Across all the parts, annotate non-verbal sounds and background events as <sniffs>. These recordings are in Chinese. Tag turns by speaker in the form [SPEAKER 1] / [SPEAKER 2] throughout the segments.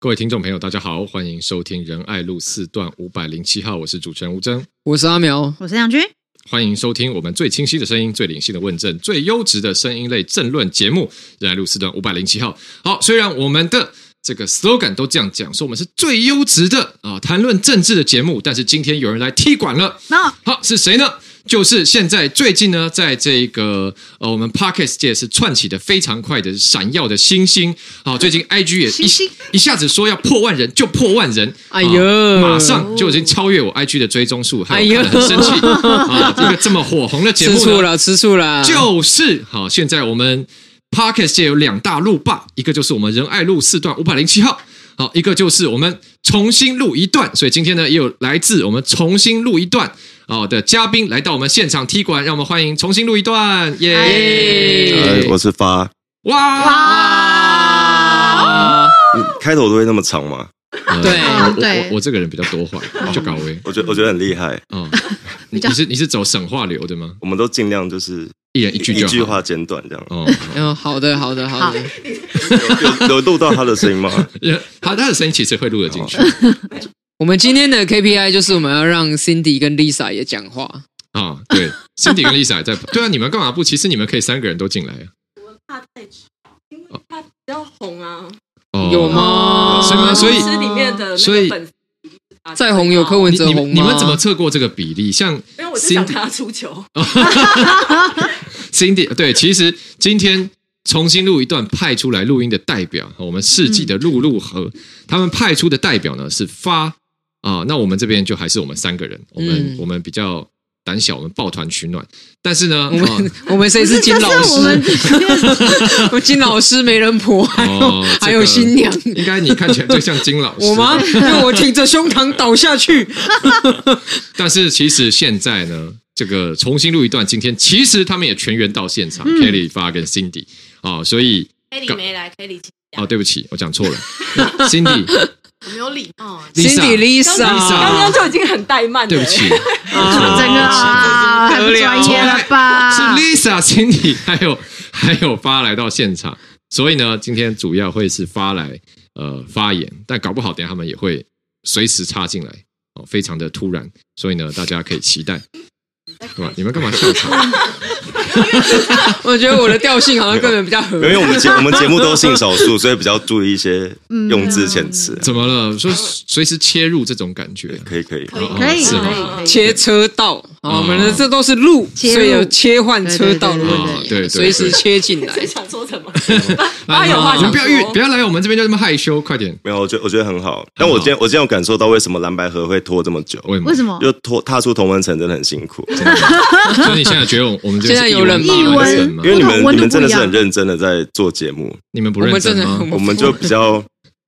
[SPEAKER 1] 各位听众朋友，大家好，欢迎收听仁爱路四段五百零七号，我是主持人吴峥，
[SPEAKER 2] 我是阿苗，
[SPEAKER 3] 我是杨军。
[SPEAKER 1] 欢迎收听我们最清晰的声音、最理性的问政、最优质的声音类政论节目《仁爱路四段五百零七号》。好，虽然我们的这个 slogan 都这样讲，说我们是最优质的啊谈论政治的节目，但是今天有人来踢馆了。
[SPEAKER 3] 那
[SPEAKER 1] 好，是谁呢？就是现在最近呢，在这个呃我们 Parkes 界是窜起的非常快的闪耀的星星。好、最近 IG 也
[SPEAKER 3] 星星
[SPEAKER 1] 一一下子说要破万人，就破万人。
[SPEAKER 2] 哎呦
[SPEAKER 1] 啊马上就已经超越我 IG 的追踪数，还有
[SPEAKER 2] 哎呦
[SPEAKER 1] 很生气啊！这个这么火红的节
[SPEAKER 2] 吃
[SPEAKER 1] 目
[SPEAKER 2] 醋
[SPEAKER 1] 呢，
[SPEAKER 2] 了，吃醋了，
[SPEAKER 1] 就是好、现在我们 Parkes 界有两大路霸，一个就是我们仁爱路四段五百零七号，好、一个就是我们重新录一段。所以今天呢，也有来自我们重新录一段哦的嘉宾来到我们现场踢馆，让我们欢迎重新录一段，耶、
[SPEAKER 2] 哎
[SPEAKER 4] 哎，
[SPEAKER 1] 嗯
[SPEAKER 4] 我是发，
[SPEAKER 1] 哇！
[SPEAKER 2] 哎
[SPEAKER 3] 哇，
[SPEAKER 4] 你嗯开头都会那么长吗？
[SPEAKER 2] 对
[SPEAKER 1] 呃我
[SPEAKER 3] 对
[SPEAKER 1] 我我这个人比较多话，就搞微
[SPEAKER 4] 我觉得我觉得很厉害，
[SPEAKER 1] 啊。你你是你是走省话流的吗？
[SPEAKER 4] 我们都尽量就是
[SPEAKER 1] 一人一句就好。
[SPEAKER 4] 话简短这样。
[SPEAKER 1] 哦，
[SPEAKER 2] 嗯，好的，好的，好的，
[SPEAKER 4] 有有有录到他的声音吗？
[SPEAKER 1] 人呃他他的声音其实会录得进去
[SPEAKER 4] 哦
[SPEAKER 2] 我们今天的 KPI 就是我们要让 Cindy 跟 Lisa 也讲话。
[SPEAKER 1] 啊。对，Cindy 跟 Lisa 也在，对啊，你们干嘛不？其实你们可以三个人都进来啊。
[SPEAKER 5] 怕太吵，因为它比较红啊，
[SPEAKER 1] 哦
[SPEAKER 2] 有吗？
[SPEAKER 1] 是吗所以
[SPEAKER 5] 是里面的
[SPEAKER 1] 所
[SPEAKER 5] 那
[SPEAKER 1] 以
[SPEAKER 5] 个粉丝啊
[SPEAKER 2] 再红有柯
[SPEAKER 5] 最
[SPEAKER 2] 文
[SPEAKER 1] 你
[SPEAKER 2] 哲
[SPEAKER 1] 你
[SPEAKER 2] 红吗
[SPEAKER 1] 们你们怎么测过这个比例？像
[SPEAKER 5] 高因为我就想
[SPEAKER 1] Cindy-
[SPEAKER 5] 他出球，
[SPEAKER 1] Cindy 对，其实今天重新录一段派出来录音的代表，我们世纪的
[SPEAKER 5] 嗯
[SPEAKER 1] 陆陆和他们派出的代表呢是发啊、那我们这边就还是我们三个人，我们、
[SPEAKER 2] 嗯
[SPEAKER 1] 我们比较胆小，我们抱团取暖，但是呢，
[SPEAKER 2] 我们
[SPEAKER 1] 啊
[SPEAKER 2] 我们谁是金老
[SPEAKER 3] 不是这是我们
[SPEAKER 2] 师？ <laughs> 我金老师没人婆， <laughs> 还有
[SPEAKER 1] 哦这个
[SPEAKER 2] 还有新娘。
[SPEAKER 1] 应该你看起来最像金老师，
[SPEAKER 2] 我吗？因为我挺着胸膛倒下去。
[SPEAKER 1] 但是其实现在呢，这个重新录一段，今天其实他们也全员到现
[SPEAKER 2] 嗯
[SPEAKER 1] 场、k e l l y 发跟 Cindy 哦，所以
[SPEAKER 5] Kelly 没来，Kelly 请假
[SPEAKER 1] 哦，对不起，我讲错了，Cindy
[SPEAKER 5] 我没有礼貌欸，
[SPEAKER 1] <laughs> Lisa
[SPEAKER 2] <laughs> Cindy
[SPEAKER 5] 刚
[SPEAKER 2] Lisa，
[SPEAKER 5] 刚就已经很怠
[SPEAKER 1] 啊
[SPEAKER 5] 慢了，
[SPEAKER 1] 对不起，
[SPEAKER 2] 啊
[SPEAKER 3] 整个啊，太不专业了
[SPEAKER 1] 是
[SPEAKER 3] 吧？
[SPEAKER 1] Lisa、Cindy 还有还有发来到现场，所以呢，今天主要会是发来呃发言，但搞不好等一下他们也会随时插进来哦，非常的突然，所以呢，大家可以期待。干嘛？你们干嘛笑场？
[SPEAKER 2] 我觉得我的调性好像跟你们比较合
[SPEAKER 4] 因。为我们节我们节目都性少数，所以比较注意一些
[SPEAKER 3] 嗯
[SPEAKER 4] 用字遣词。啊
[SPEAKER 1] 怎么了？说随时切入这种感觉，
[SPEAKER 4] 可以可以，
[SPEAKER 5] 可以
[SPEAKER 1] 哦
[SPEAKER 3] 可以
[SPEAKER 1] 是吗
[SPEAKER 3] 可以可以
[SPEAKER 2] 切车道啊，我们的这都是路，
[SPEAKER 3] 切入
[SPEAKER 2] 所以有切换车道的问
[SPEAKER 1] 嗯对对对对对对
[SPEAKER 2] 题，随时切进来
[SPEAKER 5] <laughs> 在。想
[SPEAKER 1] <laughs>
[SPEAKER 5] 说什么？
[SPEAKER 1] 来
[SPEAKER 5] 八有话
[SPEAKER 1] 嗯你们
[SPEAKER 5] 想
[SPEAKER 1] 不要哎遇，不
[SPEAKER 5] 说，
[SPEAKER 1] 要来我们这边就这么害羞，快点！
[SPEAKER 4] 没有，我觉得我觉得很好。但我今天我今天有感受到为什么蓝白河会拖这么久，
[SPEAKER 1] 为什么？
[SPEAKER 3] 为什么？
[SPEAKER 4] 就拖踏出同文层真的很辛苦，
[SPEAKER 1] 所以你现在觉得我我们这边是
[SPEAKER 2] 现在有人吗
[SPEAKER 1] 异文
[SPEAKER 3] 异
[SPEAKER 1] 人
[SPEAKER 3] 文
[SPEAKER 1] 吗
[SPEAKER 4] 因？为你
[SPEAKER 3] 不
[SPEAKER 4] 们
[SPEAKER 3] 同温
[SPEAKER 4] 你
[SPEAKER 3] 度
[SPEAKER 4] 们真的
[SPEAKER 3] 不一
[SPEAKER 4] 是
[SPEAKER 3] 样
[SPEAKER 4] 很认真的在做节目，
[SPEAKER 1] 你们不
[SPEAKER 2] 我们
[SPEAKER 1] 认
[SPEAKER 2] 真
[SPEAKER 1] 真
[SPEAKER 2] 的，
[SPEAKER 1] 吗？
[SPEAKER 4] 我们就比较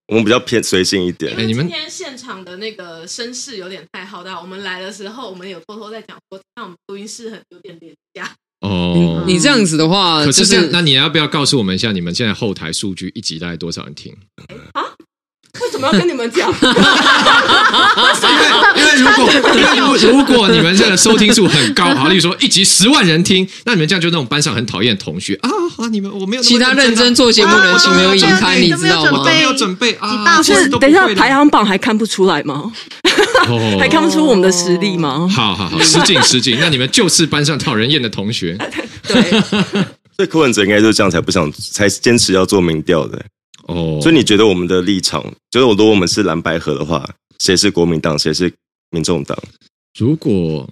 [SPEAKER 4] 我们比较偏随性一点
[SPEAKER 5] 因。
[SPEAKER 1] 哎
[SPEAKER 5] 为
[SPEAKER 1] 你们
[SPEAKER 5] 今天现场的那个声势有点太浩大，我们来的时候，我们有偷偷在讲说，那我们录音室很有点廉价，
[SPEAKER 1] 哦，
[SPEAKER 2] 你这样子的话，
[SPEAKER 1] 可
[SPEAKER 2] 就是
[SPEAKER 1] 这样，
[SPEAKER 2] 是
[SPEAKER 1] 那你要不要告诉我们一下，你们现在后台数据一集大概多少人听？
[SPEAKER 5] 为什么要跟你
[SPEAKER 1] <laughs>
[SPEAKER 5] 们讲？
[SPEAKER 1] 因为如果因为如如果你们这个收听数很高，好，例如说一集十万人听，那你们这样就那种班上很讨厌的同学啊，好你们我没有那么
[SPEAKER 2] 其他认
[SPEAKER 1] 啊
[SPEAKER 2] 真做节目的
[SPEAKER 1] 啊
[SPEAKER 2] 人，情何以
[SPEAKER 1] 我都
[SPEAKER 2] 堪？
[SPEAKER 1] 没
[SPEAKER 2] 你
[SPEAKER 1] 有
[SPEAKER 2] 知道
[SPEAKER 1] 我都
[SPEAKER 2] 吗？
[SPEAKER 1] 没有准备
[SPEAKER 3] 几
[SPEAKER 1] 啊，
[SPEAKER 3] 大
[SPEAKER 1] 其实
[SPEAKER 3] 份
[SPEAKER 1] 都不
[SPEAKER 5] 等一下
[SPEAKER 1] 会的
[SPEAKER 5] 排行榜还看不出来吗？还
[SPEAKER 1] 哦，
[SPEAKER 5] 看不出我们的实力吗？
[SPEAKER 1] 好好好，失敬失敬，那你们就是班上讨人厌的同学。
[SPEAKER 5] 对，
[SPEAKER 4] 所以柯文哲应该就是这样才不想才坚持要做民调的。
[SPEAKER 1] 哦，
[SPEAKER 4] 所以你觉得我们的立场，就是如果我们是蓝白河的话，谁是国民党，谁是民众党？
[SPEAKER 1] 如果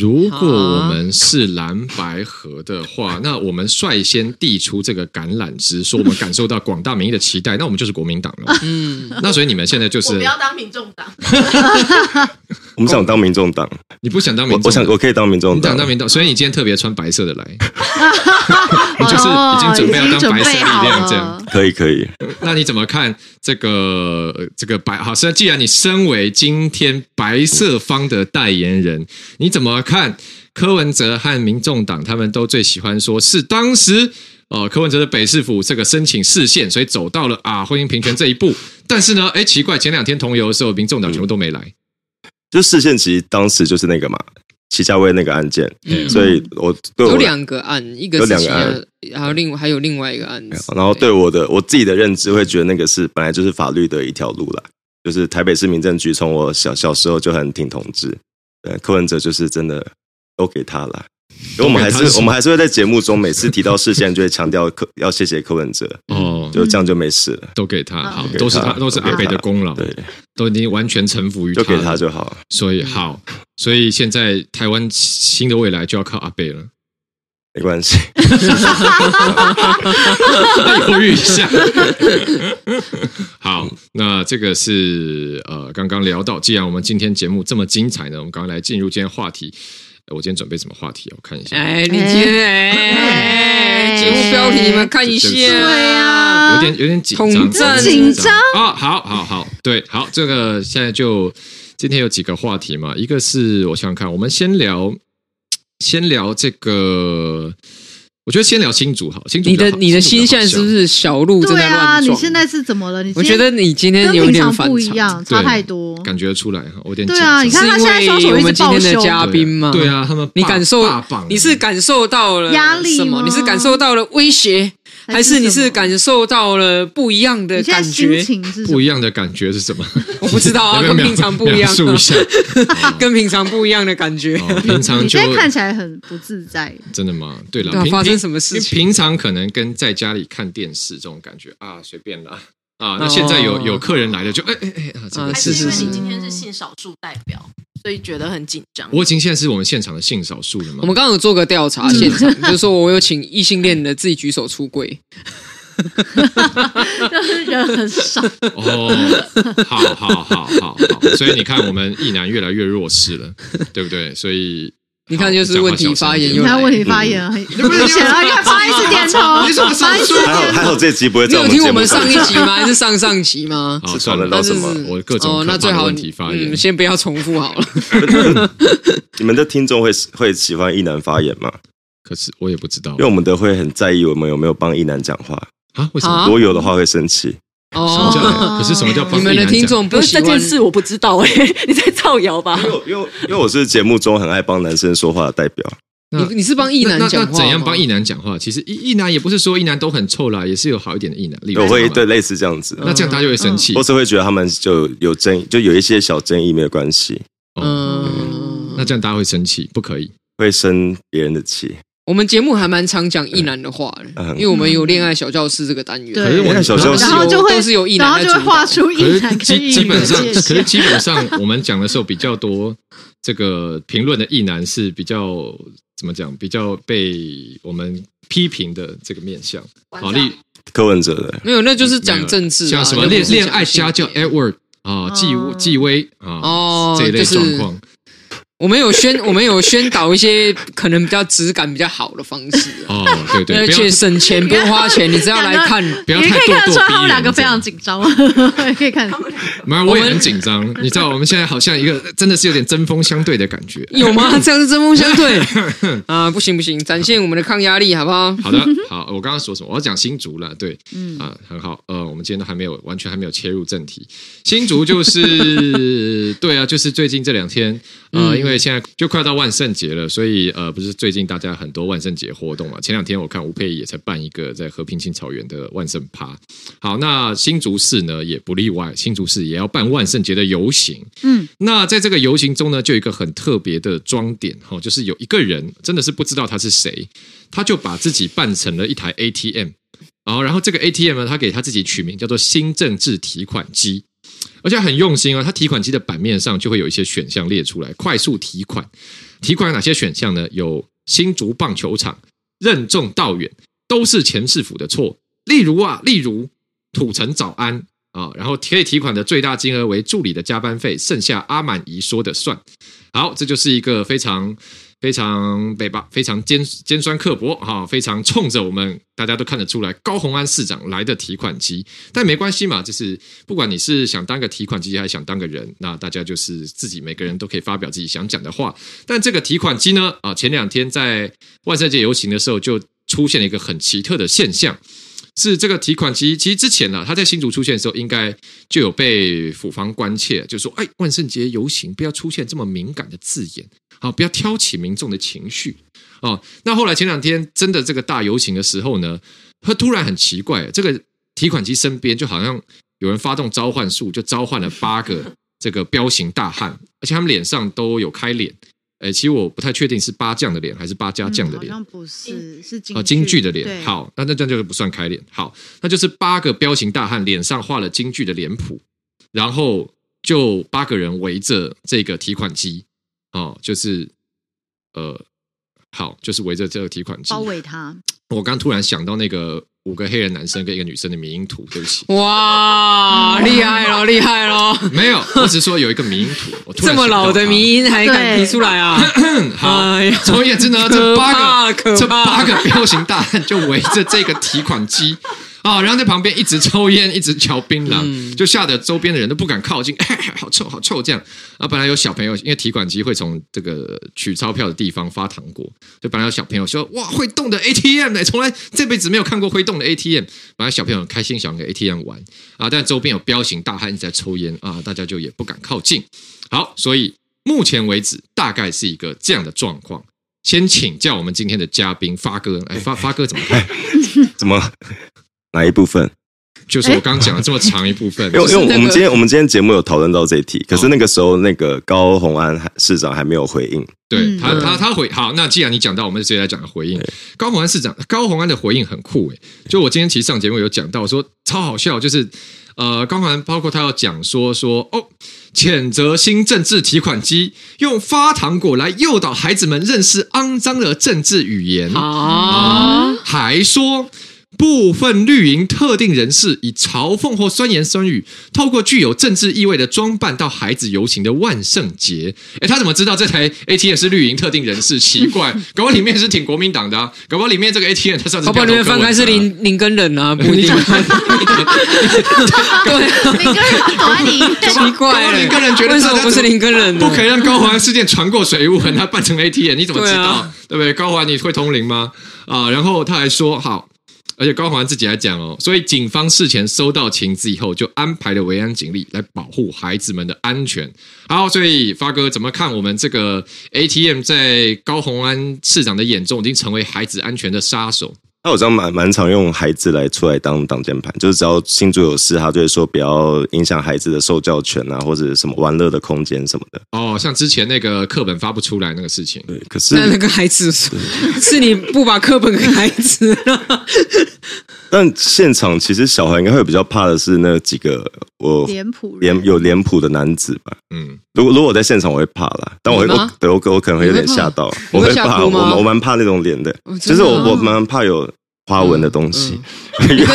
[SPEAKER 1] 如果我们是蓝白河的话，
[SPEAKER 4] 哎
[SPEAKER 1] 那我们率先递出这个橄榄枝，说我们感受到广大民意的期待，那我们就是国民党
[SPEAKER 4] <laughs>
[SPEAKER 1] 了。
[SPEAKER 2] 嗯，
[SPEAKER 1] 那所以你们现在就是
[SPEAKER 5] 我不要当民众党，
[SPEAKER 2] 啊
[SPEAKER 4] 我们想当民众党，
[SPEAKER 1] 你不哦想当民
[SPEAKER 4] 我
[SPEAKER 1] 众，
[SPEAKER 4] 我想我可以当民众
[SPEAKER 1] 你想
[SPEAKER 4] 党
[SPEAKER 1] 当。民众，所以你今天特别穿白色的来，你就是已经准备要当白色力量这样。
[SPEAKER 4] 可以可以，
[SPEAKER 1] 那你怎么看这个呃这个白？好，那既然你身为今天白色方的代言人，你怎么看柯文哲和民众党他们都最喜欢说是当时呃柯文哲的北市府这个申请视线，所以走到了啊婚姻平权这一步。但是呢，哎，奇怪，前两天同游的时候，民众党全部都没来。
[SPEAKER 4] 就视线其实当时就是那个嘛，齐家威那个案件，
[SPEAKER 2] 嗯
[SPEAKER 4] 所以我对我
[SPEAKER 2] 有
[SPEAKER 4] 来
[SPEAKER 2] 两个案，一个
[SPEAKER 4] 有
[SPEAKER 2] 是
[SPEAKER 4] 两个
[SPEAKER 2] 其他
[SPEAKER 4] 案，哎
[SPEAKER 2] 还有另还有另外一个案子，
[SPEAKER 4] 然后对我的我自己的认知会觉得那个是本来就是法律的一条路啦，就是台北市民政局从我小小时候就很挺同志，对柯文哲就是真的都给他啦。因为我们还
[SPEAKER 1] 都给他是
[SPEAKER 4] 是我们还是会在节目中每次提到事件就会强调柯要谢谢柯文哲，
[SPEAKER 1] 哦，
[SPEAKER 4] 就这样就没事了，
[SPEAKER 1] 都给他，
[SPEAKER 5] 嗯
[SPEAKER 1] 好
[SPEAKER 4] 嗯都，给
[SPEAKER 1] 都是
[SPEAKER 4] 他
[SPEAKER 1] 他，都是
[SPEAKER 4] 都给
[SPEAKER 1] 阿北
[SPEAKER 4] 他
[SPEAKER 1] 嗯的功劳，
[SPEAKER 4] 对，
[SPEAKER 1] 都已经完全臣服于
[SPEAKER 4] 就给
[SPEAKER 1] 了
[SPEAKER 4] 他就好。
[SPEAKER 1] 所以好，所以现在台湾新的未来就要靠阿贝了。
[SPEAKER 4] 没关系，
[SPEAKER 1] 犹豫一下。 <laughs> 好，那这个是呃，刚刚聊到，既然我们今天节目这么精彩呢，我们刚刚来进入今天话题。呃我今天准备什么话题啊？我看一下。
[SPEAKER 2] 哎，你今天哎，节目标题你们看一下，
[SPEAKER 3] 对
[SPEAKER 2] 啊，
[SPEAKER 3] 啊，
[SPEAKER 1] 有点有点紧
[SPEAKER 2] 统
[SPEAKER 1] 张，
[SPEAKER 2] 战
[SPEAKER 3] 紧张
[SPEAKER 1] 啊！好好好，对，好，这个现在就今天有几个话题嘛，一个是我想想看，我们先聊，先聊这个，我觉得先聊新竹好，新竹
[SPEAKER 2] 你的
[SPEAKER 1] 比较好
[SPEAKER 2] 你的心现在是不？是小鹿正
[SPEAKER 3] 对
[SPEAKER 2] 在
[SPEAKER 3] 啊，
[SPEAKER 2] 乱
[SPEAKER 3] 你
[SPEAKER 2] 撞？
[SPEAKER 3] 现在是怎么了？你
[SPEAKER 2] 我
[SPEAKER 3] 今
[SPEAKER 2] 觉
[SPEAKER 3] 天
[SPEAKER 2] 得你今天
[SPEAKER 3] 跟
[SPEAKER 2] 有
[SPEAKER 3] 平
[SPEAKER 2] 点
[SPEAKER 3] 常
[SPEAKER 2] 反
[SPEAKER 3] 不一
[SPEAKER 2] 常
[SPEAKER 3] 样，，
[SPEAKER 1] 对
[SPEAKER 3] 差太
[SPEAKER 1] 新
[SPEAKER 3] 多
[SPEAKER 1] 竹比较好。感觉得出来哈，我有点
[SPEAKER 3] 对啊
[SPEAKER 1] 紧张
[SPEAKER 3] 你看他现在双
[SPEAKER 2] 是因
[SPEAKER 3] 手
[SPEAKER 2] 为我
[SPEAKER 3] 一直
[SPEAKER 2] 们今天的
[SPEAKER 3] 报修
[SPEAKER 2] 嘉宾吗？
[SPEAKER 1] 对啊，他们
[SPEAKER 2] 你
[SPEAKER 1] 霸
[SPEAKER 2] 感受
[SPEAKER 1] 霸榜，
[SPEAKER 2] 你是感受到了
[SPEAKER 3] 压力
[SPEAKER 2] 什么？
[SPEAKER 3] 吗
[SPEAKER 2] 你是感受到了威胁，还是
[SPEAKER 3] 什么
[SPEAKER 2] 你是感受到了不一样的
[SPEAKER 3] 你现
[SPEAKER 2] 感
[SPEAKER 3] 在心
[SPEAKER 2] 觉？
[SPEAKER 3] 情是什
[SPEAKER 1] 不
[SPEAKER 3] 么？
[SPEAKER 1] 一样的感觉是什么？
[SPEAKER 2] 我不知道
[SPEAKER 1] <laughs>
[SPEAKER 2] 啊，
[SPEAKER 1] 要
[SPEAKER 2] 跟
[SPEAKER 1] 不要
[SPEAKER 2] 平常不一
[SPEAKER 1] 描
[SPEAKER 2] 样啊，
[SPEAKER 1] 述一下，
[SPEAKER 2] <laughs> 跟平常不一样的感觉。 <laughs>
[SPEAKER 1] 哦平常
[SPEAKER 3] 你
[SPEAKER 1] 就
[SPEAKER 3] 现在看起来很不自在，
[SPEAKER 1] 真的吗？对了
[SPEAKER 2] 对啊，
[SPEAKER 1] 平
[SPEAKER 2] 发生什么事
[SPEAKER 1] 因为
[SPEAKER 2] 情
[SPEAKER 1] 平常可能跟在家里看电视这种感觉啊，随便啦啊。那现在有
[SPEAKER 2] 哦
[SPEAKER 1] 有客人来了，就哎哎哎啊，这个
[SPEAKER 2] 啊
[SPEAKER 5] 还
[SPEAKER 2] 是
[SPEAKER 5] 因
[SPEAKER 2] 是
[SPEAKER 5] 为
[SPEAKER 2] 是
[SPEAKER 5] 你今天是性少数代表，所以觉得很紧张。
[SPEAKER 1] 我已经现在是我们现场的性少数了嘛
[SPEAKER 2] 我？们刚刚有做个调
[SPEAKER 3] 嗯
[SPEAKER 2] 查，现场就是说我有请异性恋的自己举手出柜，
[SPEAKER 1] <laughs>
[SPEAKER 3] 就是人很少。
[SPEAKER 1] 哦， <laughs> 好好好好好，所以你看我们意男越来越弱势了，对不对？所以
[SPEAKER 2] <laughs> 你看就是问题发言又
[SPEAKER 3] 你
[SPEAKER 2] 来
[SPEAKER 3] 看
[SPEAKER 2] 了
[SPEAKER 3] 问题发言很
[SPEAKER 1] 不是
[SPEAKER 3] 明显啊！你看，不好意思，点头。
[SPEAKER 1] 你怎么上诉
[SPEAKER 4] 还好还好这集不会
[SPEAKER 2] 你
[SPEAKER 4] 在
[SPEAKER 2] 有
[SPEAKER 4] 我们
[SPEAKER 2] 听
[SPEAKER 4] 节
[SPEAKER 2] 我
[SPEAKER 4] 目
[SPEAKER 2] 们上一
[SPEAKER 4] 上
[SPEAKER 2] 集吗？还是上上集
[SPEAKER 1] <laughs>
[SPEAKER 2] 吗？
[SPEAKER 1] 好
[SPEAKER 4] 是
[SPEAKER 1] 算
[SPEAKER 4] 讨
[SPEAKER 1] 了
[SPEAKER 4] 论，到什么
[SPEAKER 2] 那就？是
[SPEAKER 1] 我各种
[SPEAKER 2] 哦，那
[SPEAKER 1] 可
[SPEAKER 2] 最
[SPEAKER 1] 怕的
[SPEAKER 2] 好
[SPEAKER 1] 问题发言
[SPEAKER 2] 嗯，先不要重复
[SPEAKER 1] <laughs>
[SPEAKER 2] 好了。
[SPEAKER 4] <laughs> 你们的听众会会喜欢一男发言吗？
[SPEAKER 1] 可是我也不知道
[SPEAKER 4] 因为我们的会很在意我们有没有帮一男讲话，
[SPEAKER 1] 啊，为什么
[SPEAKER 2] 啊
[SPEAKER 4] 如？果有的话会生气。
[SPEAKER 1] 什么 <laughs>
[SPEAKER 2] 哦，
[SPEAKER 1] 叫可是什么叫帮
[SPEAKER 2] 你们
[SPEAKER 1] 意
[SPEAKER 2] 的
[SPEAKER 1] 男
[SPEAKER 2] 听
[SPEAKER 1] 讲
[SPEAKER 2] 众不喜欢
[SPEAKER 6] 我不知道哎、 <laughs> 你在造谣吧
[SPEAKER 4] 因为我因为我因为我是节目中很爱帮男生说话的代
[SPEAKER 2] <laughs>
[SPEAKER 4] 表，
[SPEAKER 1] 那
[SPEAKER 2] 你你是帮异男
[SPEAKER 1] 那那
[SPEAKER 2] 讲
[SPEAKER 1] 那
[SPEAKER 2] 话
[SPEAKER 1] 怎样
[SPEAKER 2] 吗
[SPEAKER 1] 帮异男讲话？其实异异男也不是说异男都很臭啦，也是有好一点的异男。例如
[SPEAKER 4] 我会
[SPEAKER 1] 嘛
[SPEAKER 4] 对，类似这样子，
[SPEAKER 1] 那这样大家就会生气
[SPEAKER 4] 我。只会觉得他们就有争议，就有一些小争议没有关系，
[SPEAKER 1] 嗯，
[SPEAKER 2] 嗯，
[SPEAKER 1] 那这样大家会生气，不可以。
[SPEAKER 4] 会生别人的气。
[SPEAKER 2] 我们节目还蛮常讲异男的话的，
[SPEAKER 4] 嗯
[SPEAKER 2] 因为我们有恋爱小教室这个单元。
[SPEAKER 3] 对
[SPEAKER 1] 可是我
[SPEAKER 4] 那小时候
[SPEAKER 2] 都
[SPEAKER 4] 是
[SPEAKER 3] 然后就
[SPEAKER 2] 都
[SPEAKER 3] 会
[SPEAKER 2] 是由异
[SPEAKER 3] 然
[SPEAKER 2] 男
[SPEAKER 3] 后
[SPEAKER 2] 在
[SPEAKER 3] 就会
[SPEAKER 2] 主导
[SPEAKER 3] 画出
[SPEAKER 1] 可
[SPEAKER 3] 一
[SPEAKER 1] 是
[SPEAKER 3] 男跟
[SPEAKER 1] 基
[SPEAKER 3] 异
[SPEAKER 1] 基
[SPEAKER 3] 女
[SPEAKER 1] 本
[SPEAKER 3] 的
[SPEAKER 1] 上，
[SPEAKER 3] 界
[SPEAKER 1] 可是
[SPEAKER 3] 限。
[SPEAKER 1] 基本上我们讲的时候比较多，这个评论的异男是比较怎么讲？比较被我们批评的这个面向。好，例
[SPEAKER 4] 柯文哲的，
[SPEAKER 2] 没有，那就是讲政治啊，
[SPEAKER 1] 像什么
[SPEAKER 2] 那不是
[SPEAKER 1] 恋恋爱
[SPEAKER 2] 讲
[SPEAKER 1] 家
[SPEAKER 2] 性
[SPEAKER 1] 教
[SPEAKER 2] 别
[SPEAKER 1] Edward 啊，纪
[SPEAKER 3] 哦
[SPEAKER 1] 纪威啊
[SPEAKER 2] 哦
[SPEAKER 1] 这一类
[SPEAKER 2] 就是
[SPEAKER 1] 状况。
[SPEAKER 2] 我们有宣，我们有宣导一些可能比较质感比较好的方式啊，
[SPEAKER 1] 哦，对对，
[SPEAKER 2] 而
[SPEAKER 1] 不要
[SPEAKER 2] 且省钱不用花钱，你只要来
[SPEAKER 1] <laughs>
[SPEAKER 2] 看。
[SPEAKER 1] 不要
[SPEAKER 3] 你
[SPEAKER 1] 太
[SPEAKER 3] 可
[SPEAKER 1] 咄
[SPEAKER 3] 以看
[SPEAKER 1] 咄
[SPEAKER 3] 得出
[SPEAKER 1] 逼
[SPEAKER 3] 来他们
[SPEAKER 1] 人
[SPEAKER 3] 两个
[SPEAKER 1] 这
[SPEAKER 3] 非
[SPEAKER 1] 样
[SPEAKER 3] 常紧张，也 <laughs> 可以看得出来。
[SPEAKER 1] 没有，我也很紧张。你知道，我们现在好像一个真的是有点针锋相对的感觉。
[SPEAKER 2] 有吗？这样是针锋相
[SPEAKER 1] <laughs>
[SPEAKER 2] 对啊！不行不行，展现我们的抗压力好不好？
[SPEAKER 1] 好的，好，呃我刚刚说什么？我要讲新竹了，对，
[SPEAKER 3] 嗯
[SPEAKER 1] 啊，很好，呃，我们今天都还没有完全还没有切入正题。新竹就是对啊，就是 <laughs> 最近这两天，呃，
[SPEAKER 2] 嗯
[SPEAKER 1] 因为现在就快到万圣节了，所以呃，不是最近大家很多万圣节活动嘛？前两天我看吴佩仪也才办一个在和平新草原的万圣趴。好，那新竹市呢也不例外，新竹市也要办万圣节的游行。
[SPEAKER 3] 嗯，
[SPEAKER 1] 那在这个游行中呢，就有一个很特别的装点哈、哦，就是有一个人真的是不知道他是谁，他就把自己扮成了一台 ATM，然后然后这个 ATM 呢，他给他自己取名叫做新政治提款机。而且很用心哦，它提款机的版面上就会有一些选项列出来，快速提款。提款有哪些选项呢？有新竹棒球场、任重道远，都是前市府的错。例如啊，例如土城早安啊、然后可以提款的最大金额为助理的加班费，剩下阿满姨说的算。好，这就是一个非常非常北吧，非常尖尖酸刻薄哈、非常冲着我们大家都看得出来高鸿安市长来的提款机。但没关系嘛，就是不管你是想当个提款机还是想当个人，那大家就是自己每个人都可以发表自己想讲的话。但这个提款机呢，啊，前两天在万圣节游行的时候就出现了一个很奇特的现象。是这个提款机，其实之前呢、啊它在新竹出现的时候，应该就有被府方关切，就说：“哎，万圣节游行不要出现这么敏感的字眼。”好，不要挑起民众的情绪哦。那后来前两天真的这个大游行的时候呢，他突然很奇怪，这个提款机身边就好像有人发动召唤术，就召唤了八个这个彪形大汉，而且他们脸上都有开脸。哎，其实我不太确定是八将的脸还是八家将的
[SPEAKER 3] 好
[SPEAKER 1] 脸，
[SPEAKER 3] 像不是，是京
[SPEAKER 1] 哦，京剧的
[SPEAKER 3] 对
[SPEAKER 1] 脸，好，那那这样就不算开脸，好，那就是八个彪形大汉脸上画了京剧的脸谱，然后就八个人围着这个提款机，哦，就是呃，好，就是围着这个提款机
[SPEAKER 3] 包。围
[SPEAKER 1] <laughs>
[SPEAKER 3] 他，
[SPEAKER 1] 我刚突然想到那个五个黑人男生跟一个女生的迷因图，对不起，
[SPEAKER 2] 哇，厉害咯，厉害咯！
[SPEAKER 1] <laughs> 没有，我只是说有一个迷因图，我突
[SPEAKER 2] 这
[SPEAKER 1] 然
[SPEAKER 2] 么
[SPEAKER 1] 想到
[SPEAKER 2] 老的
[SPEAKER 1] 它
[SPEAKER 2] 迷音还敢提出来啊？
[SPEAKER 1] 好
[SPEAKER 2] 哎呀，
[SPEAKER 1] 总而言之呢，这
[SPEAKER 2] 可
[SPEAKER 1] 八
[SPEAKER 2] 怕
[SPEAKER 1] 个
[SPEAKER 2] 可
[SPEAKER 1] 这
[SPEAKER 2] 怕
[SPEAKER 1] 八个彪形大汉就围着这个提款机啊、然后在旁边一直抽烟，一直嚼槟榔，
[SPEAKER 2] 嗯
[SPEAKER 1] 就吓得周边的人都不敢靠近， <laughs> 好臭，好臭这样。啊，本来有小朋友，因为提款机会从这个取钞票的地方发糖果，就本来有小朋友说哇会动的 ATM 呢、欸从来这辈子没有看过会动的 ATM。本来小朋友很开心想跟 ATM 玩啊，但周边有彪形大汉一直在抽烟啊，大家就也不敢靠近。好，所以目前为止大概是一个这样的状况。先请教我们今天的嘉宾发哥，哎，发发哥怎么看？
[SPEAKER 4] 怎么了哪一部分？
[SPEAKER 2] <laughs>
[SPEAKER 1] 就是我刚刚讲了这么长一部分，
[SPEAKER 4] 因为因为
[SPEAKER 2] 那个
[SPEAKER 4] 我们今天我们今天节目有讨论到这一题，可是那个时候那个高鸿安还市长还没有回应，
[SPEAKER 1] 对
[SPEAKER 3] 嗯
[SPEAKER 1] 他他他回好，那既然你讲到，我们就直接来讲回应。高鸿安市长，高鸿安的回应很酷诶、哎就我今天其实上节目有讲到说超好笑，就是呃，高鸿安包括他要讲说说哦，谴责新政治提款机用发糖果来诱导孩子们认识肮脏的政治语言。
[SPEAKER 2] 啊，
[SPEAKER 1] 还说部分绿营特定人士以嘲讽或酸言酸语，透过具有政治意味的装扮到孩子游行的万圣节。诶，他怎么知道这台 ATM 是绿营特定人士？奇
[SPEAKER 2] <laughs>
[SPEAKER 1] 怪，搞不好里面是挺国民党的、啊，搞不好里面这个 ATM 他上次
[SPEAKER 2] 好
[SPEAKER 1] 票
[SPEAKER 2] 吧，你
[SPEAKER 1] 投柯
[SPEAKER 2] 们翻
[SPEAKER 1] 文
[SPEAKER 2] 开
[SPEAKER 1] 哲
[SPEAKER 2] 是
[SPEAKER 1] 啊
[SPEAKER 2] 林林根人啊，不一定。
[SPEAKER 1] <laughs>
[SPEAKER 2] 对，
[SPEAKER 3] 每个人都躲在里面，
[SPEAKER 2] 奇怪
[SPEAKER 1] 搞不好
[SPEAKER 2] 了，
[SPEAKER 1] 林根人觉得
[SPEAKER 2] 为什么
[SPEAKER 1] 大家
[SPEAKER 2] 不是
[SPEAKER 1] 怎么
[SPEAKER 2] 林根人
[SPEAKER 1] 不
[SPEAKER 2] 呢？
[SPEAKER 1] 可以让高环事件传过水温，他扮成 ATM，你怎么知
[SPEAKER 2] 对
[SPEAKER 1] 道？
[SPEAKER 2] 啊
[SPEAKER 1] 对不对？高环你会通灵吗？啊，然后他还说好。而且高环自己还讲哦，所以警方事前收到情资以后，就安排了维安警力来保护孩子们的安全。好，所以发哥怎么看我们这个 ATM 在高鸿安市长的眼中已经成为孩子安全的杀手？
[SPEAKER 4] 他好像蛮蛮常用孩子来出来当挡箭牌，就是只要新竹有事，他就会说不要影响孩子的受教权啊，或者什么玩乐的空间什么的。
[SPEAKER 1] 哦，像之前那个课本发不出来那个事情，
[SPEAKER 4] 对，可
[SPEAKER 2] 那那
[SPEAKER 4] 是
[SPEAKER 2] 个孩
[SPEAKER 1] <laughs>
[SPEAKER 2] 子是你不把课本给孩子了，
[SPEAKER 4] 但现场其实小孩应该会比较怕的是那几个我
[SPEAKER 3] 脸谱人
[SPEAKER 4] 脸有脸谱的男子吧。
[SPEAKER 1] 嗯，
[SPEAKER 4] 如果如果我在现场，我会怕啦，但我会
[SPEAKER 2] 你吗
[SPEAKER 4] 我对我我可能会有点吓到，
[SPEAKER 2] 你
[SPEAKER 4] 我
[SPEAKER 2] 会
[SPEAKER 4] 会
[SPEAKER 2] 怕
[SPEAKER 4] 怕，
[SPEAKER 2] 你会吓哭
[SPEAKER 4] 我
[SPEAKER 2] 吗
[SPEAKER 4] 蛮我蛮怕那种脸的
[SPEAKER 2] 哦，真
[SPEAKER 4] 就是
[SPEAKER 2] 的
[SPEAKER 4] 我
[SPEAKER 2] 哦
[SPEAKER 4] 我蛮怕有花纹的东西。
[SPEAKER 2] 你跟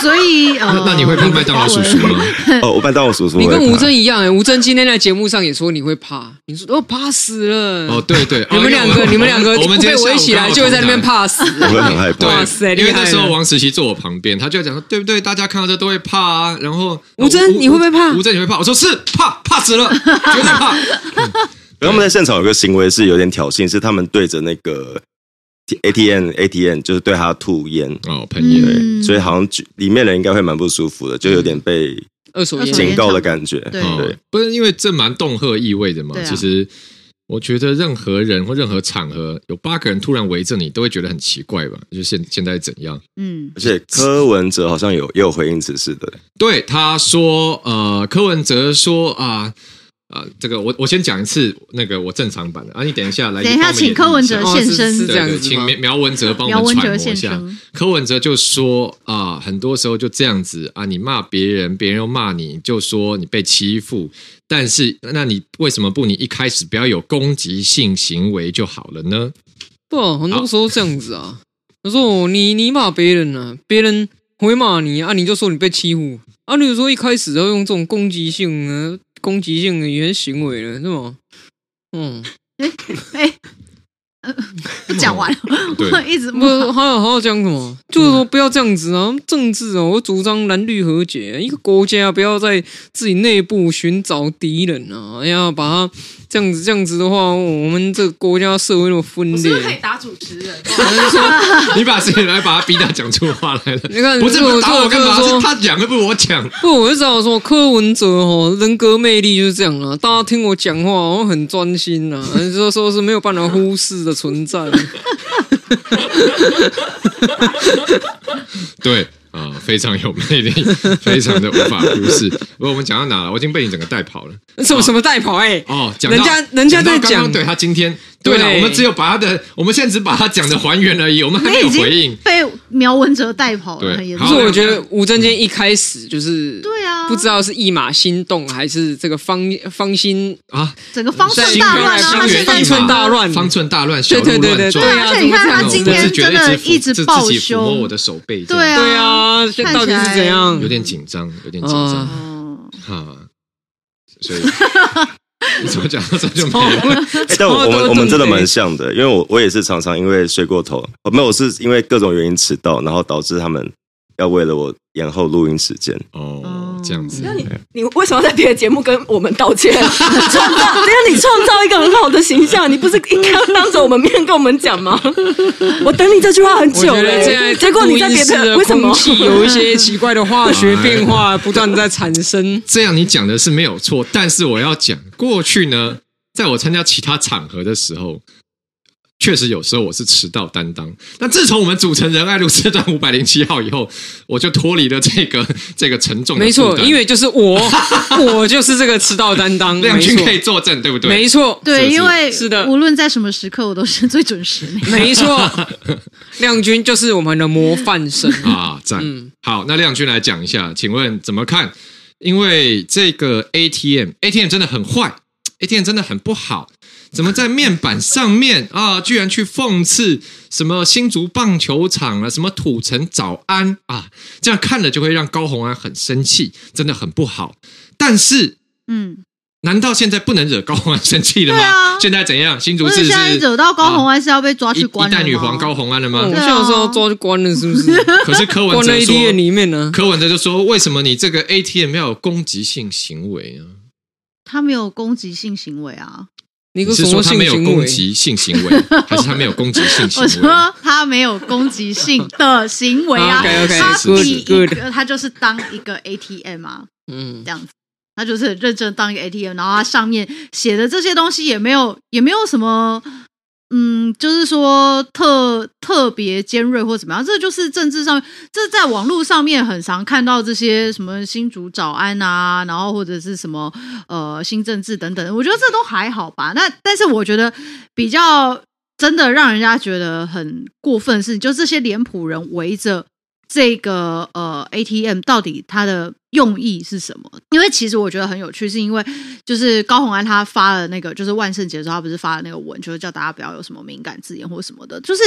[SPEAKER 3] 所以
[SPEAKER 1] <laughs> 那
[SPEAKER 2] 哦
[SPEAKER 3] 呃，嗯
[SPEAKER 1] 那你会跟麦当劳叔叔吗？
[SPEAKER 2] 嗯
[SPEAKER 4] 哦，我麦当劳叔叔，
[SPEAKER 2] 你跟
[SPEAKER 4] 我会怕
[SPEAKER 2] 吴尊一样哎，吴尊今天在节目上也说你会怕，你说我哦怕死了。
[SPEAKER 1] 哦，对对，哦
[SPEAKER 2] 你们两
[SPEAKER 1] 因为
[SPEAKER 2] 个，
[SPEAKER 1] 我
[SPEAKER 2] 你们两个
[SPEAKER 1] 我们今
[SPEAKER 2] 被
[SPEAKER 1] 天
[SPEAKER 2] 围起来，就会在那边
[SPEAKER 1] 怕。
[SPEAKER 2] 怕死。
[SPEAKER 4] 我
[SPEAKER 1] <laughs>
[SPEAKER 4] 会很害怕。
[SPEAKER 2] 哇塞
[SPEAKER 1] 因
[SPEAKER 2] 厉
[SPEAKER 1] 为
[SPEAKER 2] 害
[SPEAKER 1] 那时候
[SPEAKER 2] 了
[SPEAKER 1] 王石琪坐我旁边，他就讲说：“对不对？大家看到这都会怕啊。”然后
[SPEAKER 2] 吴尊你会不会怕
[SPEAKER 1] 吴尊你会怕？我说是怕，怕死了，绝对
[SPEAKER 4] <laughs>
[SPEAKER 1] 怕。
[SPEAKER 4] 然后他们在现场有个行为是有点挑衅，是他们对着那个 ATM ATM 就是对他吐烟，
[SPEAKER 1] 哦，朋友，
[SPEAKER 4] 对，
[SPEAKER 3] 嗯
[SPEAKER 4] 所以好像就里面人应该会蛮不舒服的，就有点被
[SPEAKER 2] 二手烟
[SPEAKER 3] 二手烟
[SPEAKER 4] 警告的感觉。
[SPEAKER 3] 对
[SPEAKER 1] 哦
[SPEAKER 4] 哎对，
[SPEAKER 1] 不是因为这蛮恫吓意味的嘛
[SPEAKER 3] 对？啊
[SPEAKER 1] 其实我觉得任何人或任何场合有八个人突然围着你，都会觉得很奇怪吧？就现现在怎样？
[SPEAKER 3] 嗯，
[SPEAKER 4] 而且柯文哲好像有也有回应此
[SPEAKER 2] <laughs>
[SPEAKER 4] 事的，
[SPEAKER 1] 对，他说，呃，柯文哲说啊。啊、这个我我先讲一次，那个我正常版的啊，你等一下来，
[SPEAKER 3] 等一下
[SPEAKER 1] 帮我们
[SPEAKER 3] 请
[SPEAKER 1] 演
[SPEAKER 3] 柯文哲
[SPEAKER 1] 一下
[SPEAKER 2] 哦
[SPEAKER 3] 现
[SPEAKER 2] 是
[SPEAKER 3] 身
[SPEAKER 2] 是这样
[SPEAKER 1] 对
[SPEAKER 2] 子
[SPEAKER 1] 对，请
[SPEAKER 2] 吗
[SPEAKER 1] 苗苗文哲帮
[SPEAKER 3] 苗
[SPEAKER 1] 我们
[SPEAKER 3] 文
[SPEAKER 1] 揣摩
[SPEAKER 3] 哲
[SPEAKER 1] 一
[SPEAKER 3] 现
[SPEAKER 1] 下
[SPEAKER 3] 身。
[SPEAKER 1] 柯文哲就说啊，很多时候就这样子啊，你骂别人，别人又骂你，就说你被欺负。但是，那你为什么不你一开始不要有攻击性行为就好了呢？
[SPEAKER 3] <laughs>
[SPEAKER 2] 不，啊很多时候这样子啊。他说你你骂别人啊，别人回骂你啊，你就说你被欺负啊。你说一开始要用这种攻击性呢，攻击性的语言行为了，是吗？嗯，
[SPEAKER 3] 哎，呃不讲完，
[SPEAKER 1] 对
[SPEAKER 3] <laughs> 我一直
[SPEAKER 2] 不，还有还要讲什么？就是说不要这样子啊！政治哦，我主张蓝绿和解。一个国家不要在自己内部寻找敌人啊！哎呀，把它这样子这样子的话，我们这个国家社会那么分
[SPEAKER 5] 我是不是可以
[SPEAKER 2] 裂。
[SPEAKER 5] 打主持
[SPEAKER 6] <laughs>
[SPEAKER 5] 人？
[SPEAKER 1] 你把谁来把他逼到讲出话
[SPEAKER 3] <laughs>
[SPEAKER 1] 来了？
[SPEAKER 2] 你看，
[SPEAKER 1] 不是
[SPEAKER 2] 就
[SPEAKER 1] 不打我干嘛？
[SPEAKER 2] 就是说
[SPEAKER 1] 他讲又不是我讲。
[SPEAKER 2] 不，我就知道说柯文哲哦，人格魅力就是这样啊。大家听我讲话，我很专心
[SPEAKER 5] <laughs>
[SPEAKER 2] 啊，就说是没有办法忽视的存在。
[SPEAKER 1] 对啊、非常有魅力，非常的无法忽视。不，我们讲到哪了？我已经被你整个带跑了。
[SPEAKER 2] 什么什么代跑哎、
[SPEAKER 1] 哦，讲到
[SPEAKER 2] 人家人家
[SPEAKER 1] 到
[SPEAKER 2] 在
[SPEAKER 1] 刚刚
[SPEAKER 2] 讲
[SPEAKER 1] 对他今天对了，
[SPEAKER 2] 对
[SPEAKER 1] 我们只有把他的，我们现在只把他讲的还原而已，我们还没
[SPEAKER 3] 你
[SPEAKER 1] 有
[SPEAKER 3] 已经
[SPEAKER 1] 回应。
[SPEAKER 3] 被苗文哲带跑
[SPEAKER 1] 对
[SPEAKER 3] 了，很严
[SPEAKER 1] 好
[SPEAKER 2] 可
[SPEAKER 3] 重
[SPEAKER 2] 是。我觉得吴正坚一开始就是
[SPEAKER 3] 对啊
[SPEAKER 2] 不知道是一马心动还是这个方方心
[SPEAKER 1] 啊，
[SPEAKER 3] 整个方寸大乱啊！
[SPEAKER 1] 新
[SPEAKER 3] 他
[SPEAKER 1] 闻
[SPEAKER 3] 现
[SPEAKER 1] 新闻
[SPEAKER 3] 在
[SPEAKER 2] 方
[SPEAKER 1] 一
[SPEAKER 2] 寸
[SPEAKER 1] 马啊
[SPEAKER 2] 大乱，
[SPEAKER 1] 方寸大乱，小鹿
[SPEAKER 2] 对对
[SPEAKER 1] 乱撞。哦
[SPEAKER 2] 对
[SPEAKER 3] 对，
[SPEAKER 2] 啊
[SPEAKER 3] 而且你看
[SPEAKER 2] 怎
[SPEAKER 1] 我
[SPEAKER 2] 么会这样
[SPEAKER 3] 他今天
[SPEAKER 1] 是觉
[SPEAKER 3] 真
[SPEAKER 1] 得
[SPEAKER 3] 的
[SPEAKER 1] 一
[SPEAKER 3] 一
[SPEAKER 1] 直
[SPEAKER 3] 直
[SPEAKER 1] 抚
[SPEAKER 3] 抱
[SPEAKER 1] 自己抚摸我
[SPEAKER 3] 胸，
[SPEAKER 1] 的手背，
[SPEAKER 3] 对啊
[SPEAKER 2] 对啊，现在到底是怎样？
[SPEAKER 1] 有点紧张，有点紧张
[SPEAKER 2] 啊
[SPEAKER 3] 哦
[SPEAKER 1] 哈。所以 <laughs> 你怎么讲到这就没了？
[SPEAKER 3] <laughs>
[SPEAKER 4] 哎但我我
[SPEAKER 2] 超多
[SPEAKER 4] 们我们真的
[SPEAKER 2] 重点
[SPEAKER 4] 蛮像的，因为我我也是常常因为睡过头，哦没有，我是因为各种原因迟到，然后导致他们要为了我延后录音时间。
[SPEAKER 1] 哦，这样子
[SPEAKER 6] 那你你为什么要在别的节目跟我们道歉？
[SPEAKER 2] <laughs>
[SPEAKER 6] 创造，等一下你创造一个很好的形象，你不是应该要当着我们面跟我们讲吗？我等你这句话很
[SPEAKER 2] 我
[SPEAKER 6] 久
[SPEAKER 2] 觉
[SPEAKER 6] 了、欸
[SPEAKER 2] 得现在
[SPEAKER 6] 结果你在别
[SPEAKER 2] 录音室
[SPEAKER 6] 的
[SPEAKER 2] 的
[SPEAKER 6] 为什么
[SPEAKER 5] <laughs>
[SPEAKER 2] 空？气有一些奇怪的化学变
[SPEAKER 1] <laughs>
[SPEAKER 2] 化不断地在产生。
[SPEAKER 1] 这样你讲的是没有错，但是我要讲过去呢，在我参加其他场合的时候，确实有时候我是迟到担当。但自从我们组成仁爱路车段五百零七号以后，我就脱离了这个这个沉重的
[SPEAKER 2] 没
[SPEAKER 1] 负
[SPEAKER 2] 错，
[SPEAKER 1] 担
[SPEAKER 2] 因为就是我， <laughs> 我就是这个迟到担
[SPEAKER 1] <laughs>
[SPEAKER 2] 当。
[SPEAKER 1] 亮
[SPEAKER 2] 没
[SPEAKER 1] 君
[SPEAKER 2] 错，
[SPEAKER 1] 可以作证，对不对？
[SPEAKER 2] 没错，
[SPEAKER 1] 是
[SPEAKER 3] 对，
[SPEAKER 1] 是
[SPEAKER 3] 因为
[SPEAKER 2] 是的
[SPEAKER 3] 无论在什么时刻，我都是最准时的。
[SPEAKER 2] 没错，
[SPEAKER 1] <laughs>
[SPEAKER 2] 亮君就是我们的模范生。
[SPEAKER 1] 啊，赞。
[SPEAKER 2] 嗯
[SPEAKER 1] 好，那亮君来讲一下，请问怎么看？因为这个 ATM ATM 真的很坏，ATM 真的很不好。怎么在面板上面 <laughs> 啊，居然去讽刺什么新竹棒球场啊，什么土城早安啊，这样看了就会让高红安很生气，真的很不好。但是，
[SPEAKER 3] 嗯，
[SPEAKER 1] 难道现在不能惹高红安生气了吗？
[SPEAKER 3] 对啊
[SPEAKER 1] 现在怎样？新竹
[SPEAKER 3] 不
[SPEAKER 1] 市
[SPEAKER 3] 是
[SPEAKER 1] 是
[SPEAKER 3] 现在惹到高红安是要被抓
[SPEAKER 1] 一
[SPEAKER 3] 去关
[SPEAKER 1] 一
[SPEAKER 3] 的
[SPEAKER 1] 代
[SPEAKER 3] 吗？
[SPEAKER 1] 女皇高红安了吗？
[SPEAKER 2] 哦我
[SPEAKER 3] 对啊
[SPEAKER 2] 像是要抓去关了，是不是？
[SPEAKER 1] 可是柯文
[SPEAKER 2] 关
[SPEAKER 1] 哲
[SPEAKER 2] 了 ATM
[SPEAKER 1] 说，
[SPEAKER 2] 里面呢、
[SPEAKER 1] 柯文哲就说：“为什么你这个 ATM 要有攻击性行为呢？
[SPEAKER 3] 他没有攻击性行为啊！
[SPEAKER 2] 你
[SPEAKER 1] 你
[SPEAKER 2] 个
[SPEAKER 1] 是
[SPEAKER 2] 什
[SPEAKER 1] 说
[SPEAKER 2] 么
[SPEAKER 1] 他
[SPEAKER 2] 性
[SPEAKER 1] 没有
[SPEAKER 2] 行
[SPEAKER 1] 攻
[SPEAKER 2] 为？
[SPEAKER 1] 击性行为，
[SPEAKER 3] <laughs>
[SPEAKER 1] 还是他没有攻击性行
[SPEAKER 3] 我
[SPEAKER 1] 为？
[SPEAKER 3] 说啊他没有攻击性的行为
[SPEAKER 1] <laughs>
[SPEAKER 3] 啊，
[SPEAKER 2] OK，OK，
[SPEAKER 3] 他
[SPEAKER 1] 是
[SPEAKER 3] 比
[SPEAKER 2] 是
[SPEAKER 3] 一
[SPEAKER 2] good
[SPEAKER 3] 个他就是当一个 ATM 啊，
[SPEAKER 2] 嗯
[SPEAKER 3] 这，样子，他就是很认真当一个 ATM，然后他上面写的这些东西也没有也没有什么，嗯，就是说特特别尖锐或怎么样，这就是政治上面，这在网络上面很常看到这些什么新竹早安啊，然后或者是什么呃新政治等等，我觉得这都还好吧。那但是我觉得比较真的让人家觉得很过分的事情，就这些脸谱人围着这个呃 ATM 到底它的用意是什么？因为其实我觉得很有趣，是因为就是高洪安他发了那个，就是万圣节的时候，他不是发了那个文，就是叫大家不要有什么敏感字眼或什么的。就是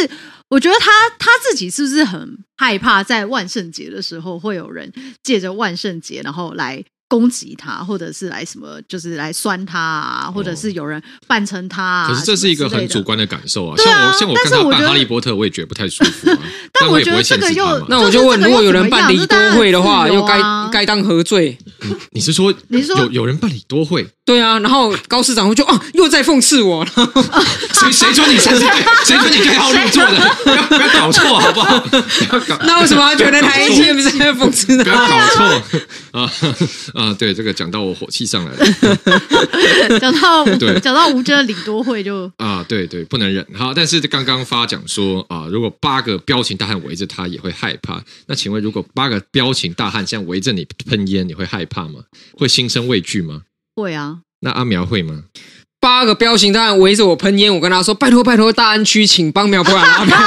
[SPEAKER 3] 我觉得他他自己是不是很害怕在万圣节的时候会有人借着万圣节然后来。攻击他，或者是来什么，就是来酸他啊，或者是有人扮成他啊。
[SPEAKER 1] 哦可是这是一个
[SPEAKER 3] 什么之
[SPEAKER 1] 很
[SPEAKER 3] 类的
[SPEAKER 1] 主观的感受啊。
[SPEAKER 3] 对
[SPEAKER 1] 像
[SPEAKER 3] 啊
[SPEAKER 1] 我像我
[SPEAKER 3] 但
[SPEAKER 1] 看
[SPEAKER 3] 是
[SPEAKER 1] 他
[SPEAKER 3] 我
[SPEAKER 1] 扮
[SPEAKER 3] 觉得
[SPEAKER 1] 哈利波特，我也觉得不太舒服啊。
[SPEAKER 3] <laughs> 但
[SPEAKER 1] 我
[SPEAKER 3] 我
[SPEAKER 1] 也
[SPEAKER 3] 觉
[SPEAKER 1] 不会
[SPEAKER 3] 得这
[SPEAKER 1] 限制
[SPEAKER 3] 个
[SPEAKER 1] 他
[SPEAKER 3] 又
[SPEAKER 1] 嘛，
[SPEAKER 2] 那我就问，
[SPEAKER 3] 这
[SPEAKER 2] 如
[SPEAKER 3] 个
[SPEAKER 2] 果
[SPEAKER 3] 又
[SPEAKER 2] 有人
[SPEAKER 3] 怎么
[SPEAKER 2] 办
[SPEAKER 3] 样
[SPEAKER 2] 理多会的话，
[SPEAKER 3] 这当然
[SPEAKER 2] 又该
[SPEAKER 3] 自由啊
[SPEAKER 2] 该当何罪？
[SPEAKER 1] 你是说
[SPEAKER 3] 你是说
[SPEAKER 1] 有有人办理多会？
[SPEAKER 2] 对啊，然后高市长会就啊，又在讽刺我，
[SPEAKER 1] 谁谁说你才
[SPEAKER 3] <laughs>
[SPEAKER 1] 是对？谁说你对号入座的？不要不要搞错好不好？不要搞。”
[SPEAKER 2] <laughs> 那为什么他觉得台 ATM 是在讽刺
[SPEAKER 1] 不要
[SPEAKER 2] 他？
[SPEAKER 1] 搞错啊 <laughs> 啊！对，这个讲到我火气上来了。
[SPEAKER 3] 讲到
[SPEAKER 1] <laughs> 对
[SPEAKER 3] 讲到吴尊的李多惠就
[SPEAKER 1] 啊，对对，不能忍。好，但是刚刚发讲说啊，如果八个彪形大汉围着他，也会害怕。那请问，如果八个彪形大汉现在围着你喷烟，你会害怕吗？会心生畏惧吗？
[SPEAKER 3] 会啊，
[SPEAKER 1] 那阿苗会吗？
[SPEAKER 2] 八个彪形大汉围着我喷烟，我跟他说：“拜托拜托，大安区请帮苗博雅拉票，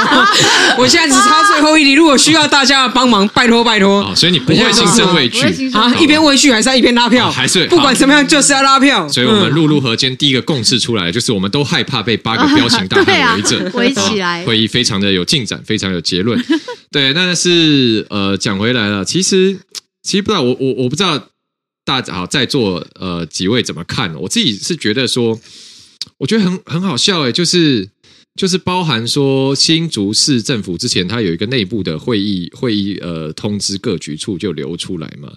[SPEAKER 2] <laughs> 我现在只差最后一里，如果需要大家的帮忙，拜托拜托。
[SPEAKER 1] 啊，所以你不会心生畏
[SPEAKER 3] 不会心
[SPEAKER 1] 惧。
[SPEAKER 3] 生
[SPEAKER 2] 啊，一边委屈还是要一边拉票，
[SPEAKER 1] 哦还是
[SPEAKER 2] 不管怎么样就是要拉票。
[SPEAKER 1] 所以我们
[SPEAKER 2] 嗯
[SPEAKER 1] 陆路河间第一个共识出来，就是我们都害怕被八个彪形大
[SPEAKER 3] <laughs> 对啊
[SPEAKER 1] 汉围着，
[SPEAKER 3] 围起来
[SPEAKER 1] 啊 <laughs> 会议非常的有进展，非常有结论。对，但是呃，讲回来了，其实其实不知道我我我不知道大家好在座呃几位怎么看？我自己是觉得说，我觉得很很好笑诶、就是就是包含说新竹市政府之前它有一个内部的会议会议呃通知各局处就流出来嘛，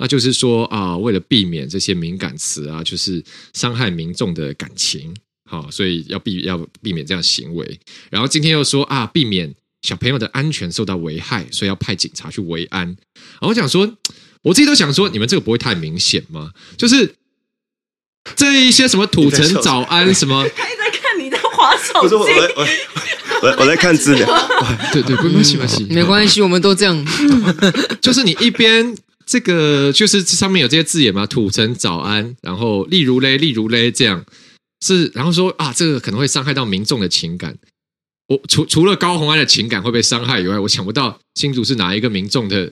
[SPEAKER 1] 那就是说啊，为了避免这些敏感词啊，就是伤害民众的感情，好、所以要避要避免这样行为。然后今天又说啊，避免小朋友的安全受到危害，所以要派警察去维安。然后我想说，我自己都想说，你们这个不会太明显吗？就是这一些什么土城早安什么，
[SPEAKER 6] 他一直在看你在划手
[SPEAKER 4] 不是我我
[SPEAKER 6] 机，
[SPEAKER 4] 我我我在看资料，
[SPEAKER 2] <laughs>
[SPEAKER 1] 对对，不没关系，没关系，
[SPEAKER 2] 没关系，我们都这样。
[SPEAKER 1] 就是你一边这个就是上面有这些字眼嘛，土城早安，然后例如嘞，例如嘞这样是，然后说啊，这个可能会伤害到民众的情感。我除除了高红安的情感会被伤害以外，我想不到新竹是哪一个民众的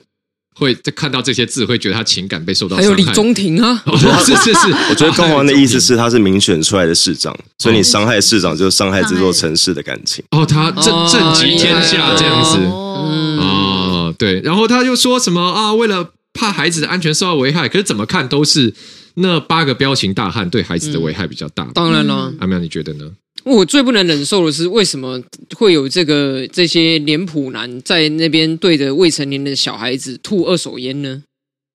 [SPEAKER 1] 会在看到这些字会觉得他情感被受到
[SPEAKER 2] 还
[SPEAKER 1] 伤害。
[SPEAKER 2] 有李宗廷啊，
[SPEAKER 1] 哦，是是是，
[SPEAKER 4] <laughs> 我觉得高宏安的意思是
[SPEAKER 1] 哦
[SPEAKER 4] 他是民选出来的市长，所以
[SPEAKER 2] 嗯
[SPEAKER 4] 你伤害市长就是伤害这座城市的感情。
[SPEAKER 1] 哦，他正正极天下这样子。
[SPEAKER 3] 哦
[SPEAKER 1] 哦，对，然后他就说什么啊，为了怕孩子的安全受到危害，可是怎么看都是那八个彪形大汉对孩子的危害比较大。
[SPEAKER 2] 当然啦，
[SPEAKER 1] 阿妙，你觉得呢？
[SPEAKER 2] 我最不能忍受的是，为什么会有这个这些脸谱男在那边对着未成年的小孩子吐二手烟呢？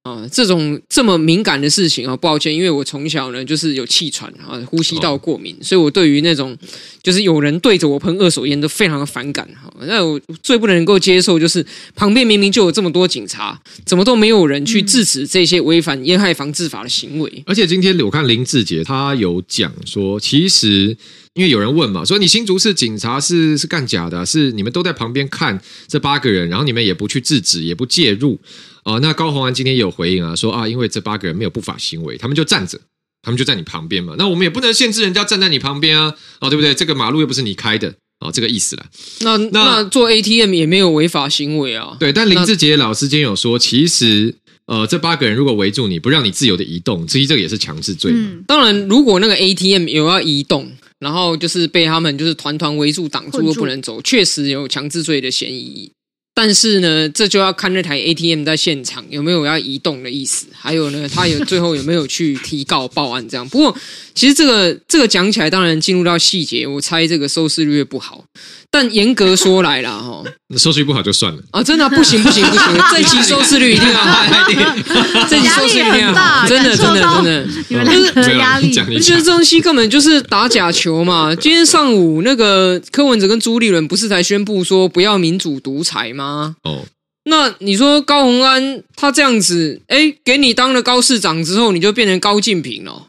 [SPEAKER 2] 啊，这种这么敏感的事情啊，抱歉，因为我从小呢就是有气喘啊，呼吸道过敏，所以我对于那种就是有人对着我喷二手烟都非常的反感哈。那我最不能够接受就是旁边明明就有这么多警察，怎么都没有人去制止这些违反烟害防治法的行为？
[SPEAKER 1] 而且今天我看林志杰他有讲说，其实因为有人问嘛，说你新竹市警察是是干假的啊、是你们都在旁边看这八个人，然后你们也不去制止，也不介入。哦，那高鸿安今天也有回应啊，说啊，因为这八个人没有不法行为，他们就站着，他们就在你旁边嘛。那我们也不能限制人家站在你旁边啊，哦，对不对？这个马路又不是你开的，哦，这个意思啦。
[SPEAKER 2] 那那
[SPEAKER 1] 那
[SPEAKER 2] 做 ATM 也没有违法行为啊。
[SPEAKER 1] 对，但林志杰老师今天有说，其实呃，这八个人如果围住你不让你自由的移动，其实这个也是强制罪嘛。
[SPEAKER 3] 嗯，
[SPEAKER 2] 当然，如果那个 ATM 有要移动，然后就是被他们就是团团围住挡住，
[SPEAKER 3] 困住
[SPEAKER 2] 又不能走，确实有强制罪的嫌疑。但是呢，这就要看那台 ATM 在现场有没有要移动的意思，还有
[SPEAKER 3] <laughs>
[SPEAKER 2] 呢，他有最后有没有去提告报案这样。不过，其实这个这个讲起来，当然进入到细节，我猜这个收视率会不好。但严格说来啦，哈
[SPEAKER 3] <laughs>
[SPEAKER 1] 那收视率不好就算了。
[SPEAKER 2] 啊，真的啊、不行不行不行，这期收视率一定要好，这期收视率一定要好，真
[SPEAKER 3] <laughs> 压
[SPEAKER 2] 的
[SPEAKER 3] 力很
[SPEAKER 2] 真的
[SPEAKER 3] 大感受到
[SPEAKER 2] 真的。
[SPEAKER 3] 你们两
[SPEAKER 1] 嗯
[SPEAKER 3] 个
[SPEAKER 1] 没有
[SPEAKER 3] 的
[SPEAKER 1] 啦
[SPEAKER 3] 压力
[SPEAKER 1] 你，讲一
[SPEAKER 2] 我觉
[SPEAKER 1] 讲
[SPEAKER 2] 得这东西根本就是打假球嘛！今天上午那个柯文哲跟朱立伦不是才宣布说不要民主独裁吗？
[SPEAKER 1] 哦，
[SPEAKER 2] 那你说高鸿安他这样子，哎，给你当了高市长之后，你就变成高进平了，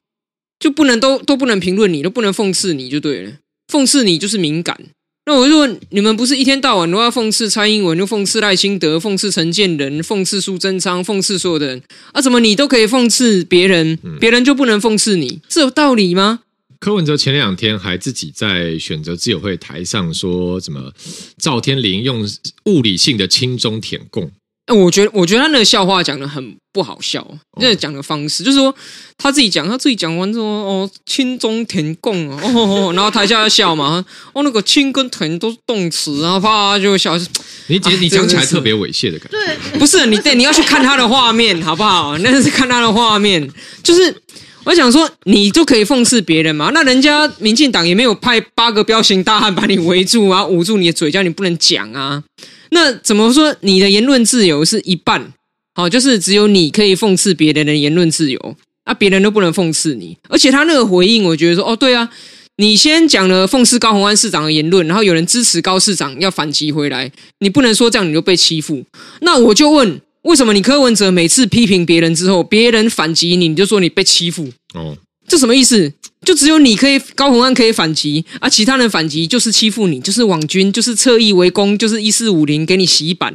[SPEAKER 2] 就不能都都不能评论你，都不能讽刺你就对了，讽刺你就是敏感。那我就问你们，不是一天到晚都要讽刺蔡英文，又讽刺赖清德，讽刺陈建仁，讽刺苏贞昌，讽刺所有的人啊？怎么你都可以讽刺别人，别人就不能讽刺你？这有道理吗？
[SPEAKER 1] 柯文哲前两天还自己在选择自由会台上说，什么赵天麟用物理性的轻中舔共，
[SPEAKER 2] 哎，我觉得，我觉得他那个笑话讲的很不好笑，那个讲的方式，就是说他自己讲，他自己讲完之后，哦，轻中填共哦哦，哦然后台下要笑嘛，哦，那个轻跟填都是动词，然后啪就笑，
[SPEAKER 1] 你姐、
[SPEAKER 2] 啊
[SPEAKER 1] 你讲起来
[SPEAKER 2] 这个是
[SPEAKER 1] 特别猥亵的感觉。
[SPEAKER 3] 对，
[SPEAKER 2] <laughs> 不是你对，你要去看他的画面，好不好？那是看他的画面，就是我想说，你就可以讽刺别人嘛。那人家民进党也没有派八个彪形大汉把你围住啊，捂住你的嘴，叫你不能讲啊。那怎么说？你的言论自由是一半，好、就是只有你可以讽刺别人的言论自由，啊，别人都不能讽刺你。而且他那个回应，我觉得说，哦，对啊，你先讲了讽刺高鸿安市长的言论，然后有人支持高市长要反击回来，你不能说这样你就被欺负。那我就问，为什么你柯文哲每次批评别人之后，别人反击你，你就说你被欺负？
[SPEAKER 1] 哦，
[SPEAKER 2] 这什么意思？就只有你可以高洪安可以反击啊，其他人反击就是欺负你，就是网军，就是侧翼围攻，就是一四五零给你洗版。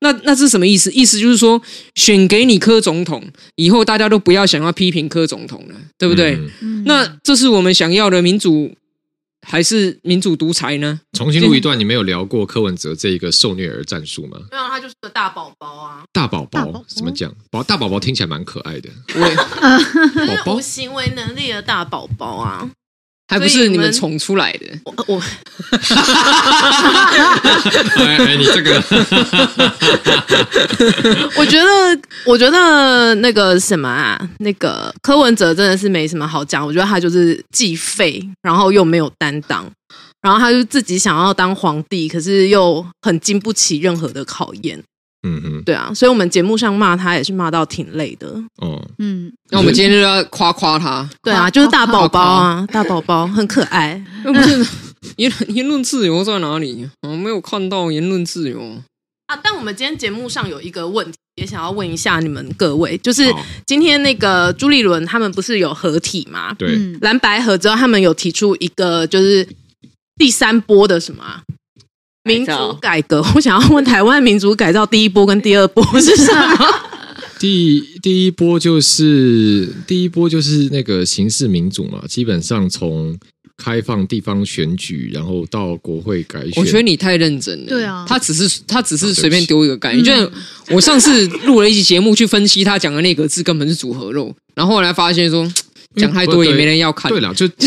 [SPEAKER 2] 那那是什么意思？意思就是说，选给你柯总统以后，大家都不要想要批评柯总统了，对不对？
[SPEAKER 1] 嗯
[SPEAKER 2] 那这是我们想要的民主，还是民主独裁呢？
[SPEAKER 1] 重新录一段，你没有聊过柯文哲这一个受虐儿战术吗？
[SPEAKER 5] 没有，他就是个大宝宝啊，
[SPEAKER 1] 大宝
[SPEAKER 3] 大宝宝
[SPEAKER 1] 宝怎么讲？宝大宝宝听起来蛮可爱的，
[SPEAKER 2] <laughs>
[SPEAKER 5] 他
[SPEAKER 1] 宝
[SPEAKER 5] 是
[SPEAKER 1] 宝
[SPEAKER 5] 无行为能力的大宝宝啊。
[SPEAKER 2] 还不
[SPEAKER 5] 所以
[SPEAKER 2] 是
[SPEAKER 5] 你
[SPEAKER 2] 你
[SPEAKER 5] 们
[SPEAKER 2] 们宠出来的？
[SPEAKER 5] 我我
[SPEAKER 1] 哎哎，你这个
[SPEAKER 7] <laughs>
[SPEAKER 5] 我觉得，我觉得那个什么啊，那个柯文哲真的是没什么好讲。我觉得他就是既废，然后又没有担当，
[SPEAKER 7] 然后他就自己想要当皇帝，可是又很经不起任何的考验，
[SPEAKER 1] 嗯哼，
[SPEAKER 7] 对啊，所以我们节目上骂他也是骂到挺累的，
[SPEAKER 1] 哦，
[SPEAKER 3] 嗯，
[SPEAKER 2] 那我们今天就要夸夸他，
[SPEAKER 7] 对啊，就是大宝宝啊，大宝宝很可爱，
[SPEAKER 2] <laughs> 那不是言言论自由在哪里？我没有看到言论自由。
[SPEAKER 7] <laughs> 啊，但我们今天节目上有一个问题，也想要问一下你们各位，就是
[SPEAKER 1] 好
[SPEAKER 7] 今天那个朱立伦他们不是有合体吗？
[SPEAKER 1] 对，
[SPEAKER 3] 嗯
[SPEAKER 7] 蓝白合之后，他们有提出一个就是第三波的什么、啊？民
[SPEAKER 6] 改
[SPEAKER 7] 主
[SPEAKER 6] 造
[SPEAKER 7] 改革， <laughs> 我想要问台湾民主改造第一波跟第二波是什么？
[SPEAKER 5] <laughs>
[SPEAKER 1] 第第一波就是第一波就是那个形式民主嘛，基本上从开放地方选举，然后到国会改选，
[SPEAKER 2] 我觉得你太认真了。
[SPEAKER 3] 对啊嗯
[SPEAKER 2] 他只是他只是随便丢一个概念，就是我上次录了一期节目去分析他讲的那个字根本是组合肉，然后后来发现说讲太多也没人要看
[SPEAKER 1] 嗯对，了，就
[SPEAKER 2] <laughs>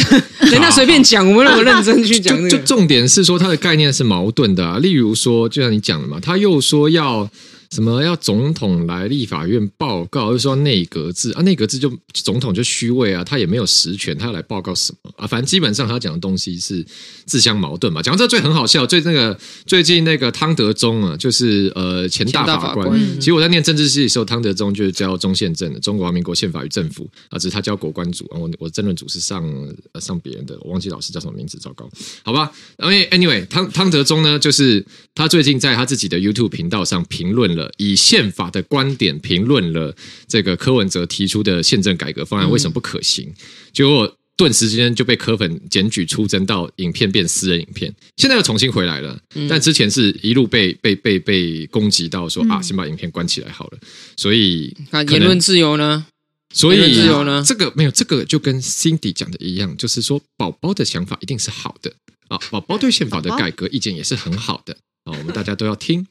[SPEAKER 2] 人家随便讲，我们那么认真去讲
[SPEAKER 1] 就
[SPEAKER 2] 这
[SPEAKER 1] 就
[SPEAKER 2] 个。
[SPEAKER 1] 重点是说它的概念是矛盾的、啊，例如说，就像你讲的嘛，他又说要什么要总统来立法院报告，又说内阁制啊，内阁制就总统就虚位啊，他也没有实权，他要来报告什么啊？反正基本上他讲的东西是自相矛盾嘛。讲到这最很好笑，最那个最近那个汤德宗啊，就是呃前大
[SPEAKER 2] 前大
[SPEAKER 1] 法
[SPEAKER 2] 法
[SPEAKER 1] 官，
[SPEAKER 2] 官
[SPEAKER 1] 其实我在念政治系的时候，汤德宗就是教中宪政的，中华民国宪法与政府啊，只是他教国关组啊，我我政论组是上呃上别人的，我忘记老师叫什么名字，糟糕，好吧。因为 anyway，汤汤德宗呢，就是他最近在他自己的 YouTube 频道上评论了，以宪法的观点评论了这个柯文哲提出的宪政改革方案为什么不可行，结果。顿时之间就被柯粉检举出征到影片变私人影片，现在又重新回来了，但之前是一路被被被被攻击到说、啊，先把影片关起来好了，所以
[SPEAKER 2] 看
[SPEAKER 1] 可
[SPEAKER 2] 言
[SPEAKER 1] 能
[SPEAKER 2] 论自由呢？
[SPEAKER 1] 所
[SPEAKER 2] 言论
[SPEAKER 1] 以
[SPEAKER 2] 自由呢
[SPEAKER 1] 这个没有，这个就跟 Cindy 讲的一样，就是说宝宝的想法一定是好的啊，宝宝对宪法的
[SPEAKER 3] 宝宝
[SPEAKER 1] 改革意见也是很好的啊，我们大家都要听。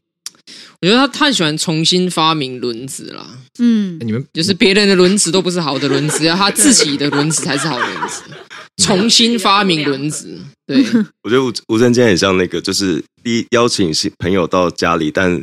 [SPEAKER 2] 我觉得他太喜欢重新发明轮子啦，
[SPEAKER 3] 嗯
[SPEAKER 1] 哎，你们
[SPEAKER 2] 就是别人的轮子都不是好的轮子，要他自己的轮子才是好的轮子。重新发明轮子，对，
[SPEAKER 4] 我觉得吴吴正坚很像那个，就是第一邀请新朋友到家里，但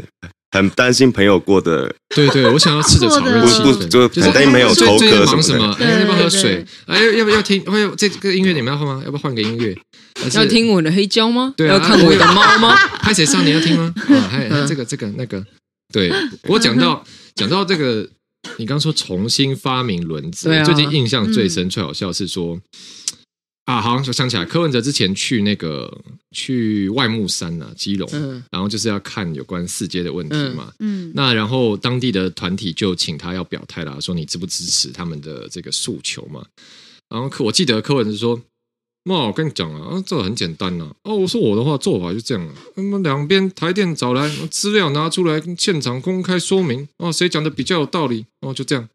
[SPEAKER 4] 很担心朋友过得
[SPEAKER 1] 对对，我
[SPEAKER 2] <laughs>
[SPEAKER 1] 想要试着炒热
[SPEAKER 3] 不
[SPEAKER 1] 气
[SPEAKER 3] 不
[SPEAKER 1] 氛，
[SPEAKER 4] 就
[SPEAKER 1] 就是哎
[SPEAKER 3] 肯定没有
[SPEAKER 1] 最
[SPEAKER 3] 口
[SPEAKER 1] 最近
[SPEAKER 4] 渴
[SPEAKER 1] 忙
[SPEAKER 4] 什
[SPEAKER 1] 什
[SPEAKER 4] 么
[SPEAKER 1] 么
[SPEAKER 4] 的？
[SPEAKER 1] 哎要不要喝
[SPEAKER 3] 对对
[SPEAKER 1] 水？哎，要要不要听？哎呦，这这个音乐你们要放吗？要不要换个音乐？还是
[SPEAKER 2] 要听我的黑胶吗？
[SPEAKER 1] 对啊
[SPEAKER 2] 要看我的猫吗？
[SPEAKER 1] 拍谁少年要听
[SPEAKER 2] <laughs>
[SPEAKER 1] 吗？啊，还还这个这个那个，对我讲到讲到这个，你刚说重新发明轮子，
[SPEAKER 2] 对啊
[SPEAKER 1] 我最近印象最深、嗯最好笑是说。啊，好像想起来，柯文哲之前去那个去外木山啊，基隆，
[SPEAKER 2] 嗯
[SPEAKER 1] 然后就是要看有关四街的问题嘛。
[SPEAKER 3] 嗯
[SPEAKER 1] 那然后当地的团体就请他要表态啦，说你支不支持他们的这个诉求嘛？然后柯我记得柯文哲说：“妈，我跟你讲啊，啊这很简单啦、哦，我说我的话做法就这样了、嗯那么两边台电找来资料拿出来，现场公开说明哦，谁讲的比较有道理哦，就这样。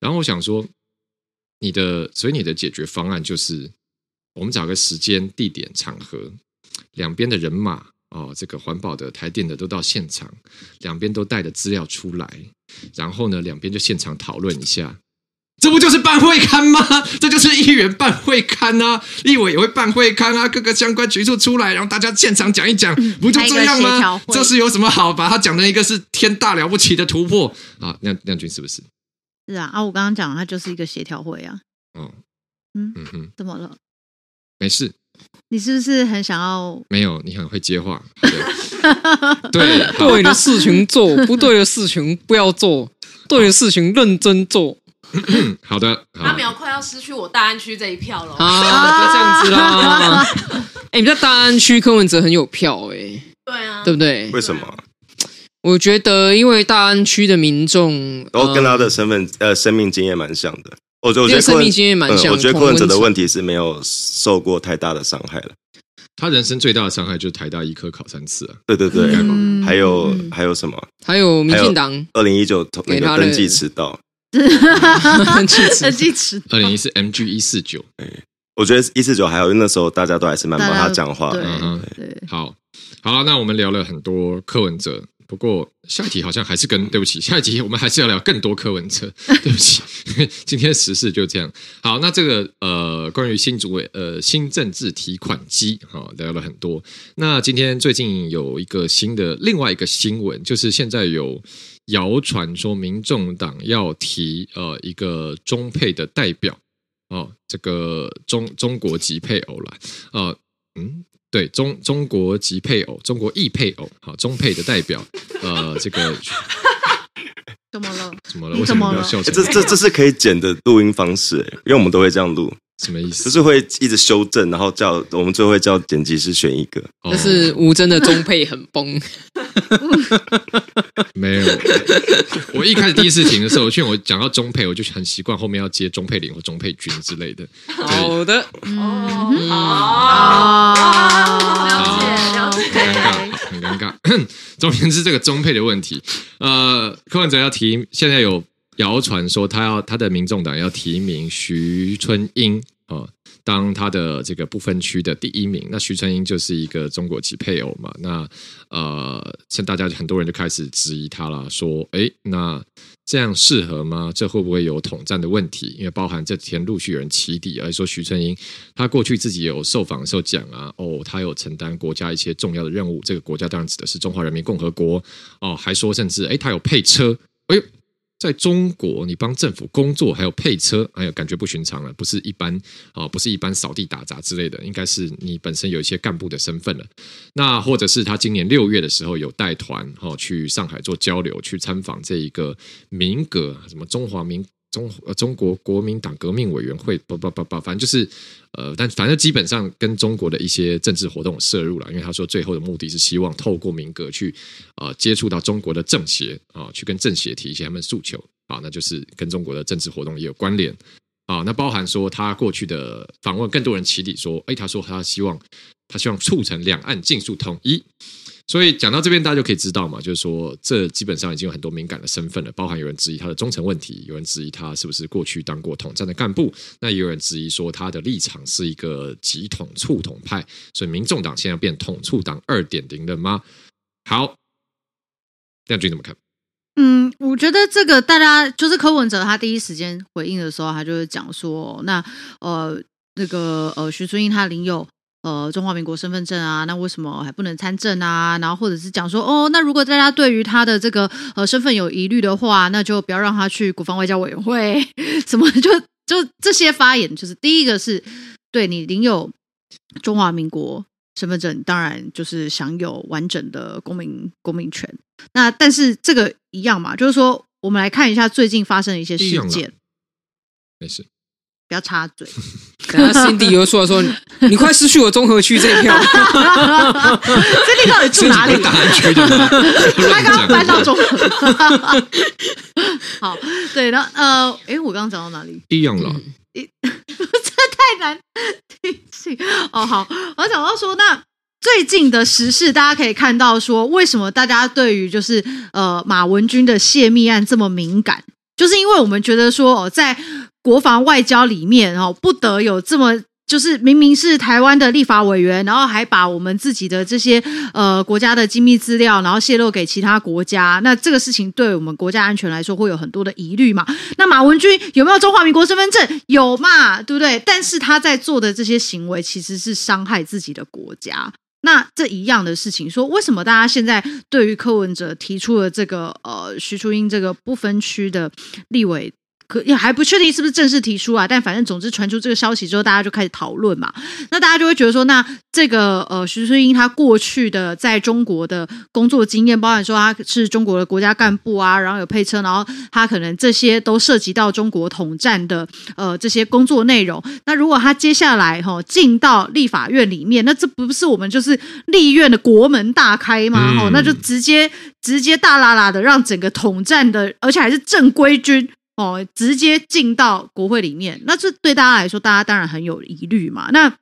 [SPEAKER 1] 然后我想说，你的所以你的解决方案就是，我们找个时间、地点、场合，两边的人马哦，这个环保的、台电的都到现场，两边都带着资料出来，然后呢，两边就现场讨论一下。这不就是办会刊吗？ <laughs> 这就是议员办会刊啊，立委也会办会刊啊，各个相关局处出来，然后大家现场讲一讲，不就这样
[SPEAKER 3] 嗯开一个协调
[SPEAKER 1] 吗
[SPEAKER 3] 会？
[SPEAKER 1] 这是有什么好把它讲的一个是天大了不起的突破啊？亮亮君是不是？
[SPEAKER 3] 是啊，啊，我刚刚讲它就是一个协调会啊，
[SPEAKER 1] 哦，
[SPEAKER 3] 嗯
[SPEAKER 1] 嗯哼，
[SPEAKER 3] 怎么了？
[SPEAKER 1] 没事，
[SPEAKER 3] 你是不是很想要？
[SPEAKER 1] 没有，你很会接话。对，
[SPEAKER 3] <laughs>
[SPEAKER 1] 对好
[SPEAKER 2] <laughs> 对的事情做，不对的事情不要做，对的事情认真做
[SPEAKER 1] 嗯好的，
[SPEAKER 5] 阿
[SPEAKER 1] 好，
[SPEAKER 5] 苗快要失去我大安区这一票了。
[SPEAKER 2] 啊，别这样子啦。 <laughs> 哎、你在大安区柯文哲很有票哎、
[SPEAKER 4] 嗯
[SPEAKER 5] 对啊，
[SPEAKER 2] 对不对？
[SPEAKER 4] 为什么
[SPEAKER 2] 我觉得因为大安区的民众
[SPEAKER 4] 都跟他
[SPEAKER 2] 呃
[SPEAKER 4] 的身份呃生命经验蛮像的。我觉得我
[SPEAKER 2] 那
[SPEAKER 4] 觉得
[SPEAKER 2] 个生
[SPEAKER 4] 柯文
[SPEAKER 2] 命经验蛮像
[SPEAKER 4] 嗯我觉得
[SPEAKER 2] 同
[SPEAKER 4] 柯文哲
[SPEAKER 2] 温
[SPEAKER 4] 的
[SPEAKER 2] 层
[SPEAKER 4] 问题是没有受过太大的伤害了。
[SPEAKER 1] 他人生最大的伤害就是台大医科考三次啊。
[SPEAKER 4] 对对对，
[SPEAKER 3] 嗯
[SPEAKER 4] 还有、
[SPEAKER 3] 嗯
[SPEAKER 4] 还有什么？
[SPEAKER 2] 还有民进党
[SPEAKER 4] 二零一九那
[SPEAKER 2] 给
[SPEAKER 4] 个
[SPEAKER 2] 他的
[SPEAKER 4] 登记迟到，
[SPEAKER 2] <laughs> 气质
[SPEAKER 3] 记迟
[SPEAKER 1] 二零一四 MG 一四九，
[SPEAKER 4] 我觉得一四九还有那时候大家都还是蛮帮
[SPEAKER 3] 大家
[SPEAKER 4] 他讲话的。
[SPEAKER 3] 对
[SPEAKER 1] 嗯哼，
[SPEAKER 3] 对，
[SPEAKER 1] 好，好，那我们聊了很多柯文哲，不过下一题好像还是跟对不起，下一题我们还是要聊更多柯文哲，对不起， <laughs> 今天时事就这样。好，那这个呃，关于新主委呃新政治提款机，哈、聊了很多。那今天最近有一个新的另外一个新闻，就是现在有谣传说民众党要提呃一个中配的代表。哦，这个中中国籍配偶啦，呃，嗯，对中中国籍配偶、中国裔配偶，好中配的代表，呃，这个
[SPEAKER 3] 怎么了？
[SPEAKER 1] 怎么了？
[SPEAKER 3] 你
[SPEAKER 1] 为什
[SPEAKER 3] 怎么
[SPEAKER 1] 么你要
[SPEAKER 3] 了
[SPEAKER 1] 笑
[SPEAKER 4] 欸
[SPEAKER 1] 成
[SPEAKER 4] 这这这是可以剪的录音方式、欸因为我们都会这样录，
[SPEAKER 1] 什么意思
[SPEAKER 4] 就？是会一直修正，然后叫我们最后会叫剪辑师选一个。
[SPEAKER 1] 哦
[SPEAKER 7] 但是吴真的中配很崩，
[SPEAKER 1] 哦没有。我一开始第一次停的时候，因为我讲到中配，我就很习惯后面要接中配领或中配军之类的。对，
[SPEAKER 2] <laughs> 好的，
[SPEAKER 5] 哦
[SPEAKER 3] 嗯，啊
[SPEAKER 5] 哦，了解了解
[SPEAKER 1] 很尴尬，很尴尬。 <coughs> 总而言之，这个中配的问题，呃，柯文哲要提，现在有谣传说他要他的民众党要提名徐春英啊、呃当他的这个不分区的第一名。那徐春英就是一个中国籍配偶嘛，那呃，像大家很多人就开始质疑他啦，说，诶，那这样适合吗？这会不会有统战的问题？因为包含这几天陆续有人起底，而说徐春英他过去自己有受访的时候讲啊，哦，他有承担国家一些重要的任务，这个国家当然指的是中华人民共和国哦，还说甚至诶，他有配车，哎呦。在中国，你帮政府工作，还有配车，哎呀，感觉不寻常了，不是一般啊、不是一般扫地打杂之类的，应该是你本身有一些干部的身份了。那或者是他今年六月的时候有带团哦去上海做交流，去参访这一个民革什么中华民中呃中国国民党革命委员会，不不不不，反正就是呃，但反正基本上跟中国的一些政治活动有涉入了，因为他说最后的目的是希望透过民革去呃接触到中国的政协啊、去跟政协提一些他们的诉求啊，那就是跟中国的政治活动也有关联。啊，那包含说他过去的访问，更多人起底说，哎，他说他希望他希望促成两岸尽速统一。所以讲到这边，大家就可以知道嘛，就是说这基本上已经有很多敏感的身份了，包含有人质疑他的忠诚问题，有人质疑他是不是过去当过统战的干部，那也有人质疑说他的立场是一个极统促统派，所以民众党现在变统促党二点零了吗？好，亮君怎么看？
[SPEAKER 3] 嗯，我觉得这个大家就是柯文哲他第一时间回应的时候，他就是讲说，那呃那个呃徐春英他领有呃中华民国身份证啊，那为什么还不能参政啊？然后或者是讲说，哦，那如果大家对于他的这个呃身份有疑虑的话，那就不要让他去国防外交委员会， <laughs> 什么就就这些发言，就是第一个是对你领有中华民国身份证，当然就是享有完整的公民公民权。那但是这个一样嘛，就是说，我们来看一下最近发生的一些事
[SPEAKER 1] 一样啦
[SPEAKER 3] 件，
[SPEAKER 1] 没事，
[SPEAKER 3] 不要插嘴。
[SPEAKER 2] 等下 Cindy 又出来说，你快失去我综合区这一 <laughs> 票。
[SPEAKER 3] 这你到底住哪里
[SPEAKER 1] 是？大安区的
[SPEAKER 3] <laughs>
[SPEAKER 1] 吗？
[SPEAKER 3] 他
[SPEAKER 1] 乱
[SPEAKER 3] 刚刚
[SPEAKER 1] 讲
[SPEAKER 3] 搬到中和。 <laughs> 好，对，然后呃，诶，我刚刚讲到哪里？
[SPEAKER 1] 一样了，
[SPEAKER 3] 太难提醒哦。好，我讲到说，那最近的时事，大家可以看到说，为什么大家对于就是呃马文君的泄密案这么敏感，就是因为我们觉得说，哦，在国防外交里面哦，不得有这么。就是明明是台湾的立法委员，然后还把我们自己的这些呃国家的机密资料，然后泄露给其他国家，那这个事情对我们国家安全来说会有很多的疑虑嘛？那马文君有没有中华民国身份证？有嘛，对不对？但是他在做的这些行为其实是伤害自己的国家。那这一样的事情，说为什么大家现在对于柯文哲提出了这个呃徐初英这个不分区的立委，可也还不确定是不是正式提出啊？但反正总之传出这个消息之后，大家就开始讨论嘛。那大家就会觉得说，那这个呃徐春英她过去的在中国的工作经验，包含说她是中国的国家干部啊，然后有配车，然后她可能这些都涉及到中国统战的呃这些工作内容。那如果她接下来哈、进到立法院里面，那这不是我们就是立院的国门大开吗？哦、
[SPEAKER 1] 嗯
[SPEAKER 3] 那就直接直接大啦啦的让整个统战的，而且还是正规军。哦，直接进到国会里面，那这对大家来说，大家当然很有疑虑嘛。那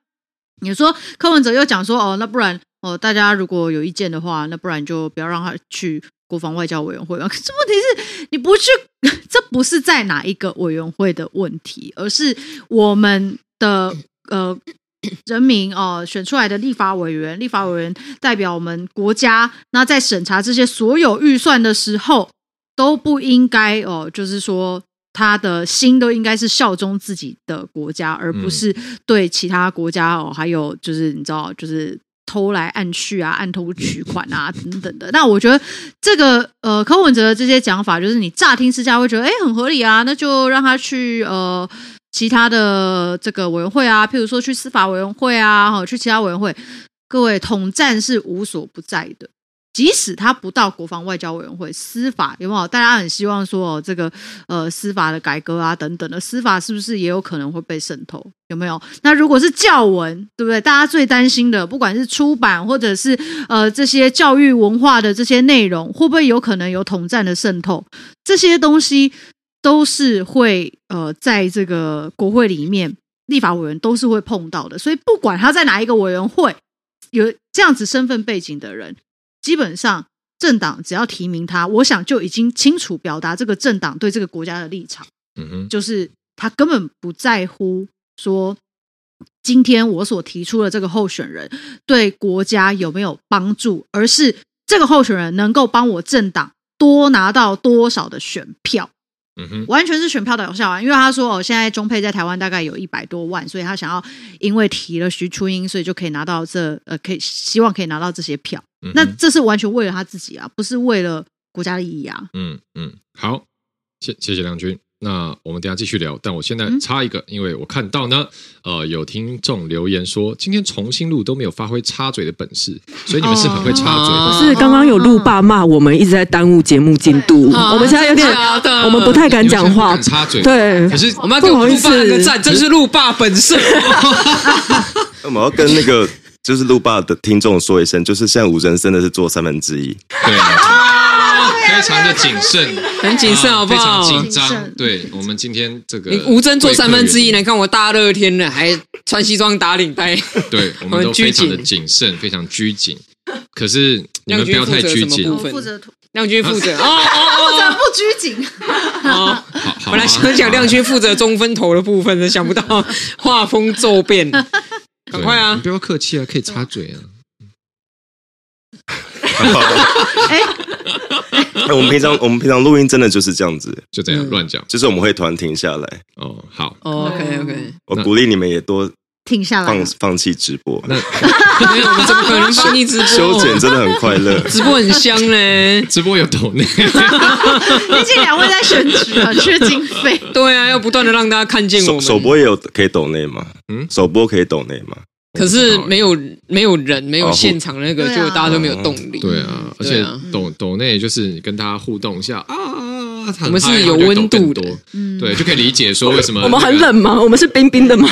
[SPEAKER 3] 你说柯文哲又讲说哦，那不然哦，大家如果有意见的话，那不然就不要让他去国防外交委员会嘛。可是问题是，你不去， <laughs> 这不是在哪一个委员会的问题，而是我们的呃。人民哦、选出来的立法委员，立法委员代表我们国家，那在审查这些所有预算的时候，都不应该哦、就是说他的心都应该是效忠自己的国家，而不
[SPEAKER 1] 嗯
[SPEAKER 3] 是对其他国家哦，还有就是你知道，就是偷来暗去啊、暗偷取款啊等等的。那我觉得这个呃，柯文哲的这些讲法，就是你乍听之下会觉得哎很合理啊，那就让他去呃。其他的这个委员会啊，譬如说去司法委员会啊，哦，去其他委员会。各位，统战是无所不在的。即使他不到国防外交委员会，司法有没有？大家很希望说哦，这个呃司法的改革啊等等的，司法是不是也有可能会被渗透？有没有？那如果是教文，对不对？大家最担心的，不管是出版或者是呃这些教育文化的这些内容，会不会有可能有统战的渗透？这些东西都是会呃在这个国会里面，立法委员都是会碰到的。所以不管他在哪一个委员会，有这样子身份背景的人，基本上政党只要提名他，我想就已经清楚表达这个政党对这个国家的立场，
[SPEAKER 1] 嗯哼，
[SPEAKER 3] 就是他根本不在乎说今天我所提出的这个候选人对国家有没有帮助，而是这个候选人能够帮我政党多拿到多少的选票。
[SPEAKER 1] 嗯哼，
[SPEAKER 3] 完全是选票导向啊，因为他说哦，现在中配在台湾大概有一百多万，所以他想要因为提了徐初英，所以就可以拿到这呃，可以希望可以拿到这些票。
[SPEAKER 1] 嗯哼
[SPEAKER 3] 那这是完全为了他自己啊，不是为了国家利益啊。
[SPEAKER 1] 嗯嗯，好，谢谢谢梁军。那我们等一下继续聊，但我现在
[SPEAKER 3] 嗯
[SPEAKER 1] 插一个，因为我看到呢，呃，有听众留言说，今天重新录都没有发挥插嘴的本事，所以你们是很会插嘴的。
[SPEAKER 2] 哦
[SPEAKER 6] 是刚刚有路霸骂我们一直在耽误节目进度，
[SPEAKER 2] 啊
[SPEAKER 6] 我们现在有点
[SPEAKER 2] 真，假的
[SPEAKER 6] 我们不太敢
[SPEAKER 1] 你
[SPEAKER 6] 讲
[SPEAKER 1] 们是不
[SPEAKER 6] 话
[SPEAKER 1] 敢。插嘴，。
[SPEAKER 6] 对
[SPEAKER 1] 可，是
[SPEAKER 2] 我们要给我们陆霸一个赞，真是陆霸本色。
[SPEAKER 4] 那我们要跟那个就是路霸的听众说一声，就是现在五人真的是做三分之一， <laughs>
[SPEAKER 1] 对啊，非常的谨慎，啊
[SPEAKER 2] 很啊谨慎好不好
[SPEAKER 1] 非常紧
[SPEAKER 3] 谨
[SPEAKER 1] 张。
[SPEAKER 3] 慎
[SPEAKER 1] 对我们今天这个
[SPEAKER 2] 你吴真做三分之一，
[SPEAKER 1] 呢，
[SPEAKER 2] 你看我大热天的还穿西装打领带， <laughs>
[SPEAKER 1] 对我
[SPEAKER 2] 我
[SPEAKER 1] 们
[SPEAKER 2] 们
[SPEAKER 1] 都
[SPEAKER 2] 拘
[SPEAKER 1] 非常的
[SPEAKER 2] 谨
[SPEAKER 1] 谨慎，非常拘谨。可是你们
[SPEAKER 2] 亮
[SPEAKER 1] 不
[SPEAKER 2] 君
[SPEAKER 1] 要太
[SPEAKER 2] 负责
[SPEAKER 1] 拘
[SPEAKER 2] 什么
[SPEAKER 1] 谨
[SPEAKER 2] 部
[SPEAKER 3] 我
[SPEAKER 2] 分
[SPEAKER 3] 负责负
[SPEAKER 2] 亮君
[SPEAKER 1] <laughs>
[SPEAKER 2] 负责。哦哦
[SPEAKER 3] 责不拘 <laughs> 谨，
[SPEAKER 2] 哦哦，
[SPEAKER 1] 好好啊
[SPEAKER 2] 本来想讲亮君负责中分头的部分，想不到画风骤
[SPEAKER 3] <laughs>
[SPEAKER 2] 变，
[SPEAKER 1] 对
[SPEAKER 2] 赶快
[SPEAKER 1] 你
[SPEAKER 2] 啊！
[SPEAKER 1] 不要客气啊，可以插嘴啊。
[SPEAKER 3] 哎
[SPEAKER 4] <laughs> 我们平常我们平常录音真的就是这样子，
[SPEAKER 1] 就这样
[SPEAKER 2] 嗯
[SPEAKER 1] 乱讲
[SPEAKER 4] 就是我们会团停下来。
[SPEAKER 1] 哦。好，
[SPEAKER 2] OK OK，
[SPEAKER 4] 我
[SPEAKER 1] 那
[SPEAKER 4] 鼓励你们也多
[SPEAKER 3] 停下来
[SPEAKER 4] 放
[SPEAKER 3] 啊。
[SPEAKER 4] 放弃直播，
[SPEAKER 2] 嗯
[SPEAKER 1] 那 <laughs>
[SPEAKER 2] 没有，我们怎么可能帮你直
[SPEAKER 4] <laughs> 修剪
[SPEAKER 2] 播？
[SPEAKER 4] 真的很快 <laughs> 乐。
[SPEAKER 2] 直播很香嘞。
[SPEAKER 1] 直播有抖
[SPEAKER 2] <laughs>
[SPEAKER 1] 内，
[SPEAKER 2] 啊
[SPEAKER 3] 毕竟两位在选举啊，缺经费。
[SPEAKER 2] 对啊，要不断的让大家看见我
[SPEAKER 4] 首
[SPEAKER 2] 们。
[SPEAKER 4] 首播也有可以抖内吗？
[SPEAKER 1] 嗯
[SPEAKER 4] 嗯，首播可以抖内吗？
[SPEAKER 2] 可是没
[SPEAKER 1] 哦
[SPEAKER 2] 有没有人，没有
[SPEAKER 4] 哦
[SPEAKER 2] 现场那个，
[SPEAKER 3] 对啊
[SPEAKER 2] 就大家都没有动力。
[SPEAKER 1] 对啊，而
[SPEAKER 2] 对
[SPEAKER 1] 且
[SPEAKER 2] 啊
[SPEAKER 1] 抖抖内就是跟大家互动一下啊，很
[SPEAKER 2] 我们是
[SPEAKER 1] 嗨
[SPEAKER 2] 有
[SPEAKER 1] 然后就
[SPEAKER 2] 温
[SPEAKER 1] 抖更
[SPEAKER 2] 度的
[SPEAKER 1] 多对，就可以理解说为
[SPEAKER 2] <laughs>
[SPEAKER 1] 什么
[SPEAKER 6] 我们
[SPEAKER 1] 那
[SPEAKER 6] 很
[SPEAKER 1] 个
[SPEAKER 6] 冷吗？我们是冰冰的 <laughs> 吗？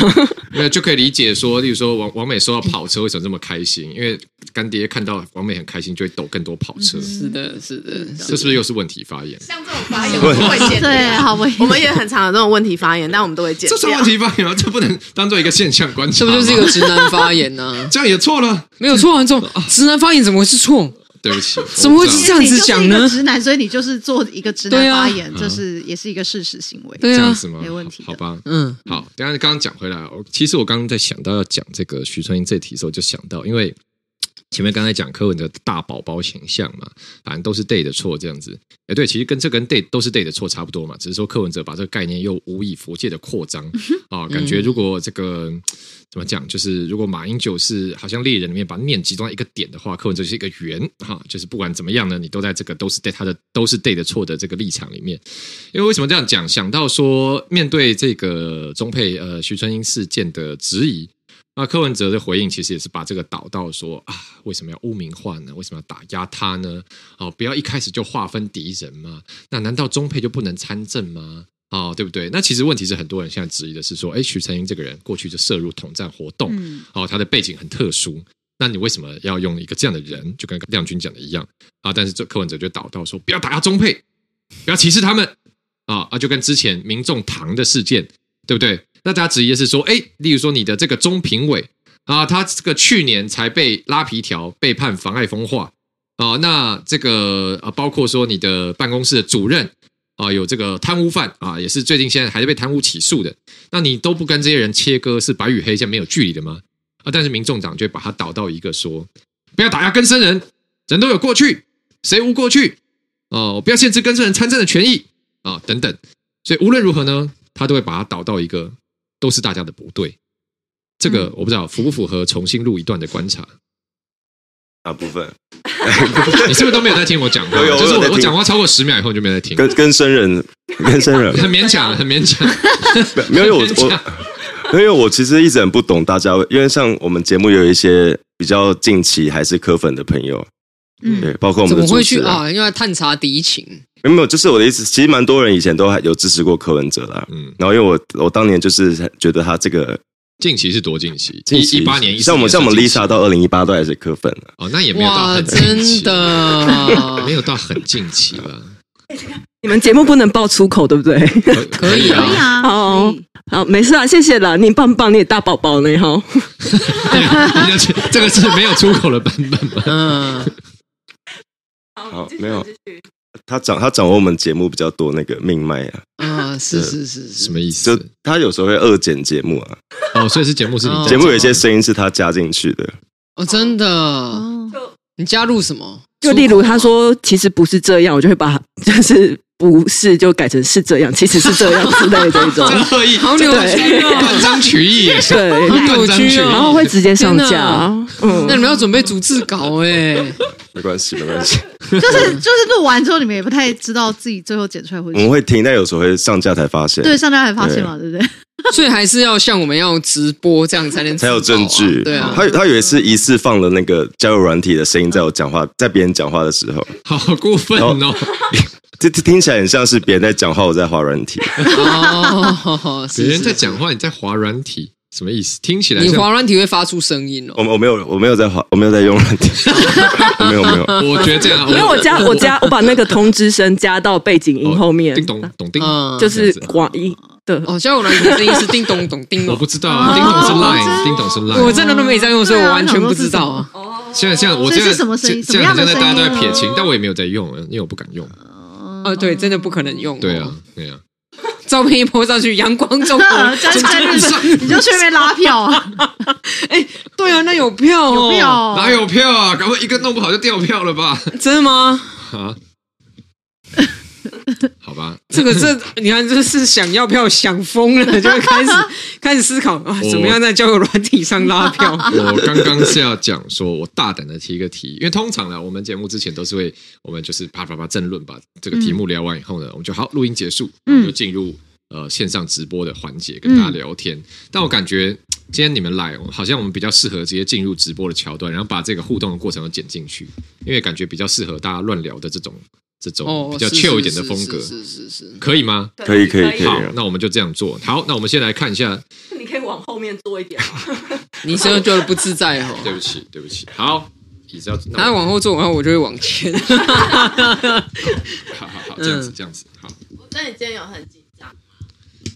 [SPEAKER 1] 没有就可以理解说，例如说王王美收到跑车为什么这么开心，因为干爹看到王美很开心，就会抖更多跑车，
[SPEAKER 2] 是的，是的，
[SPEAKER 1] 这是不是又是问题发言？
[SPEAKER 5] 像这种发言我都会剪掉。
[SPEAKER 3] 对，好，我
[SPEAKER 7] 我们也很常有这种问题发言，但我们都会剪
[SPEAKER 1] 这算
[SPEAKER 7] 掉
[SPEAKER 1] 问。题发言吗？这不能当做一个现象观察
[SPEAKER 2] 这
[SPEAKER 1] 吗，
[SPEAKER 2] 不就是一个直男发言呢？
[SPEAKER 1] 这样也错了？
[SPEAKER 2] 没有错啊，这种直男发言怎么会是错？
[SPEAKER 1] 对不起，
[SPEAKER 2] 怎么会
[SPEAKER 1] 我不
[SPEAKER 2] 是
[SPEAKER 1] 知
[SPEAKER 2] 这
[SPEAKER 1] 道
[SPEAKER 2] 样子讲
[SPEAKER 3] 你就
[SPEAKER 2] 呢
[SPEAKER 3] 是一个？直男，所以你就是做一个直
[SPEAKER 2] 对
[SPEAKER 3] 男
[SPEAKER 2] 啊
[SPEAKER 3] 发言，这是也是一个事实行为。
[SPEAKER 2] 对
[SPEAKER 1] 这
[SPEAKER 2] 啊
[SPEAKER 1] 样，子吗？
[SPEAKER 3] 没问题的
[SPEAKER 1] 好好吧。
[SPEAKER 2] 嗯，
[SPEAKER 1] 好，等一下刚刚讲回来，我其实我刚刚在想到要讲这个徐春英这题的时候，就想到，因为前面刚才讲柯文哲大宝宝形象嘛，反正都是 day 的错这样子。哎，对，其实跟这跟 day 都是 day 的错差不多嘛，只是说柯文哲把这个概念又无以佛界的扩张啊、感觉如果这个。怎么讲？就是如果马英九是好像猎人里面把念集中在一个点的话，柯文哲就是一个圆哈，就是不管怎么样呢，你都在这个都是对他的都是对的错的这个立场里面。因为为什么这样讲？想到说面对这个中配呃徐春英事件的质疑，那柯文哲的回应其实也是把这个导到说啊，为什么要污名化呢？为什么要打压他呢？哦，不要一开始就划分敌人嘛。那难道中配就不能参政吗？哦，对不对？那其实问题是，很多人现在质疑的是说，哎，徐承英这个人过去就涉入统战活动，
[SPEAKER 3] 嗯
[SPEAKER 1] 哦，他的背景很特殊，那你为什么要用一个这样的人？就跟亮君讲的一样啊，但是这柯文哲就导到说，不要打压中配，不要歧视他们啊啊，就跟之前民众堂的事件，对不对？那大家质疑的是说，哎，例如说你的这个中评委啊，他这个去年才被拉皮条，被判妨碍风化啊，那这个啊，包括说你的办公室的主任。啊，有这个贪污犯啊，也是最近现在还是被贪污起诉的。那你都不跟这些人切割，是白与黑现在没有距离的吗？啊，但是民众党就会把它导到一个说，不要打压更生人，人都有过去，谁无过去？哦，不要限制更生人参政的权益啊、等等。所以无论如何呢，他都会把它导到一个都是大家的不对。这
[SPEAKER 2] 嗯
[SPEAKER 1] 个我不知道符不符合重新录一段的观察， <laughs>
[SPEAKER 4] 大部分
[SPEAKER 2] 嗯
[SPEAKER 1] 你是不是都没有在听我讲话？
[SPEAKER 4] 有有
[SPEAKER 1] 就是
[SPEAKER 4] 我有
[SPEAKER 1] 我
[SPEAKER 4] 在听
[SPEAKER 1] 我讲话超过十秒以后就没有在听，
[SPEAKER 4] 跟跟生人跟生
[SPEAKER 2] <laughs>
[SPEAKER 4] 人 <laughs>
[SPEAKER 1] 很勉强，很勉强。
[SPEAKER 4] 没有没有我
[SPEAKER 1] 很勉
[SPEAKER 4] 我
[SPEAKER 1] 强
[SPEAKER 4] 因为我其实一直很不懂大家为，因为像我们节目有一些比较近期还是科粉的朋友，对，
[SPEAKER 3] 嗯，
[SPEAKER 4] 包括我
[SPEAKER 2] 怎
[SPEAKER 4] 们
[SPEAKER 2] 么
[SPEAKER 4] 的主
[SPEAKER 2] 会
[SPEAKER 4] 持
[SPEAKER 2] 去
[SPEAKER 4] 人，
[SPEAKER 2] 啊？因为探查敌情，
[SPEAKER 4] 没有没有，就是我的意思，其实蛮多人以前都还有支持过柯文哲啦。
[SPEAKER 1] 嗯，
[SPEAKER 4] 然后因为我我当年就是觉得他这个
[SPEAKER 1] 近期是多近期？
[SPEAKER 4] 近期
[SPEAKER 1] 一八年，
[SPEAKER 4] 像我们
[SPEAKER 1] 14
[SPEAKER 4] 像
[SPEAKER 1] 年
[SPEAKER 4] 我们
[SPEAKER 1] 是近期
[SPEAKER 4] Lisa 到二零一八都还是柯粉啊
[SPEAKER 1] 哦，那也没有到
[SPEAKER 2] 哇，
[SPEAKER 1] 很近期
[SPEAKER 2] 真，的
[SPEAKER 1] <laughs> 没有到很近期了，
[SPEAKER 6] 你们节目不能爆粗口，对不对？ <laughs>
[SPEAKER 1] 可
[SPEAKER 2] 可以
[SPEAKER 3] 可以
[SPEAKER 1] 啊，
[SPEAKER 3] 啊，
[SPEAKER 6] 哦
[SPEAKER 3] 可以
[SPEAKER 6] 好，没事啊，谢谢啦，你棒棒，你也大宝宝呢 <laughs> 哈。
[SPEAKER 1] 对啊你要去这个是没有出口的版本吗？
[SPEAKER 2] 嗯，
[SPEAKER 4] 好
[SPEAKER 5] 哦继续
[SPEAKER 4] 没有
[SPEAKER 5] 继续
[SPEAKER 4] 他掌他掌握我们节目比较多那个命脉啊，
[SPEAKER 2] 啊，是是是
[SPEAKER 1] 什
[SPEAKER 2] 是，
[SPEAKER 1] 么意
[SPEAKER 4] 就
[SPEAKER 1] 思？
[SPEAKER 4] 他有时候会二剪节目啊，
[SPEAKER 1] 哦，所以是节目是你
[SPEAKER 2] 哦
[SPEAKER 4] 节目有一些
[SPEAKER 1] 在
[SPEAKER 4] 声音是他加进去的，
[SPEAKER 2] 哦，真的，
[SPEAKER 3] 哦，
[SPEAKER 5] 就
[SPEAKER 2] 你加入什么？
[SPEAKER 6] 就例如他
[SPEAKER 2] 出口吗，
[SPEAKER 6] 说其实不是这样，我就会把就是不是就改成是这样，其实是这样之类的 <laughs> 这种
[SPEAKER 1] 这，个恶意，
[SPEAKER 2] 好扭曲哦
[SPEAKER 1] 断章取义也是，
[SPEAKER 6] 对，
[SPEAKER 2] 好扭曲哦，
[SPEAKER 6] 然后会直接上
[SPEAKER 2] 天
[SPEAKER 6] 架
[SPEAKER 2] 哪。
[SPEAKER 6] 嗯
[SPEAKER 2] <laughs> 那，你们要准备逐字稿哎，
[SPEAKER 4] 没关系没关
[SPEAKER 5] <laughs>
[SPEAKER 4] 系，
[SPEAKER 3] 就是就是录完之后，你们也不太知道自己最后剪出来会
[SPEAKER 4] 我们
[SPEAKER 1] 哦
[SPEAKER 3] 是。
[SPEAKER 4] 会听，但有时候会上架才发现，
[SPEAKER 3] 对，上大家还发现嘛，对不对？ <laughs>
[SPEAKER 2] 所以还是要像我们要直播这样才能
[SPEAKER 4] 才有
[SPEAKER 2] 知道啊
[SPEAKER 4] 证据。
[SPEAKER 2] 对啊，
[SPEAKER 4] 他他有一次疑似放了那个交友软体的声音，在我讲话，在别人讲话的时候，
[SPEAKER 1] 好过分哦！
[SPEAKER 4] 这这听起来很像是别人在讲话，我在滑软体。
[SPEAKER 2] 哦，
[SPEAKER 1] 别
[SPEAKER 2] 是
[SPEAKER 1] 人在
[SPEAKER 2] 是，
[SPEAKER 1] 讲话，你在滑软体，什么意思？听起来
[SPEAKER 2] 你
[SPEAKER 1] 像
[SPEAKER 2] 滑软体会发出声音哦
[SPEAKER 4] 我。我没有我没有在滑，我没有在用软 <laughs> 体，我没有没有。
[SPEAKER 1] 我觉得这样啊，
[SPEAKER 6] 因为我加我加我把那个通知声加到背景音后面
[SPEAKER 1] 叮，咚咚叮，
[SPEAKER 2] 嗯，
[SPEAKER 6] 就是广义的。
[SPEAKER 2] 哦，交友软体的声音是叮咚咚叮
[SPEAKER 1] 我
[SPEAKER 2] 哦
[SPEAKER 1] 不。知道啊，叮咚是 line，叮咚是
[SPEAKER 2] 我
[SPEAKER 1] line。
[SPEAKER 2] 真的都没在用，所以我完全不知道啊。
[SPEAKER 5] 哦，
[SPEAKER 1] 现在现在我
[SPEAKER 3] 所以
[SPEAKER 1] 现在
[SPEAKER 3] 是什么声音
[SPEAKER 1] 现在好像在大家都在
[SPEAKER 3] 什么样的声音
[SPEAKER 1] 撇清，但我也没有在用，因为我不敢用。
[SPEAKER 2] 哦，对，真的不可能用。哦
[SPEAKER 1] 对啊，，
[SPEAKER 3] 哦
[SPEAKER 1] 对啊，
[SPEAKER 2] 照片一泼上去，阳光
[SPEAKER 3] <laughs>
[SPEAKER 2] 中
[SPEAKER 3] 那
[SPEAKER 2] 国，
[SPEAKER 3] 真真日上，你就去那边拉票啊，
[SPEAKER 2] 对啊，那有票
[SPEAKER 3] 有
[SPEAKER 2] 哦，
[SPEAKER 3] 票哦
[SPEAKER 1] 哪有票啊？赶快一个弄不好就掉票了吧？
[SPEAKER 2] 真的吗？
[SPEAKER 1] 啊， <laughs> 好吧，
[SPEAKER 2] 这个这，你看这是想要票想疯了，就会开始 <laughs> 开始思考啊，怎么样在交友软体上拉
[SPEAKER 3] <laughs>
[SPEAKER 2] 票？
[SPEAKER 1] 我刚刚是要讲说，我大胆的提一个题，因为通常呢，我们节目之前都是会，我们就是啪啪啪争论，把这个题目聊完以后呢，我们就好录音结束，
[SPEAKER 2] 嗯
[SPEAKER 1] 嗯我们就进入呃线上直播的环节，跟大家聊天。嗯但我感觉今天你们来，哦好像我们比较适合直接进入直播的桥段，然后把这个互动的过程都剪进去，因为感觉比较适合大家乱聊的这种这
[SPEAKER 2] 哦
[SPEAKER 1] 种，比较
[SPEAKER 2] 是
[SPEAKER 1] chill
[SPEAKER 2] 是
[SPEAKER 1] 一点的
[SPEAKER 2] 是
[SPEAKER 1] 风
[SPEAKER 2] 是
[SPEAKER 1] 格，
[SPEAKER 2] 是是是。
[SPEAKER 1] 可以吗？
[SPEAKER 4] 可以可以可以
[SPEAKER 1] 好，那我们就这样做。好，那我们先来看一下
[SPEAKER 5] 你可以往后面坐一点嘛，
[SPEAKER 2] 你现在觉得不自在哦？
[SPEAKER 1] 对不起，对不起。好，椅子要那
[SPEAKER 2] 他
[SPEAKER 1] 我
[SPEAKER 2] 往后坐，然后我就会往
[SPEAKER 3] <laughs>
[SPEAKER 2] 前。
[SPEAKER 1] 好好好，这样子，这样子。好，
[SPEAKER 5] 但你今天有很紧张，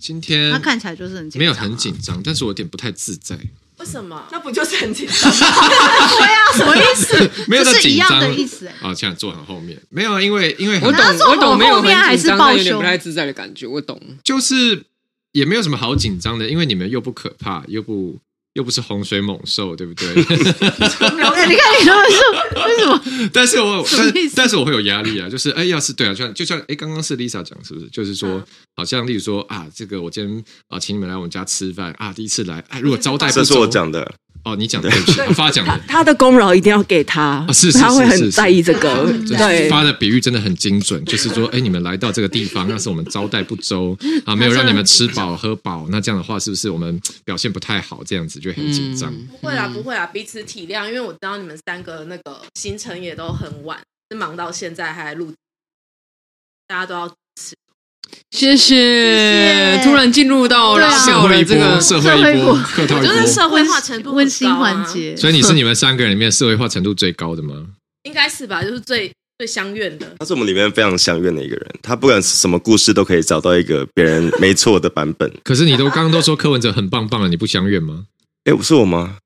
[SPEAKER 1] 今天
[SPEAKER 3] 他看起来就是很紧张啊
[SPEAKER 1] 没有很紧张，但是我有点不太自在，
[SPEAKER 5] 为什么？那不就是很紧张吗？
[SPEAKER 3] 对啊，什么意思？
[SPEAKER 1] <laughs> 没有到
[SPEAKER 3] 这是一
[SPEAKER 1] 紧张
[SPEAKER 3] 样的意思欸嗯
[SPEAKER 1] 啊，这样坐很后面，没有，啊，因为因为
[SPEAKER 2] 我
[SPEAKER 1] 很
[SPEAKER 2] 懂
[SPEAKER 3] 那坐，
[SPEAKER 2] 我懂，没有
[SPEAKER 3] 后
[SPEAKER 2] 很
[SPEAKER 3] 面还
[SPEAKER 2] 紧
[SPEAKER 3] 是
[SPEAKER 2] 张，
[SPEAKER 3] 抱
[SPEAKER 2] 但有点
[SPEAKER 3] 胸
[SPEAKER 2] 不太自在的感觉。我懂，
[SPEAKER 1] 就是也没有什么好紧张的，因为你们又不可怕，又不又不是洪水猛兽，对不
[SPEAKER 3] <laughs>
[SPEAKER 1] 对？
[SPEAKER 3] 哎你看你他们说为什么？
[SPEAKER 1] 但是我
[SPEAKER 3] 什么
[SPEAKER 1] 但
[SPEAKER 3] 意思
[SPEAKER 1] 但是我会有压力啊，就是哎，要是对啊，就像就像哎，刚刚是 Lisa 讲是不是？就是说，
[SPEAKER 3] 嗯
[SPEAKER 1] 好像例如说啊，这个我今天啊，请你们来我们家吃饭啊，第一次来啊，如果招待不
[SPEAKER 4] 这是
[SPEAKER 1] 周
[SPEAKER 4] 我讲的，
[SPEAKER 1] 哦，你讲的对
[SPEAKER 3] <laughs>
[SPEAKER 1] 不起，发讲的。
[SPEAKER 6] 他的功劳一定要给他
[SPEAKER 1] 啊，是是
[SPEAKER 6] 他会
[SPEAKER 1] 是
[SPEAKER 6] 很
[SPEAKER 1] 是
[SPEAKER 6] 在意这个。
[SPEAKER 1] 就是
[SPEAKER 6] <laughs> 对，
[SPEAKER 1] 发的比喻真的很精准，就是说，哎，你们来到这个地方，那是我们招待不周啊，没有让你们吃饱喝饱，那这样的话，是不是我们表现不太好？这样子就很紧张。
[SPEAKER 2] 嗯
[SPEAKER 5] 不会啦，不会啦，彼此体谅，因为我知道你们三个那个行程也都很晚，是忙到现在还录，大家都要
[SPEAKER 2] 谢谢
[SPEAKER 3] 谢。
[SPEAKER 2] 突然进入到
[SPEAKER 3] 对啊
[SPEAKER 2] 拉
[SPEAKER 1] 社
[SPEAKER 2] 票
[SPEAKER 1] 会
[SPEAKER 2] 的
[SPEAKER 1] 一
[SPEAKER 2] 这个
[SPEAKER 1] 波，社会一波，客套一
[SPEAKER 5] 就是
[SPEAKER 1] 波。
[SPEAKER 5] 社会化程度很高啊
[SPEAKER 3] 温馨环。节，
[SPEAKER 1] 所以你是你们三个人里面社会化程度最高的吗？
[SPEAKER 5] 应该是吧，就是最最相怨的。
[SPEAKER 4] 他是我们里面非常相怨的一个人，他不管是什么故事都可以找到一个别人没错的版本。
[SPEAKER 1] 可是你都刚刚都说柯文哲很棒棒了，你不相怨吗？
[SPEAKER 4] 哎，是我吗？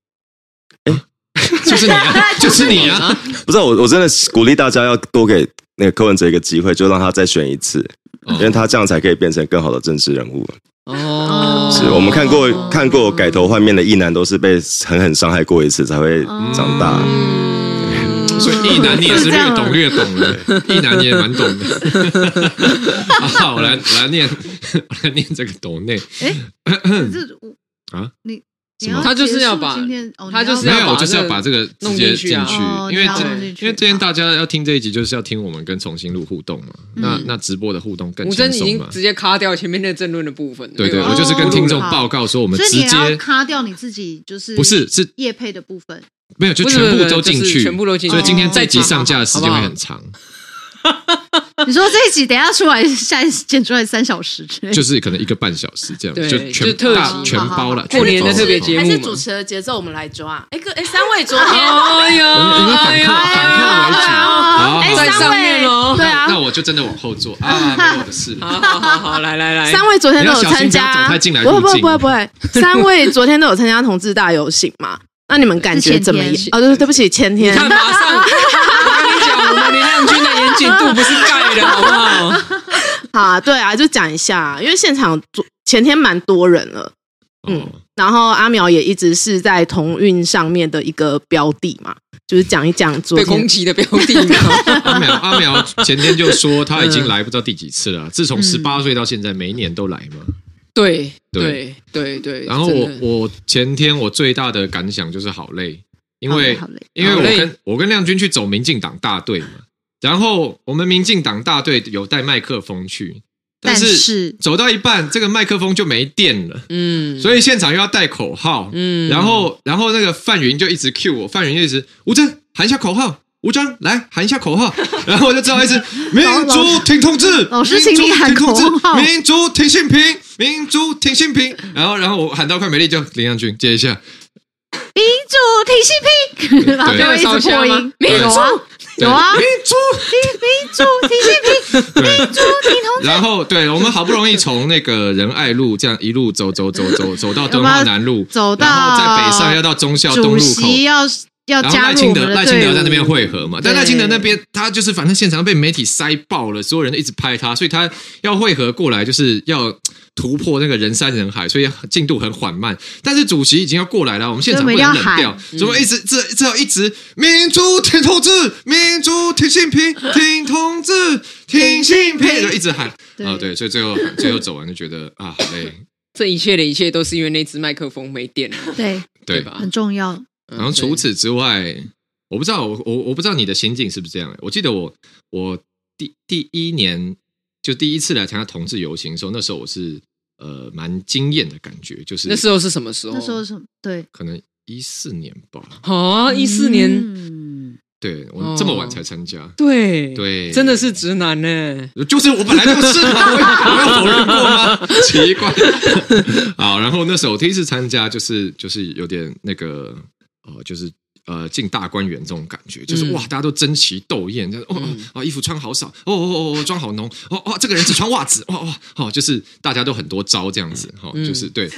[SPEAKER 1] 就是你啊，就是你啊！
[SPEAKER 4] 不是，我我真的鼓励大家要多给那个柯文哲一个机会，就让他再选一次，因为他这样才可以变成更好的政治人物。
[SPEAKER 2] 哦，
[SPEAKER 4] 是我们看过看过改头换面的异男，都是被狠狠伤害过一次才会长大。
[SPEAKER 2] 嗯
[SPEAKER 1] 所以一男你也是略懂略懂的， <laughs> 一男你也蛮懂的。好，我来我来念我来念这个抖内，
[SPEAKER 3] 哎，可是我
[SPEAKER 1] 啊，
[SPEAKER 3] 你你要
[SPEAKER 2] 他就是要把
[SPEAKER 3] 结束今天，哦
[SPEAKER 2] 他就是
[SPEAKER 3] 你
[SPEAKER 1] 没
[SPEAKER 3] 要
[SPEAKER 1] 有，
[SPEAKER 2] 把
[SPEAKER 1] 我就是
[SPEAKER 2] 这
[SPEAKER 1] 要
[SPEAKER 2] 个
[SPEAKER 1] 把这个直
[SPEAKER 2] 弄
[SPEAKER 1] 接
[SPEAKER 2] 进去啊
[SPEAKER 3] 哦
[SPEAKER 1] 因为
[SPEAKER 3] 你要
[SPEAKER 1] 今
[SPEAKER 3] 弄进去
[SPEAKER 1] 因为今天大家要听这一集，就是要听我们跟重新录互动嘛。那那直播的互动更
[SPEAKER 2] 嗯吴
[SPEAKER 1] 轻
[SPEAKER 2] 真已
[SPEAKER 1] 松
[SPEAKER 2] 经
[SPEAKER 1] 嘛。
[SPEAKER 2] 直接卡掉前面那争论的部分。
[SPEAKER 1] 对对，
[SPEAKER 2] 吧
[SPEAKER 1] 我就是跟
[SPEAKER 3] 哦
[SPEAKER 1] 听众
[SPEAKER 3] 好
[SPEAKER 1] 报告说，我们
[SPEAKER 3] 所以
[SPEAKER 1] 直
[SPEAKER 3] 你也要
[SPEAKER 1] 接
[SPEAKER 3] 卡掉你自己，就是
[SPEAKER 1] 不是是
[SPEAKER 3] 业配的部分，
[SPEAKER 1] 没有，就
[SPEAKER 2] 不是
[SPEAKER 1] 全
[SPEAKER 2] 不
[SPEAKER 1] 部
[SPEAKER 2] 是
[SPEAKER 1] 都
[SPEAKER 2] 就
[SPEAKER 1] 进
[SPEAKER 2] 是
[SPEAKER 1] 去，
[SPEAKER 2] 全部都进去哦
[SPEAKER 1] 所以今天这集
[SPEAKER 2] 好好好
[SPEAKER 1] 上架的时间会很
[SPEAKER 2] <laughs>
[SPEAKER 1] 长，
[SPEAKER 3] 你说这一集等一下出来，下一集剪出来三小时之类的，
[SPEAKER 1] 就是可能一个半小时这样，
[SPEAKER 2] 对
[SPEAKER 1] 就
[SPEAKER 2] 就
[SPEAKER 1] 全
[SPEAKER 2] 特
[SPEAKER 1] 大
[SPEAKER 2] 辑
[SPEAKER 1] 全包了。
[SPEAKER 2] 过年的特别
[SPEAKER 1] 节。
[SPEAKER 2] 节目
[SPEAKER 5] 还
[SPEAKER 2] 嘛
[SPEAKER 5] 是主持的节奏我们来抓。哎哥，哎三位昨天，
[SPEAKER 1] 哦
[SPEAKER 2] 哎呀，
[SPEAKER 1] 我们我们反抗反抗为主，好，
[SPEAKER 5] 哎
[SPEAKER 1] 好
[SPEAKER 2] 在
[SPEAKER 5] 三
[SPEAKER 2] 上面哦
[SPEAKER 5] 位，对啊，
[SPEAKER 1] 那我就真的往后坐啊，没有我的事了。
[SPEAKER 2] 好好好好，来来来，
[SPEAKER 7] 三位昨天都有参
[SPEAKER 1] 你要小心不要
[SPEAKER 7] 加
[SPEAKER 1] 走太进来，
[SPEAKER 7] 不会
[SPEAKER 1] 入
[SPEAKER 7] 不会
[SPEAKER 1] 境
[SPEAKER 7] 不会不会，三位昨天都有参加同志大游行嘛？那你们感觉怎么样
[SPEAKER 3] 是前？
[SPEAKER 7] 哦，对对不起，前
[SPEAKER 2] 你
[SPEAKER 7] 天
[SPEAKER 2] 看马上，我跟你讲，我们林亮君的严谨度不是盖的，好不好？
[SPEAKER 7] 啊，对啊，就讲一下，因为现场昨前天蛮多人了，嗯
[SPEAKER 1] 哦
[SPEAKER 7] 然后阿苗也一直是在同运上面的一个标的嘛，就是讲一讲昨
[SPEAKER 2] 被攻
[SPEAKER 7] 天。
[SPEAKER 2] 击的标的，你知道吗
[SPEAKER 1] 阿苗阿苗前天就说他已经来不知道第几次了，自从十八岁到现在，每一年都来嘛。
[SPEAKER 2] 对对
[SPEAKER 1] 对
[SPEAKER 2] 对对，
[SPEAKER 1] 然后我
[SPEAKER 2] 真的
[SPEAKER 1] 我前天我最大的感想就是好累，因为
[SPEAKER 3] 好累好累
[SPEAKER 1] 因为
[SPEAKER 2] 好累
[SPEAKER 1] 我跟我跟亮君去走民进党大队嘛，然后我们民进党大队有带麦克风去，但
[SPEAKER 3] 但
[SPEAKER 1] 是
[SPEAKER 3] 是
[SPEAKER 1] 走到一半这个麦克风就没电了。
[SPEAKER 2] 嗯，
[SPEAKER 1] 所以现场又要带口号，嗯，
[SPEAKER 2] 嗯
[SPEAKER 1] 然后然后那个范云就一直 cue 我，范云就一直吴征喊一下口号，吴征来喊一下口
[SPEAKER 3] <laughs>
[SPEAKER 1] 号，然后我就知道一直民主挺同志，
[SPEAKER 3] 老师
[SPEAKER 1] 民主
[SPEAKER 3] 请你喊
[SPEAKER 1] 挺同志
[SPEAKER 3] 口号
[SPEAKER 1] 民主挺性平，民主挺性平，然后然后我喊到快没力就林阳君接一下，
[SPEAKER 3] 民主体系拼，然后就会一
[SPEAKER 2] 烧
[SPEAKER 3] 直
[SPEAKER 2] 香
[SPEAKER 3] 破
[SPEAKER 2] 吗
[SPEAKER 3] 音，
[SPEAKER 1] 对
[SPEAKER 3] 有啊有啊，
[SPEAKER 1] 民
[SPEAKER 3] 民
[SPEAKER 1] 主，
[SPEAKER 3] 民主体系拼，
[SPEAKER 1] 对。
[SPEAKER 3] <laughs> 民主挺同
[SPEAKER 1] 然后，对我们好不容易从那个仁爱路这样一路走走走走走到敦
[SPEAKER 3] 我们
[SPEAKER 1] 化
[SPEAKER 3] 要
[SPEAKER 1] 南路，
[SPEAKER 3] 走哦到
[SPEAKER 1] 然后在北上要到忠孝东
[SPEAKER 3] 主
[SPEAKER 1] 路口，
[SPEAKER 3] 席要要
[SPEAKER 1] 然后
[SPEAKER 3] 加
[SPEAKER 1] 赖
[SPEAKER 3] 入
[SPEAKER 1] 清
[SPEAKER 3] 我
[SPEAKER 1] 德，
[SPEAKER 3] 们的
[SPEAKER 1] 赖清
[SPEAKER 3] 队
[SPEAKER 1] 德
[SPEAKER 3] 伍
[SPEAKER 1] 在那边汇合嘛，但
[SPEAKER 3] 对
[SPEAKER 1] 赖清德那边他就是反正现场被媒体塞爆了，所有人一直拍他，所以他要汇合过来就是要突破那个人山人海，所以进度很缓慢。但是主席已经要过来了，我们现场不
[SPEAKER 3] 所以
[SPEAKER 1] 能
[SPEAKER 3] 我们一定要
[SPEAKER 1] 冷掉
[SPEAKER 3] 喊，
[SPEAKER 1] 怎么一直这这要一直民主挺同志，民主挺性
[SPEAKER 3] <laughs>
[SPEAKER 1] 平，挺同志，挺性平，就一直喊
[SPEAKER 3] 对
[SPEAKER 1] 啊，对，所以最后最后走完就觉得啊，好累，
[SPEAKER 2] 这一切的一切都是因为那只麦克风没电了，
[SPEAKER 3] 对
[SPEAKER 1] 对
[SPEAKER 2] 吧
[SPEAKER 3] 很重要，
[SPEAKER 2] 嗯
[SPEAKER 1] 然后除
[SPEAKER 2] 对
[SPEAKER 1] 此之外，我不知道我我我不知道你的心境是不是这样、欸。我记得我我第第一年就第一次来参加同志游行的时候，那时候我是呃蛮惊艳的感觉，就是
[SPEAKER 2] 那时候是什么时候？
[SPEAKER 3] 那时候是什么对
[SPEAKER 1] 可能一四年吧，
[SPEAKER 3] 哦
[SPEAKER 2] 啊，一四年，
[SPEAKER 3] 嗯
[SPEAKER 1] 对
[SPEAKER 2] 哦
[SPEAKER 1] 我这么晚才参加。
[SPEAKER 2] 对
[SPEAKER 1] 对
[SPEAKER 2] 真的是直男呢。
[SPEAKER 1] 就是我本来就是嘛，我有我有否认过吗？ <laughs> 奇怪。好，然后那时候我第一次参加，就是就是有点那个呃，就是呃进大观园这种感觉，就是、
[SPEAKER 2] 嗯
[SPEAKER 1] 哇，大家都争奇斗艳，这样哦哦哦，衣服穿好少，哦哦哦哦，妆好浓，哦哦，这个人只穿袜子，哇、哦、哇，哦，就是大家都很多招这样子，哈、哦，
[SPEAKER 2] 嗯
[SPEAKER 1] 就是对，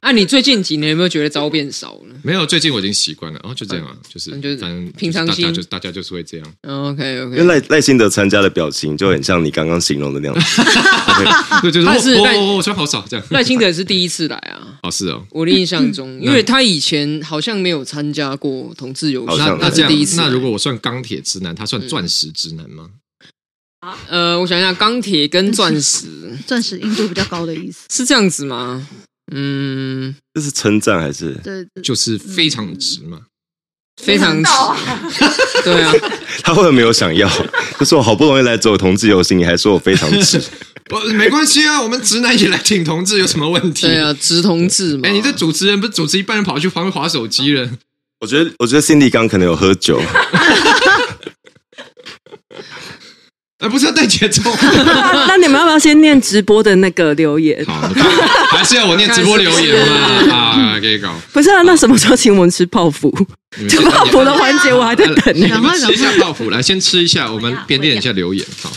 [SPEAKER 2] 啊，你最近几年有没有觉得招变少了
[SPEAKER 1] 没有，最近我已经习惯了，哦，就这样啊，就是
[SPEAKER 2] 嗯就是
[SPEAKER 1] 反正
[SPEAKER 2] 平常
[SPEAKER 1] 就是大
[SPEAKER 2] 心
[SPEAKER 1] 家就大家就是会这样，
[SPEAKER 2] ？OK
[SPEAKER 4] 因为
[SPEAKER 2] OK，
[SPEAKER 4] 赖赖幸德参加的表情就很像你刚刚形容的那样子，
[SPEAKER 1] 对，就是哦
[SPEAKER 2] 但是
[SPEAKER 1] 哦
[SPEAKER 2] 但
[SPEAKER 1] 哦哦，穿好少这样，
[SPEAKER 2] 赖清德是第一次来啊，
[SPEAKER 1] 哦是哦。
[SPEAKER 2] 我的印象
[SPEAKER 6] 嗯
[SPEAKER 2] 中，因为他以前好像没有参加过同志游
[SPEAKER 4] 好
[SPEAKER 2] 戏
[SPEAKER 1] 那
[SPEAKER 4] 像，
[SPEAKER 1] 那
[SPEAKER 2] 他
[SPEAKER 1] 这
[SPEAKER 2] 是
[SPEAKER 1] 样
[SPEAKER 2] 第一，次来。嗯
[SPEAKER 1] 那如果我算钢铁直男，他算钻石直男吗？
[SPEAKER 2] 呃，我想想，钢铁跟钻石
[SPEAKER 3] 钻石硬度比较高的意思，
[SPEAKER 2] <laughs> 是这样子吗？嗯，
[SPEAKER 4] 这是称赞还是
[SPEAKER 3] 对，对
[SPEAKER 1] 就是非常直嘛。
[SPEAKER 2] 嗯非常直，对
[SPEAKER 6] <laughs>
[SPEAKER 2] 啊，
[SPEAKER 4] <laughs> 他会不会没有想要？就是我好不容易来走同志游行，你还说我非常
[SPEAKER 1] <laughs>
[SPEAKER 4] 直，
[SPEAKER 1] 不，没关系啊，我们直男也来挺同志，有什么问题？
[SPEAKER 2] 对啊，直同志嘛。
[SPEAKER 1] 哎，你这主持人不是主持一半人跑去旁边划手机了？
[SPEAKER 4] 我觉得我觉得 Cindy 刚可能有喝酒，
[SPEAKER 1] 啊哎，不是要带节
[SPEAKER 2] <laughs>
[SPEAKER 1] 奏？
[SPEAKER 6] 那那你们要不要先念直播的那个留言？
[SPEAKER 1] 好，你看还是要我念直播留言嘛？啊，可以搞。
[SPEAKER 6] 不是啊，那什么时候请我们吃泡芙？
[SPEAKER 1] 你们
[SPEAKER 6] 就泡芙的环节我还在等呢、
[SPEAKER 1] 你们吃一下泡芙，来哎先吃一下，我们边念一下留言，好。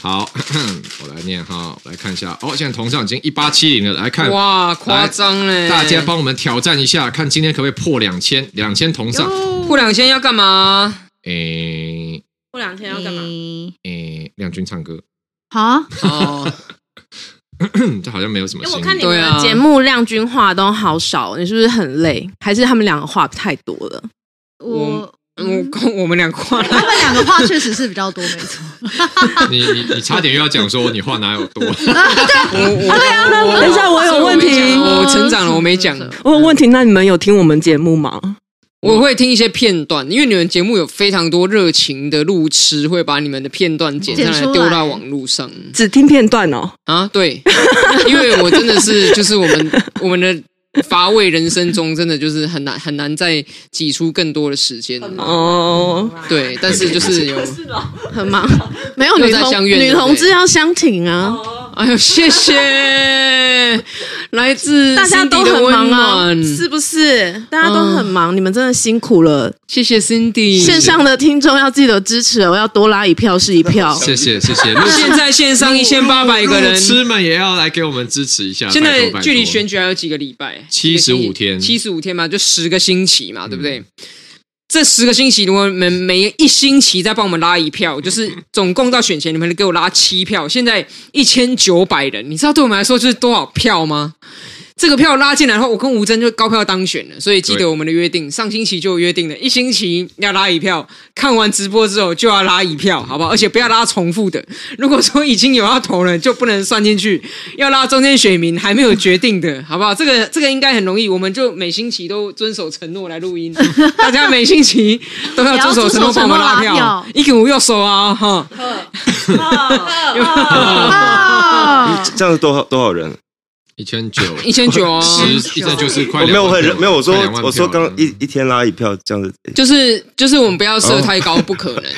[SPEAKER 1] 好， <clears throat> 我来念哈，我来看一下。哦，现在同上已经一八七零了，来看
[SPEAKER 6] <laughs>
[SPEAKER 2] 哇，夸张嘞！
[SPEAKER 1] 大家帮我们挑战一下，看今天可不可以破两千，两千同上。
[SPEAKER 2] 破两千要干嘛？
[SPEAKER 1] 诶
[SPEAKER 5] 过两天要干嘛？
[SPEAKER 3] 诶
[SPEAKER 1] 诶，亮君唱歌，嗯
[SPEAKER 3] 好，
[SPEAKER 6] <laughs>
[SPEAKER 2] 哦，
[SPEAKER 1] 这好像没有什么
[SPEAKER 5] 哎，
[SPEAKER 1] 新
[SPEAKER 5] 我
[SPEAKER 1] 意。
[SPEAKER 5] 看你
[SPEAKER 2] 对
[SPEAKER 5] 们
[SPEAKER 2] 啊，
[SPEAKER 7] 节目量军话都好少，你是不是很累？还是他们两个话太多了？
[SPEAKER 3] 我
[SPEAKER 2] 嗯，我我们俩跨了
[SPEAKER 3] 他们两个话确实是比较多，没错。
[SPEAKER 1] 你你你差点又要讲说你话哪有多？
[SPEAKER 2] <laughs> 我我
[SPEAKER 6] <laughs> 对啊，那等一下我有问
[SPEAKER 2] 我没
[SPEAKER 6] 题嗯
[SPEAKER 2] 讲，我成长了，我没讲。
[SPEAKER 6] 我有问题，那你们有听我们节目吗？
[SPEAKER 2] 我会听一些片段，因为你们节目有非常多热情的路痴，会把你们的片段剪下
[SPEAKER 3] 剪
[SPEAKER 2] 来
[SPEAKER 3] 出来
[SPEAKER 2] 丢到网络上
[SPEAKER 6] 只听片段哦。
[SPEAKER 2] 啊。对，因为我真的是就是我们我们的乏味人生中，真的就是很难很难再挤出更多的时间。
[SPEAKER 5] 很忙
[SPEAKER 6] 哦，
[SPEAKER 2] 对，但是就是有，
[SPEAKER 7] 很忙，
[SPEAKER 2] <laughs>
[SPEAKER 7] 没有
[SPEAKER 2] 又
[SPEAKER 7] 女
[SPEAKER 2] 在
[SPEAKER 7] 同
[SPEAKER 2] 相怨
[SPEAKER 7] 女
[SPEAKER 2] 对不对
[SPEAKER 7] 同志要相挺啊，
[SPEAKER 2] 哎呦，谢谢，来自
[SPEAKER 7] 大家都
[SPEAKER 2] Cindy 的
[SPEAKER 7] 很忙
[SPEAKER 2] 温
[SPEAKER 7] 啊，
[SPEAKER 2] 暖，
[SPEAKER 7] 是不是？大家都
[SPEAKER 2] 嗯
[SPEAKER 7] 很忙，你们真的辛苦了。
[SPEAKER 2] 谢谢 Cindy，
[SPEAKER 7] 线上的听众要记得支持哦，要多拉一票是一票。
[SPEAKER 1] 谢谢谢谢，那
[SPEAKER 2] 现在线上一千八百个人
[SPEAKER 1] 路，痴们也要来给我们支持一下。
[SPEAKER 2] 现在
[SPEAKER 1] 拜托拜托
[SPEAKER 2] 距离选举还有几个礼拜？
[SPEAKER 1] 75天嗯
[SPEAKER 2] 七十五天嘛，就十个星期嘛，对不对？这十个星期，如果你们每一星期再帮我们拉一票，就是总共到选前，你们给我拉七票。现在一千九百人，你知道对我们来说就是多少票吗？这个票拉进来的话，我跟吴征就高票当选了。所以记
[SPEAKER 1] 对
[SPEAKER 2] 得我们的约定，上星期就有约定了，一星期要拉一票，看完直播之后就要拉一票，好不好？而且不要拉重复的。如果说已经有要投了，就不能算进去，要拉中间选民还没有决定的，好不好？这个 <laughs> 这个应该很容易，我们就每星期都遵守承诺来录音，大家每星期都要遵守承诺帮我们拉
[SPEAKER 3] 也要遵守承诺拉
[SPEAKER 2] 票
[SPEAKER 3] 票，
[SPEAKER 2] 一个五右手啊，哈，
[SPEAKER 4] <laughs>
[SPEAKER 3] 哦，
[SPEAKER 4] 这样多少多少人？
[SPEAKER 1] 一千九，
[SPEAKER 2] 一千九啊，
[SPEAKER 1] 十一千九是快
[SPEAKER 4] 我哦没
[SPEAKER 1] 两
[SPEAKER 4] 有
[SPEAKER 1] 万
[SPEAKER 4] 很
[SPEAKER 1] 票了
[SPEAKER 4] 没有，我说
[SPEAKER 1] 快两万
[SPEAKER 4] 我
[SPEAKER 1] 票
[SPEAKER 4] 说
[SPEAKER 1] 嗯
[SPEAKER 4] 刚
[SPEAKER 1] 了
[SPEAKER 4] 刚一一天拉一票这样子，
[SPEAKER 2] 就是就是我们不要设太高，不可能。 <laughs>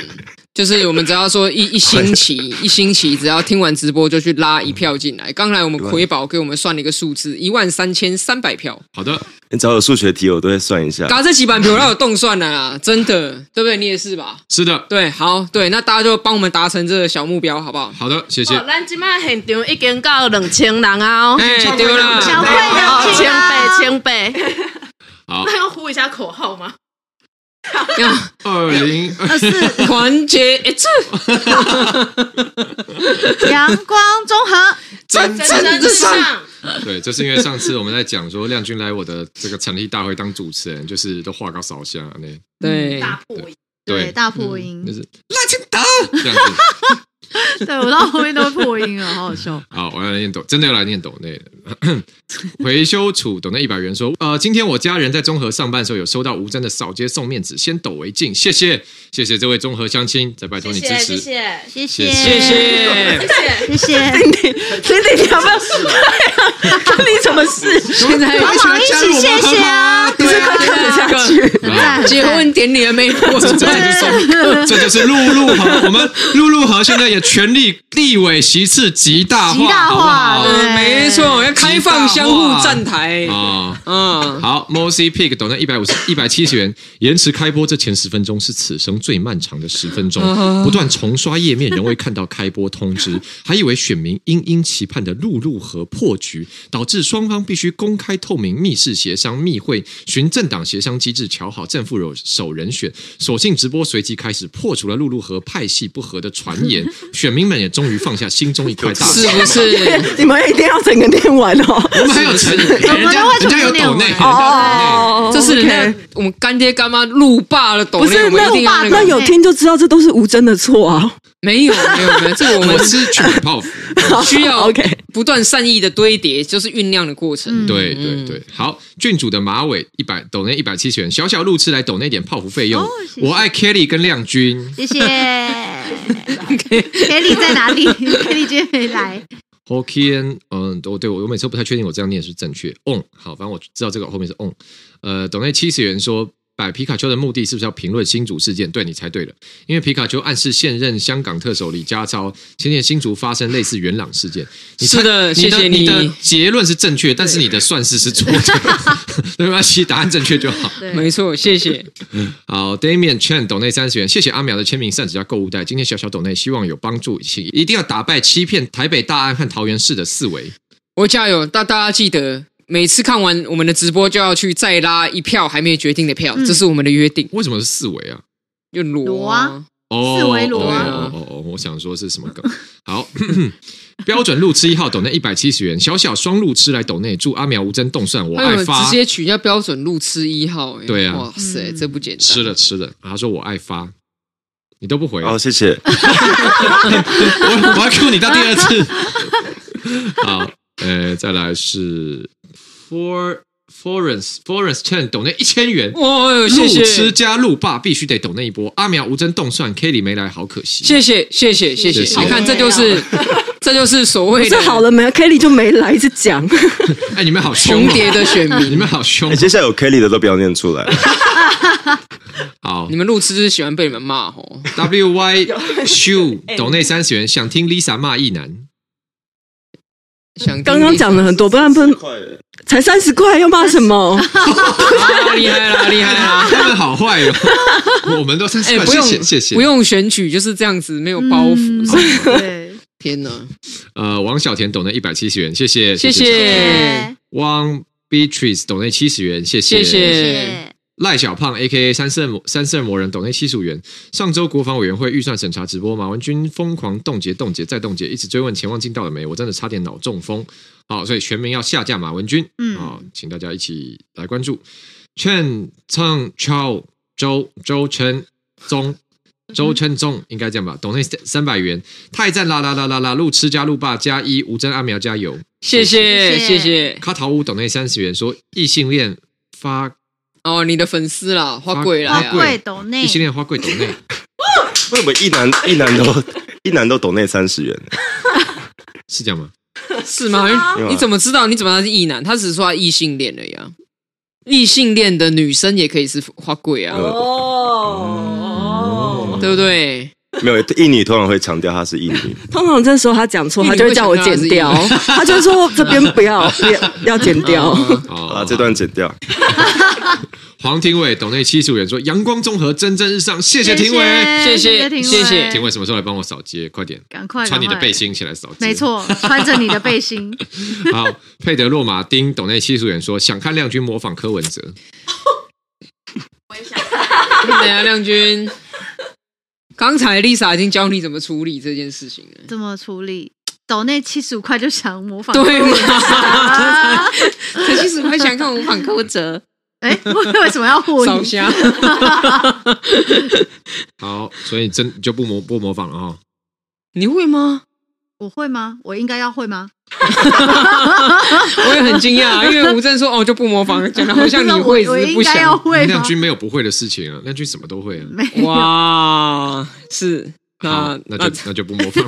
[SPEAKER 2] 就是我们只要说一一星期一星期，只要听完直播就去拉一票进来。刚才我们魁宝给我们算了一个数字，一万三千三百票。
[SPEAKER 1] 好的，
[SPEAKER 4] 你只要有数学题，我都会算一下。
[SPEAKER 2] 搞这几版票要有动算了啦，真的，对不对？你也是吧？
[SPEAKER 1] 是的，
[SPEAKER 2] 对，好，对，那大家就帮我们达成这个小目标，好不好？
[SPEAKER 1] 好的，谢谢
[SPEAKER 7] 哦，。咱即摆现场已经到两千人啊、哦，
[SPEAKER 2] 哎、对
[SPEAKER 5] 嗯
[SPEAKER 2] 了，
[SPEAKER 3] 小慧两
[SPEAKER 7] 千
[SPEAKER 3] 千
[SPEAKER 5] 哦
[SPEAKER 3] 啊
[SPEAKER 7] 倍，千倍， <laughs>
[SPEAKER 1] 好，
[SPEAKER 5] 那要呼一下口号吗？
[SPEAKER 1] 二
[SPEAKER 2] <laughs>
[SPEAKER 1] 零
[SPEAKER 3] 二四
[SPEAKER 2] 团结一致，
[SPEAKER 3] 阳光综合，
[SPEAKER 1] 真
[SPEAKER 5] 蒸蒸日上，
[SPEAKER 1] 对，这是因为上次我们在讲说亮君来我的这个成立大会当主持人，就是都话高少下啊那
[SPEAKER 2] 对，
[SPEAKER 5] 大破音。
[SPEAKER 3] 对
[SPEAKER 1] 对，嗯
[SPEAKER 3] 大破
[SPEAKER 1] 就
[SPEAKER 5] 嗯
[SPEAKER 3] 音，
[SPEAKER 1] 是赖清德这样子。
[SPEAKER 3] 对我到后面都会破音了，好好笑。
[SPEAKER 1] 好，我要来念抖，真的要来念抖内了。回修楚抖那一百元说，呃，今天我家人在中和上班的时候，有收到吴真的扫街送面子，先抖为敬，谢谢，谢谢这位中和乡亲，再拜托
[SPEAKER 5] 谢
[SPEAKER 1] 你支
[SPEAKER 5] 谢
[SPEAKER 1] 持。
[SPEAKER 5] 谢 <laughs> 谢
[SPEAKER 1] 谢
[SPEAKER 3] 谢
[SPEAKER 2] 谢
[SPEAKER 3] 谢
[SPEAKER 6] 嗯
[SPEAKER 2] 谢。
[SPEAKER 3] 谢
[SPEAKER 5] 谢
[SPEAKER 3] 谢，
[SPEAKER 6] 所以你要不要？关你什么事？
[SPEAKER 2] 现在
[SPEAKER 3] 帮忙一起谢谢啊，
[SPEAKER 6] 你是快看不下去。啊
[SPEAKER 3] 很赞，
[SPEAKER 2] 啊结
[SPEAKER 3] 很赞
[SPEAKER 2] 婚典礼还没过，
[SPEAKER 1] 这就是这就是陆陆河，我们陆陆河现在也全力立委席次极大化，
[SPEAKER 3] 极大化
[SPEAKER 1] 好不好
[SPEAKER 3] 对
[SPEAKER 2] 嗯没
[SPEAKER 1] 哎
[SPEAKER 2] 错，要开放相互站台，
[SPEAKER 1] 啊、
[SPEAKER 2] 嗯，
[SPEAKER 1] 好，Mossy Pig 抖那一百五十、一百七十元，延迟开播这前十分钟是此生最漫长的十分钟，不断重刷页面，仍未看到开播通 <laughs> 知，还以为选民殷殷期盼的陆路和破局，导致双方必须公开透明、密室协商、密会，循政党协商机制瞧好正副手手人选。所幸直播随即开始，破除了陆路和派系不合的传 <laughs> 言，选民们也终于放下心中一块大石
[SPEAKER 2] 是。不是？
[SPEAKER 6] 你们一定要整个念完哦。
[SPEAKER 1] 我们还有成人家
[SPEAKER 3] 我们都会
[SPEAKER 1] 人家有
[SPEAKER 3] 重念
[SPEAKER 1] 抖内，哦人
[SPEAKER 3] 完
[SPEAKER 1] 家有抖内。
[SPEAKER 2] <laughs> 这是人
[SPEAKER 6] 哦 OK
[SPEAKER 2] 家我们干爹干妈路霸的抖
[SPEAKER 6] 不
[SPEAKER 2] 内，
[SPEAKER 6] 是
[SPEAKER 2] 我们
[SPEAKER 6] 那
[SPEAKER 2] 一定要
[SPEAKER 3] 那
[SPEAKER 2] 那
[SPEAKER 6] 那
[SPEAKER 2] 个
[SPEAKER 6] 有听就知道这都是吴真的错啊。
[SPEAKER 2] 没有没有没有，这个我们
[SPEAKER 1] <laughs> 我是去买泡芙。
[SPEAKER 2] 需要
[SPEAKER 6] OK
[SPEAKER 2] 不断善意的堆叠，就是酝酿的过程。
[SPEAKER 1] 对对对，好，郡主的马尾一百抖那一百七十元，小小路痴来抖那点泡芙费用。
[SPEAKER 3] 哦谢谢
[SPEAKER 1] 我爱 Kelly 跟亮君
[SPEAKER 3] 谢谢。Kelly 在哪里 <laughs> ？Kelly 今天没来。
[SPEAKER 1] ，Hokkien，嗯，我对我我每次都不太确定我这样念是正确。On，好，反正我知道这个后面是 on。呃，抖那七十元说。摆皮卡丘的目的是不是要评论新竹事件？对你猜对了，因为皮卡丘暗示现任香港特首李家超前年新竹发生类似元朗事件。你猜
[SPEAKER 2] 是的
[SPEAKER 1] 你的
[SPEAKER 2] 谢谢
[SPEAKER 1] 你的
[SPEAKER 2] 你
[SPEAKER 1] 结论是正确，但是你的算式是错的。没关系，答案正确就好。
[SPEAKER 2] 没错，谢谢。
[SPEAKER 1] 好，Damian Chen 抖内三十元，谢谢阿苗的签名扇子加购物袋。今天小小抖内，希望有帮助，请一定要打败欺骗台北、大安和桃园市的四维。
[SPEAKER 2] 我加油！大大家记得，每次看完我们的直播就要去再拉一票还没决定的票，这是我们的约定。
[SPEAKER 1] 为什么是四维啊？
[SPEAKER 2] 就
[SPEAKER 3] 裸
[SPEAKER 2] 裸
[SPEAKER 3] 啊，
[SPEAKER 1] 哦，
[SPEAKER 3] 四维罗
[SPEAKER 2] 啊
[SPEAKER 1] 哦哦哦哦，我想说是什么梗？好， <clears throat> 标准路痴一号抖内一百七十元，小小双路痴来抖内，祝阿苗无针动算，我
[SPEAKER 2] 他
[SPEAKER 1] 爱
[SPEAKER 2] 有
[SPEAKER 1] 发，
[SPEAKER 2] 哎直接取叫标准路痴一号、欸，
[SPEAKER 1] 对啊
[SPEAKER 2] 哇塞，
[SPEAKER 3] 嗯
[SPEAKER 2] 这不简单，
[SPEAKER 1] 吃了吃了，啊他说我爱发，你都不回，啊
[SPEAKER 4] 哦，谢谢。
[SPEAKER 1] 我 <laughs> 我要 Q 你到第二次。 <laughs> 好，呃，再来是 For Florence Florence Chen 抖那一千元，
[SPEAKER 2] 哇，哎呦谢
[SPEAKER 1] 路
[SPEAKER 2] 谢，
[SPEAKER 1] 痴加路霸必须得抖那一波。阿苗无针动算，Kelly 没来，好可惜。
[SPEAKER 2] 谢谢谢谢谢
[SPEAKER 1] 谢谢
[SPEAKER 2] 谢，你看这就是 <laughs> 这就是所谓
[SPEAKER 6] 这
[SPEAKER 2] 的
[SPEAKER 6] 好了没？Kelly 就没来，一直讲。
[SPEAKER 1] 哎，你们好凶
[SPEAKER 2] 重
[SPEAKER 1] 哦，
[SPEAKER 2] 叠的选民，
[SPEAKER 1] 你们好凶啊
[SPEAKER 4] 哎，。接下来有 Kelly 的都不要念
[SPEAKER 1] <laughs>
[SPEAKER 4] 出来。
[SPEAKER 1] 好
[SPEAKER 2] 你们路痴就是喜欢被你们骂哦吼，
[SPEAKER 1] ，W
[SPEAKER 2] <laughs>
[SPEAKER 1] Y Shu 抖那三十元，想听 Lisa 骂一男。
[SPEAKER 2] 想听
[SPEAKER 6] 刚刚讲了很多，不然不然才三十块，要骂什么？
[SPEAKER 2] 啊厉害啦厉害 <laughs> 啦。
[SPEAKER 1] 他们好坏哦，我们都三
[SPEAKER 2] 哎、
[SPEAKER 1] 十块，
[SPEAKER 2] 不
[SPEAKER 1] 谢
[SPEAKER 2] 用
[SPEAKER 1] 谢谢谢，
[SPEAKER 2] 不。用选举就是这样子，没有包袱。
[SPEAKER 3] 嗯对，
[SPEAKER 2] 天哪，
[SPEAKER 1] 呃，王小田抖那一百七十元，谢谢
[SPEAKER 2] 谢谢
[SPEAKER 3] 对
[SPEAKER 1] 汪 Beatrice 抖内七十元，谢
[SPEAKER 2] 谢
[SPEAKER 3] 谢
[SPEAKER 2] 谢
[SPEAKER 3] 谢，
[SPEAKER 1] 赖小胖 A K A 三色魔三色魔人抖内七十五元。上周国防委员会预算审查直播，马文君疯狂冻结、冻结再冻结，一直追问钱望进到了没，我真的差点脑中风。好、所以全民要下架马文君，
[SPEAKER 3] 嗯
[SPEAKER 1] 好、请大家一起来关注。劝唱超周周称宗。周称宗应该这样吧，抖内三百元，太赞啦啦啦啦啦！路痴加路霸加一，吴真阿苗加油，
[SPEAKER 2] 谢谢
[SPEAKER 3] 谢谢
[SPEAKER 2] 谢谢
[SPEAKER 1] 卡桃屋抖内三十元说异性恋发
[SPEAKER 2] 哦，你的粉丝啦，花贵啦，
[SPEAKER 1] 花
[SPEAKER 3] 花
[SPEAKER 1] 贵
[SPEAKER 3] 贵斗内
[SPEAKER 1] 异，性恋花贵抖内，
[SPEAKER 4] 为什么一男一男都一男都抖那三十元？
[SPEAKER 1] 是这样吗？
[SPEAKER 2] 是吗？哎
[SPEAKER 4] 吗
[SPEAKER 2] 你怎么知道？你怎么知道他是异男？他只是说他异性恋而已啊。异性恋的女生也可以是花贵啊，
[SPEAKER 4] 哦
[SPEAKER 6] 哦，
[SPEAKER 2] 对不对？
[SPEAKER 4] 没有，一女通常会强调她是一女。
[SPEAKER 6] 通常这时候他讲错，他就会叫我剪掉
[SPEAKER 2] 一女会，
[SPEAKER 6] 他就说这边
[SPEAKER 2] <laughs>
[SPEAKER 6] 不要，不要要剪掉。
[SPEAKER 1] 哦，
[SPEAKER 4] 好啦，啊这段剪掉。
[SPEAKER 1] 黄庭伟董内七十五元说：“阳光综合蒸蒸日上，谢谢庭伟，
[SPEAKER 2] 谢谢
[SPEAKER 3] 庭
[SPEAKER 2] 谢谢
[SPEAKER 1] 庭伟什么时候来帮我扫街？快点，
[SPEAKER 3] 赶快
[SPEAKER 1] 穿你的
[SPEAKER 3] 赶快
[SPEAKER 1] 背心起来扫街。”
[SPEAKER 3] 没。错，穿着你的背心，
[SPEAKER 1] 好，佩德洛马丁董内七十五元说：“想看亮君模仿柯文哲，
[SPEAKER 5] 我也想
[SPEAKER 2] 等一下啊亮君，刚才 Lisa 已经教你怎么处理这件事情了，
[SPEAKER 3] 这么处理？抖内七十五块就想模仿，
[SPEAKER 2] <laughs>
[SPEAKER 3] <laughs>
[SPEAKER 2] 对
[SPEAKER 3] 啊
[SPEAKER 2] 吗？可惜十块想看我仿柯哲
[SPEAKER 3] 哎，为什么要护
[SPEAKER 2] <laughs> 烧
[SPEAKER 3] 你？
[SPEAKER 2] 香。
[SPEAKER 1] 好，所以真就不模不模仿了哦。
[SPEAKER 2] 你会吗？
[SPEAKER 3] 我会吗？我应该要会吗？
[SPEAKER 2] 我也很惊 <laughs> 讶，因为吴正说哦就不模仿，讲的好像你会，只
[SPEAKER 3] 我我
[SPEAKER 2] 是不
[SPEAKER 3] 应该要
[SPEAKER 2] 想。
[SPEAKER 3] 会
[SPEAKER 1] 亮
[SPEAKER 3] 吗？
[SPEAKER 1] 君没有不会的事情啊，亮君什么都会啊。
[SPEAKER 3] 没有
[SPEAKER 2] 哇，是
[SPEAKER 1] 好
[SPEAKER 2] 那，
[SPEAKER 1] 那就那就不模仿。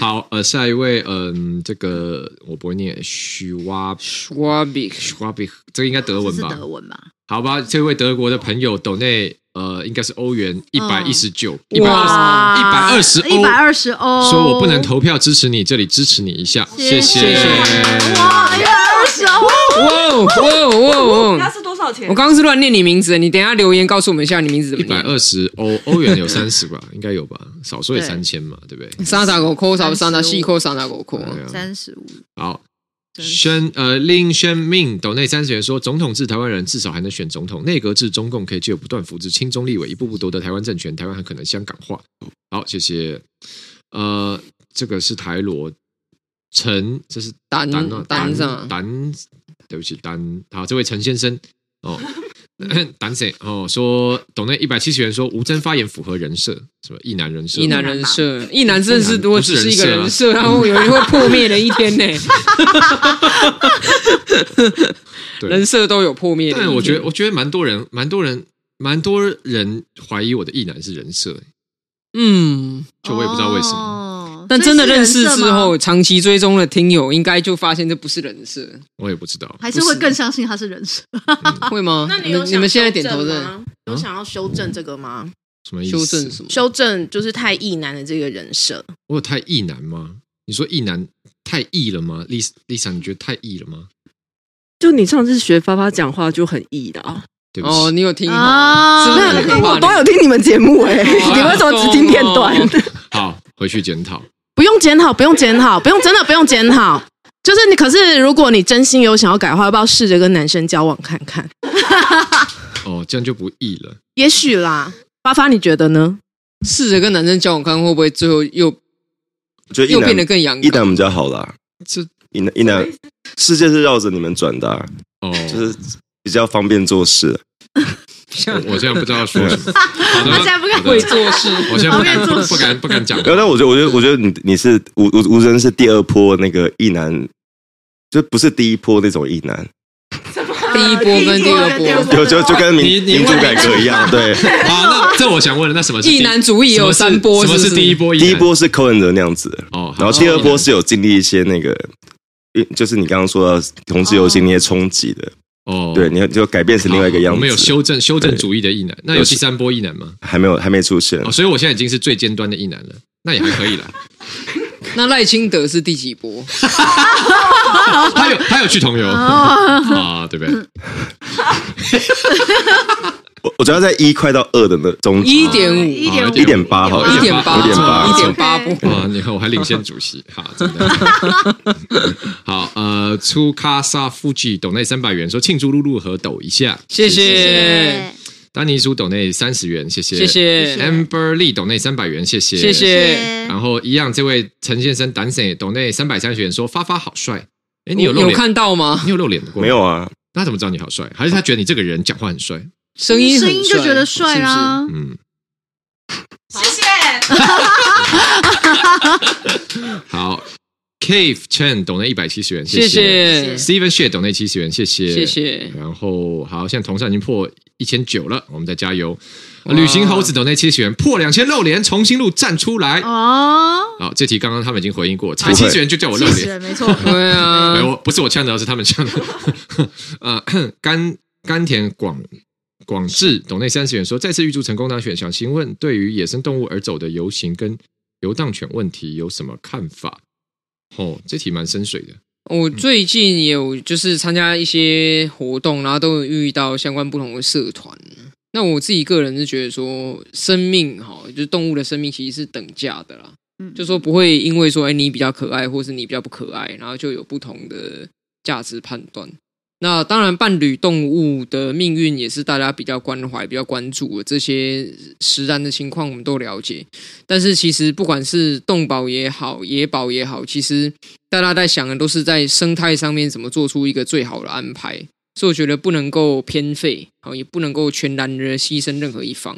[SPEAKER 1] 好，呃，下一位，嗯，这个我不会念，许蛙
[SPEAKER 2] Schwabic
[SPEAKER 1] 许蛙比，这个应该德
[SPEAKER 3] 这
[SPEAKER 1] 文
[SPEAKER 3] 是
[SPEAKER 1] 吧？
[SPEAKER 3] 德文吧？
[SPEAKER 1] 好吧，这位德国的朋友斗内呃，应该是欧元一百一十九，一百二
[SPEAKER 2] 哦
[SPEAKER 3] 哇，
[SPEAKER 1] 120欧
[SPEAKER 3] 啊一百二十欧，
[SPEAKER 1] 十，说我不能投票支持你，这里支持你一下，谢
[SPEAKER 2] 谢谢
[SPEAKER 3] 哇，一百二十欧，
[SPEAKER 2] 哇哦哇哦哇哦哇
[SPEAKER 6] 他
[SPEAKER 2] 哦！
[SPEAKER 6] 是多少钱
[SPEAKER 2] 我刚刚是乱念你名字，你等一下留言告诉我们一下你名字怎
[SPEAKER 1] 一
[SPEAKER 2] 么
[SPEAKER 1] 百
[SPEAKER 2] 念。
[SPEAKER 1] 二十欧，欧元有三十吧，应该有吧，少说也三千嘛，对不对？
[SPEAKER 2] 沙达狗扣，沙沙达细扣，沙达狗扣。
[SPEAKER 1] 对啊
[SPEAKER 3] 三十五，
[SPEAKER 1] 好，
[SPEAKER 3] 真是
[SPEAKER 1] 宣呃令宣命斗内三十元说，总统制台湾人至少还能选总统，内阁制中共可以借由不断扶植亲中立委，一步步夺得台湾政权，台湾很可能香港化。好，谢谢。呃，这个是台罗陈，这是
[SPEAKER 2] 丹
[SPEAKER 1] 丹哦
[SPEAKER 2] 丹
[SPEAKER 1] 丹
[SPEAKER 2] 上
[SPEAKER 1] 丹，对不起丹，好，这位陈先生
[SPEAKER 2] <laughs>
[SPEAKER 1] 哦。 <coughs> 丹谁哦？说董内一百七十元说吴征发言符合人设，什么一男人设？
[SPEAKER 2] 一男人设，一男真的是如
[SPEAKER 1] 不
[SPEAKER 2] 果
[SPEAKER 1] 是
[SPEAKER 2] 只是一个
[SPEAKER 1] 人
[SPEAKER 2] 人
[SPEAKER 1] 设
[SPEAKER 2] 设，然后有人会破灭的一天呢。
[SPEAKER 1] 对
[SPEAKER 2] 人设都有破灭的一天。
[SPEAKER 1] 但我觉得，我觉得蛮多人，蛮多人，蛮多人怀疑我的异男是人设，
[SPEAKER 2] 嗯，
[SPEAKER 1] 就我也不知道为什么。
[SPEAKER 3] 么
[SPEAKER 2] 但真的认识之后，，长期追踪的听友应该就发现这不是人设，
[SPEAKER 1] 我也不知道。
[SPEAKER 3] 还是会更相信他是人设。
[SPEAKER 2] 会吗？
[SPEAKER 5] 那你有
[SPEAKER 2] 们
[SPEAKER 5] 想
[SPEAKER 2] 你们现在点
[SPEAKER 5] 修
[SPEAKER 2] 头
[SPEAKER 5] 正
[SPEAKER 2] 的
[SPEAKER 5] 吗？
[SPEAKER 7] 嗯
[SPEAKER 5] 有想要修正这个吗？
[SPEAKER 1] 什么意思？
[SPEAKER 2] 修正什么？
[SPEAKER 5] 修正就是太意男的这个人设，
[SPEAKER 1] 我有太异男吗？你说异男太异了吗？Lisa Lisa，你觉得太异了吗？
[SPEAKER 6] 就你上次学发发讲话就很易的啊，
[SPEAKER 1] 对不起，
[SPEAKER 2] 哦，你有听吗？
[SPEAKER 3] 啊
[SPEAKER 2] 是不是
[SPEAKER 6] 但我都有听你们节目哎，
[SPEAKER 2] 哦
[SPEAKER 6] <laughs> 你为什么只听片段？
[SPEAKER 1] 好，回去检讨。
[SPEAKER 7] 不用检讨，不用检讨，不用真的不用检讨。 <laughs> 就是你，可是如果你真心有想要改的话，要不要试着跟男生交往看看？
[SPEAKER 1] 哦，这样就不异了。
[SPEAKER 7] 也许啦，发发你觉得呢？
[SPEAKER 2] 试着跟男生交往，看会不会最后又
[SPEAKER 4] 就一
[SPEAKER 2] 又变
[SPEAKER 4] 男
[SPEAKER 2] 得更阳
[SPEAKER 4] 一
[SPEAKER 2] 刚。
[SPEAKER 4] 男比较好啦，
[SPEAKER 1] 这
[SPEAKER 4] 一男一男，世界是绕着你们转的啊、
[SPEAKER 1] 哦，
[SPEAKER 4] 就是比较方便做事。
[SPEAKER 1] 我我现在不知道说
[SPEAKER 2] <laughs>
[SPEAKER 1] 什么。好的
[SPEAKER 3] 他现在不敢
[SPEAKER 1] 好的
[SPEAKER 2] 会做事，
[SPEAKER 1] 我现在不敢
[SPEAKER 3] 旁边
[SPEAKER 1] 不
[SPEAKER 3] 做
[SPEAKER 1] 不敢不敢讲。
[SPEAKER 4] <laughs> 然后，但我觉得，我觉得，我觉得你你是吴吴吴尊是第二波那个一男，就不是第一波那种一男，
[SPEAKER 2] 第一波跟第二波，
[SPEAKER 4] 就就就跟
[SPEAKER 1] 你
[SPEAKER 4] 民
[SPEAKER 1] 你
[SPEAKER 4] 民主改革一样，对。
[SPEAKER 1] 好，那这我想问了，那什么是第
[SPEAKER 2] 异男主义
[SPEAKER 1] 什么
[SPEAKER 2] 有
[SPEAKER 1] 是
[SPEAKER 2] 三波，
[SPEAKER 1] 什么
[SPEAKER 2] 是
[SPEAKER 1] 是
[SPEAKER 2] 不
[SPEAKER 1] 第一？波？
[SPEAKER 4] 第一波是柯文哲那样子，
[SPEAKER 1] 哦，
[SPEAKER 4] 然
[SPEAKER 1] 好
[SPEAKER 4] 后第二波是有经历一些那个，因就是你刚刚说到同志游行那些冲击的，
[SPEAKER 1] 哦，
[SPEAKER 4] 对，你就改变成另外一个样
[SPEAKER 1] 我
[SPEAKER 4] 子。
[SPEAKER 1] 们有修正修正主义的异男，那有
[SPEAKER 4] 有
[SPEAKER 1] 第三波异男吗？
[SPEAKER 4] 还没有还没出现
[SPEAKER 1] 哦，，所以我现在已经是最尖端的异男了，那也还可
[SPEAKER 2] <laughs>
[SPEAKER 1] 以啦。
[SPEAKER 2] 那赖清德是第几波？
[SPEAKER 1] 他有他有去
[SPEAKER 2] 哦
[SPEAKER 1] 同游 <laughs> 啊，对不对？
[SPEAKER 4] 我我觉得在一快到二的那中间
[SPEAKER 2] 一点五，
[SPEAKER 3] 一点五
[SPEAKER 1] 一
[SPEAKER 4] 哦点八好了
[SPEAKER 2] 一点八，
[SPEAKER 4] 1.8
[SPEAKER 2] 一点八波。
[SPEAKER 1] 哇，你看我还领先主席，哈，真
[SPEAKER 2] <laughs>
[SPEAKER 1] 的。好，呃，出卡萨夫吉抖内三百元，说庆祝露露和抖一下。
[SPEAKER 2] 谢
[SPEAKER 3] 谢
[SPEAKER 2] 谢，
[SPEAKER 1] 丹尼叔抖内三十元，谢谢。
[SPEAKER 2] 谢谢，
[SPEAKER 1] Amber Lee 抖内三百元，谢谢。
[SPEAKER 2] 谢谢。
[SPEAKER 3] 谢
[SPEAKER 1] 然后一样，这位陈先生胆沈也抖内三百三十元，说发发好帅。哎，你有露
[SPEAKER 2] 有
[SPEAKER 1] 脸？
[SPEAKER 2] 看到吗？
[SPEAKER 1] 你有露脸的过吗
[SPEAKER 4] 没？有啊，
[SPEAKER 1] 那他怎么知道你好帅？还是他觉得你这个人讲话很帅？
[SPEAKER 2] 声音
[SPEAKER 3] 声
[SPEAKER 2] 很
[SPEAKER 3] 音
[SPEAKER 2] 帅啊
[SPEAKER 3] 就觉得帅啦。
[SPEAKER 1] 嗯，
[SPEAKER 5] 谢谢。
[SPEAKER 1] 好。Cave Chen 抖内一百七十元，
[SPEAKER 2] 是不是，谢
[SPEAKER 1] 谢。
[SPEAKER 2] 谢，
[SPEAKER 1] Steven She 抖内七十元，谢谢。
[SPEAKER 2] 谢谢。
[SPEAKER 1] 然后好，现在铜上已经破一千九了，我们再加油。呃旅行猴子抖内七十元，破两千露脸，重新路站出来。
[SPEAKER 3] 哦，
[SPEAKER 1] 好，这题刚刚他们已经回应过，才
[SPEAKER 4] 不
[SPEAKER 1] 七
[SPEAKER 4] 会
[SPEAKER 1] 十元就叫我露
[SPEAKER 3] 气死
[SPEAKER 1] 脸。
[SPEAKER 3] 人，没错。嗯
[SPEAKER 2] 对
[SPEAKER 1] 哎，
[SPEAKER 2] 啊，
[SPEAKER 1] 我不是我呛的，是他们呛的。 <laughs> 呃， <coughs> 甘甘田广广志董内三十元说，再次预祝成功当选。想请问，对于野生动物而走的游行跟游荡犬问题有什么看法？哦，这题蛮深水的。
[SPEAKER 2] 我最近有就是参加一些活动，然后都有遇到相关不同的社团。那我自己个人是觉得说，生命哈，就是动物的生命其实是等价的啦，
[SPEAKER 3] 嗯
[SPEAKER 2] 就说不会因为说哎你比较可爱，或是你比较不可爱，然后就有不同的价值判断。那当然，伴侣动物的命运也是大家比较关怀、比较关注的这些实然的情况，我们都了解。但是其实不管是动保也好，野保也好，其实大家在想的都是在生态上面怎么做出一个最好的安排。所以我觉得不能够偏废， <laughs> 好也不能够全然的牺牲任何一方。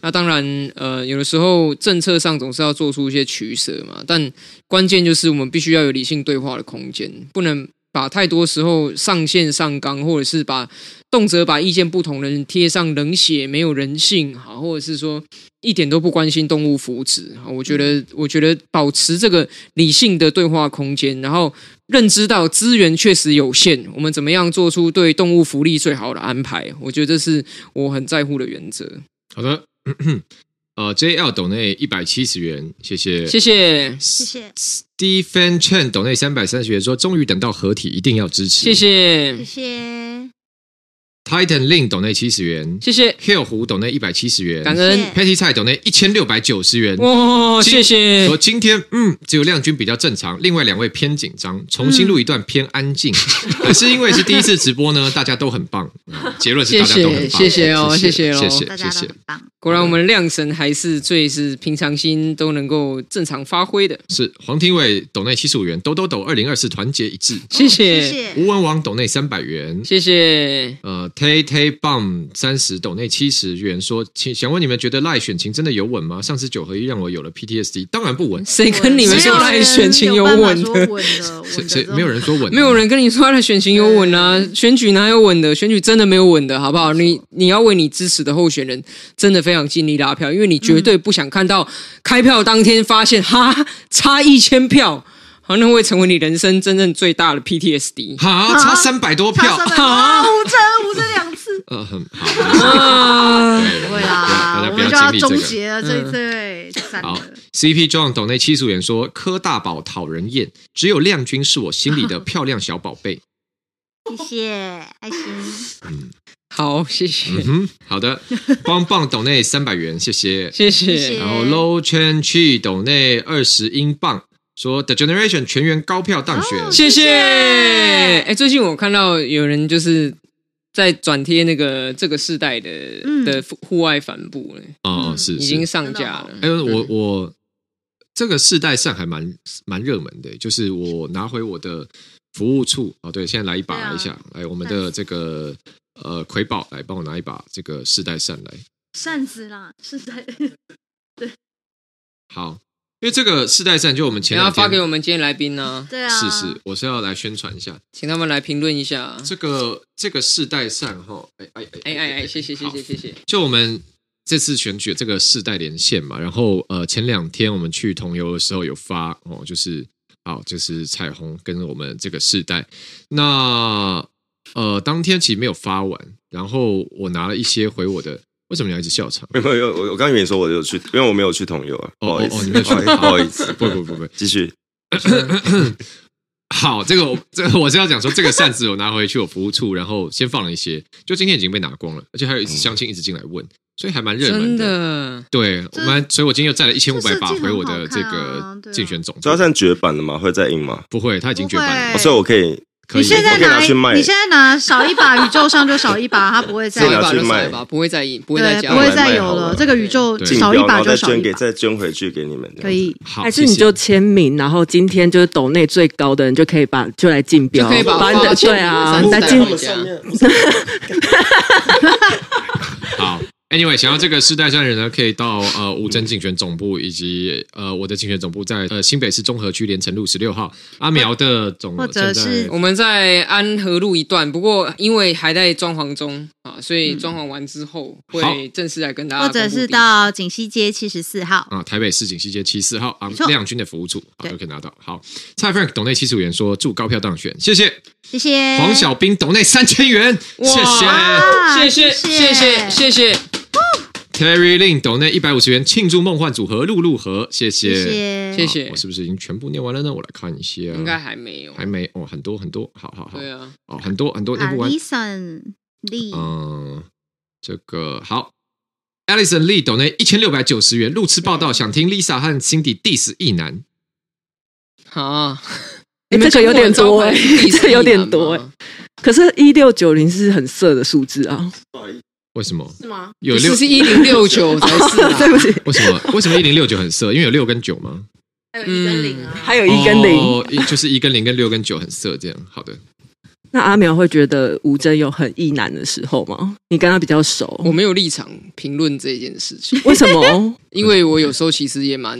[SPEAKER 2] 那当然，呃，有的时候政策上总是要做出一些取舍嘛，但关键就是我们必须要有理性对话的空间，不能把太多时候上线上纲，或者是把动辄把意见不同的人贴上冷血、没有人性，好，或者是说一点都不关心动物福祉。好我觉得，我觉得保持这个理性的对话空间，然后认知到资源确实有限，我们怎么样做出对动物福利最好的安排？我觉得这是我很在乎的原则。
[SPEAKER 1] 好的， <coughs> 呃，JL 抖内一百七十元，谢谢。
[SPEAKER 2] 谢谢，
[SPEAKER 3] 谢谢，
[SPEAKER 1] Stephen Chen 抖内三百三十元说，终于等到合体，一定要支持。
[SPEAKER 2] 谢谢
[SPEAKER 3] 谢，谢，
[SPEAKER 1] Titan Lin 抖内七十元
[SPEAKER 2] 谢谢，
[SPEAKER 1] ，Hill 胡抖内一百七十元，
[SPEAKER 2] 感恩
[SPEAKER 3] 谢谢
[SPEAKER 1] Patty 蔡抖内一千六百九十元。
[SPEAKER 2] 哇，谢谢
[SPEAKER 1] 说，今天嗯，只有亮君比较正常，另外两位偏紧张，重新录一段偏安
[SPEAKER 2] <laughs>
[SPEAKER 1] 静。可是因为是第一次直播呢， <laughs> 大家都很棒。嗯结论是
[SPEAKER 2] 谢
[SPEAKER 1] 大家
[SPEAKER 2] 谢
[SPEAKER 1] 都很棒，
[SPEAKER 2] 谢谢哦
[SPEAKER 1] 谢
[SPEAKER 2] 谢谢哦
[SPEAKER 1] 谢谢
[SPEAKER 3] 大家
[SPEAKER 1] 谢谢
[SPEAKER 3] 都很。棒。
[SPEAKER 2] 果然我们亮神还是最是平常心都能够正常发挥的，
[SPEAKER 3] 哦
[SPEAKER 1] 是黄庭伟抖内七十五元，抖抖抖二零二四团结一致。
[SPEAKER 2] 谢
[SPEAKER 3] 谢
[SPEAKER 2] 谢，
[SPEAKER 3] 谢，
[SPEAKER 1] 吴文王抖内三百元，
[SPEAKER 2] 谢谢，
[SPEAKER 1] 呃，Tay Tay Bomb 三十抖内七十元说，请想问你们觉得赖选情真的有稳吗？上次九合一让我有了 PTSD，当然不稳，
[SPEAKER 2] 谁跟你们说赖选情有稳
[SPEAKER 3] 没有人有办法
[SPEAKER 2] 的 <laughs>
[SPEAKER 3] 说？
[SPEAKER 1] 谁
[SPEAKER 3] 稳的，稳的
[SPEAKER 1] 谁
[SPEAKER 3] 这种
[SPEAKER 1] 没有人说稳啊，
[SPEAKER 2] 没有人跟你说赖选情有稳啊，选举哪有稳的？选举真的没有稳的，好不好？你你要为你支持的候选人真的非常尽力拉票，因为你绝对不想看
[SPEAKER 3] 嗯
[SPEAKER 2] 到开票当天发现哈差一千票，好，那会成为你人生真正最大的 PTSD。
[SPEAKER 1] 好差三百多票
[SPEAKER 3] 他，上来啊，五针五针两次，
[SPEAKER 1] 呃，很好，没事
[SPEAKER 2] 啊，
[SPEAKER 1] 对
[SPEAKER 3] 不会
[SPEAKER 1] 大
[SPEAKER 3] 啦，
[SPEAKER 1] 家
[SPEAKER 3] 我
[SPEAKER 1] 不要
[SPEAKER 3] 们就要
[SPEAKER 1] 经
[SPEAKER 3] 终
[SPEAKER 1] 历这个。嗯
[SPEAKER 3] 结了这一对散
[SPEAKER 1] 好
[SPEAKER 3] 了。
[SPEAKER 1] ，CP John 抖内七十五元说柯大宝讨人厌，只有亮君是我心里的漂亮小宝贝。
[SPEAKER 3] 谢谢，爱心，
[SPEAKER 2] 好，谢谢，
[SPEAKER 1] 嗯哼，好的，棒棒抖内三百元，谢谢。
[SPEAKER 2] 谢谢，
[SPEAKER 3] 谢
[SPEAKER 1] 然后 Low Chen Chi 抖内二十英镑，说 The Generation
[SPEAKER 2] 哦
[SPEAKER 1] 全员高票当选。
[SPEAKER 2] 谢谢。哎、最近我看到有人就是在转贴那个这个世代的
[SPEAKER 3] 嗯
[SPEAKER 2] 的户户外帆布了，
[SPEAKER 1] 哦哦
[SPEAKER 3] 嗯
[SPEAKER 1] 是
[SPEAKER 2] 已
[SPEAKER 1] 是
[SPEAKER 2] 经上
[SPEAKER 3] 真的
[SPEAKER 2] 架
[SPEAKER 3] 哦
[SPEAKER 2] 了。
[SPEAKER 1] 哎，我
[SPEAKER 2] 对
[SPEAKER 1] 我这个世代上还蛮蛮热门的，就是我拿回我的服务处哦，对，现在来一把
[SPEAKER 3] 对啊
[SPEAKER 1] 来一下，来我们的这个呃葵宝来帮我拿一把这个世代扇来，
[SPEAKER 3] 扇子啦，是在 <laughs>
[SPEAKER 1] 好，因为这个世代扇就我们前
[SPEAKER 2] 然后
[SPEAKER 1] 两天
[SPEAKER 2] 发给我们今天来宾呢、
[SPEAKER 3] 对啊，
[SPEAKER 1] 是是，我是要来宣传一下
[SPEAKER 2] 请他们来评论一下。
[SPEAKER 1] 这个这个世代扇哈，哎哎
[SPEAKER 2] 哎哎哎，谢谢谢
[SPEAKER 1] 好
[SPEAKER 2] 谢谢谢。
[SPEAKER 1] 就我们这次选举这个世代连线嘛，然后呃前两天我们去同游的时候有发哦，就是好就是彩虹跟我们这个世代，那呃当天其实没有发完，然后我拿了一些回我的，为什么你要一直笑场？
[SPEAKER 4] 没有没有，我我刚以为你说我有去，因为我没有去同游啊，不
[SPEAKER 1] 哦
[SPEAKER 4] 好
[SPEAKER 1] 哦
[SPEAKER 4] 意
[SPEAKER 1] 哦，
[SPEAKER 4] 思，
[SPEAKER 1] 你
[SPEAKER 4] 不
[SPEAKER 1] 没有
[SPEAKER 4] 好
[SPEAKER 1] 说 <laughs>
[SPEAKER 4] 意思，不好意思，
[SPEAKER 1] 不不不不，
[SPEAKER 4] 继续。
[SPEAKER 1] <coughs> 好，这个我这个我是要讲说，这个扇子我拿回去我服务处，然后先放了一些，就今天已经被拿光了，而且还有一次相亲一直进来问，所以还蛮热门
[SPEAKER 2] 真
[SPEAKER 1] 的。
[SPEAKER 2] 的，
[SPEAKER 1] 对，我们所以，我今天又载了一千五百把
[SPEAKER 3] 这设计
[SPEAKER 1] 回我
[SPEAKER 3] 很
[SPEAKER 1] 的
[SPEAKER 3] 好
[SPEAKER 1] 这
[SPEAKER 3] 看啊
[SPEAKER 1] 个
[SPEAKER 3] 对啊
[SPEAKER 1] 竞选总部
[SPEAKER 4] 所以它现在绝版了吗？会再印吗？哦
[SPEAKER 1] 不会，他已经绝版了，
[SPEAKER 3] 不会
[SPEAKER 4] 所以我可以
[SPEAKER 1] 可
[SPEAKER 3] 哎你
[SPEAKER 1] 以
[SPEAKER 3] 现在
[SPEAKER 4] 我可以拿去
[SPEAKER 3] 拿，
[SPEAKER 4] 卖
[SPEAKER 3] 你现在拿少一把宇宙上就少一把，它不
[SPEAKER 1] <laughs>
[SPEAKER 3] 会再
[SPEAKER 2] 少一
[SPEAKER 4] 这个
[SPEAKER 2] 把
[SPEAKER 4] 拿去
[SPEAKER 2] 就少一
[SPEAKER 4] 卖
[SPEAKER 2] 把，不会再赢，不
[SPEAKER 3] 不
[SPEAKER 2] 会再
[SPEAKER 3] 对，
[SPEAKER 2] 加了。
[SPEAKER 3] 不会
[SPEAKER 4] 了
[SPEAKER 3] 再
[SPEAKER 4] 卖
[SPEAKER 3] 有
[SPEAKER 1] 哦
[SPEAKER 4] 好
[SPEAKER 3] 了。
[SPEAKER 4] 了
[SPEAKER 3] 这个宇宙
[SPEAKER 1] 对
[SPEAKER 4] 竞
[SPEAKER 3] 少一
[SPEAKER 4] 标，然
[SPEAKER 3] 把
[SPEAKER 4] 后
[SPEAKER 3] 就
[SPEAKER 4] 再
[SPEAKER 3] 少
[SPEAKER 4] 捐
[SPEAKER 3] 一
[SPEAKER 4] 给
[SPEAKER 3] 把，
[SPEAKER 4] 再捐回去给你们。这样
[SPEAKER 3] 可以。
[SPEAKER 1] 好，
[SPEAKER 6] 还是你
[SPEAKER 1] 谢谢
[SPEAKER 6] 就签名，然后今天就是抖内最高的人就可以把就来竞标，
[SPEAKER 2] 就可以把哦
[SPEAKER 6] 把你
[SPEAKER 2] 花
[SPEAKER 6] 的
[SPEAKER 2] 钱
[SPEAKER 6] 对啊
[SPEAKER 2] 买，三
[SPEAKER 6] 那
[SPEAKER 2] 代
[SPEAKER 6] 今
[SPEAKER 2] 回家。
[SPEAKER 1] 好。Anyway，想要这个世代上的人呢，可以到呃吴征竞选总部以及呃我的竞选总部在呃新北市中和区连城路十六号阿苗的总
[SPEAKER 3] 或者
[SPEAKER 1] 正在
[SPEAKER 3] 是
[SPEAKER 2] 我们在安和路一段，不过因为还在装潢中啊，所以装潢完之后
[SPEAKER 1] 好
[SPEAKER 2] 会正式来跟大家
[SPEAKER 3] 嗯或者
[SPEAKER 2] 公布
[SPEAKER 3] 是
[SPEAKER 2] 地址
[SPEAKER 3] 到锦西街七十四号。
[SPEAKER 1] 啊，台北市景西街七四号啊
[SPEAKER 3] 错，
[SPEAKER 1] 亮君的服务处好
[SPEAKER 3] 对
[SPEAKER 1] 就可以拿到。好，蔡 Frank 董内七十五元说祝高票当选，谢谢。
[SPEAKER 3] 谢
[SPEAKER 2] 哎
[SPEAKER 3] 谢
[SPEAKER 1] 黄小兵董内三千元，谢谢。
[SPEAKER 3] 哇
[SPEAKER 2] 谢谢谢
[SPEAKER 3] 谢
[SPEAKER 2] 谢
[SPEAKER 3] 谢
[SPEAKER 2] 谢谢，
[SPEAKER 1] Terry Lin 董内一百五十元庆祝梦幻组合露露河，谢谢
[SPEAKER 3] 谢谢
[SPEAKER 2] 谢
[SPEAKER 1] 好我是不是已经全部念完了呢？我来看一下，
[SPEAKER 2] 应该还没有。
[SPEAKER 1] 还没哦，很多很多，好好好，
[SPEAKER 2] 对啊，
[SPEAKER 1] 哦，很多很多念不完。
[SPEAKER 3] Alison Lee，
[SPEAKER 1] 嗯，这个好。Alison Lee 董内一千六百九十元，路痴报道想听 Lisa 和 Cindy diss 一男，
[SPEAKER 2] 好，啊
[SPEAKER 6] 哎
[SPEAKER 2] 你们
[SPEAKER 6] 这个有点多
[SPEAKER 2] 中国的
[SPEAKER 6] 哎
[SPEAKER 2] 招牌历史
[SPEAKER 6] 这个有点
[SPEAKER 2] 一览
[SPEAKER 6] 多
[SPEAKER 2] 吗
[SPEAKER 6] 可是，一六九零是很色的数字
[SPEAKER 2] <laughs>
[SPEAKER 6] 啊！
[SPEAKER 1] 为什么
[SPEAKER 5] 是吗？
[SPEAKER 1] 有
[SPEAKER 2] 其
[SPEAKER 1] 六
[SPEAKER 2] 实？是一零六九 <laughs> 才是
[SPEAKER 6] 对
[SPEAKER 2] 啊。
[SPEAKER 6] 不起，
[SPEAKER 1] 为什么 <laughs> 为什么一零六九很色？因为有六跟九吗？
[SPEAKER 5] 还有一跟零啊，
[SPEAKER 6] 还有一跟零。
[SPEAKER 1] 哦，一就是一跟零跟六跟九很色这样。好的，
[SPEAKER 6] 那阿苗会觉得吴真有很意难的时候吗？你跟他比较熟，
[SPEAKER 2] 我没有立场评论这件事
[SPEAKER 6] <laughs>
[SPEAKER 2] 情，
[SPEAKER 6] 为什么？
[SPEAKER 2] 因为我有时候其实也蛮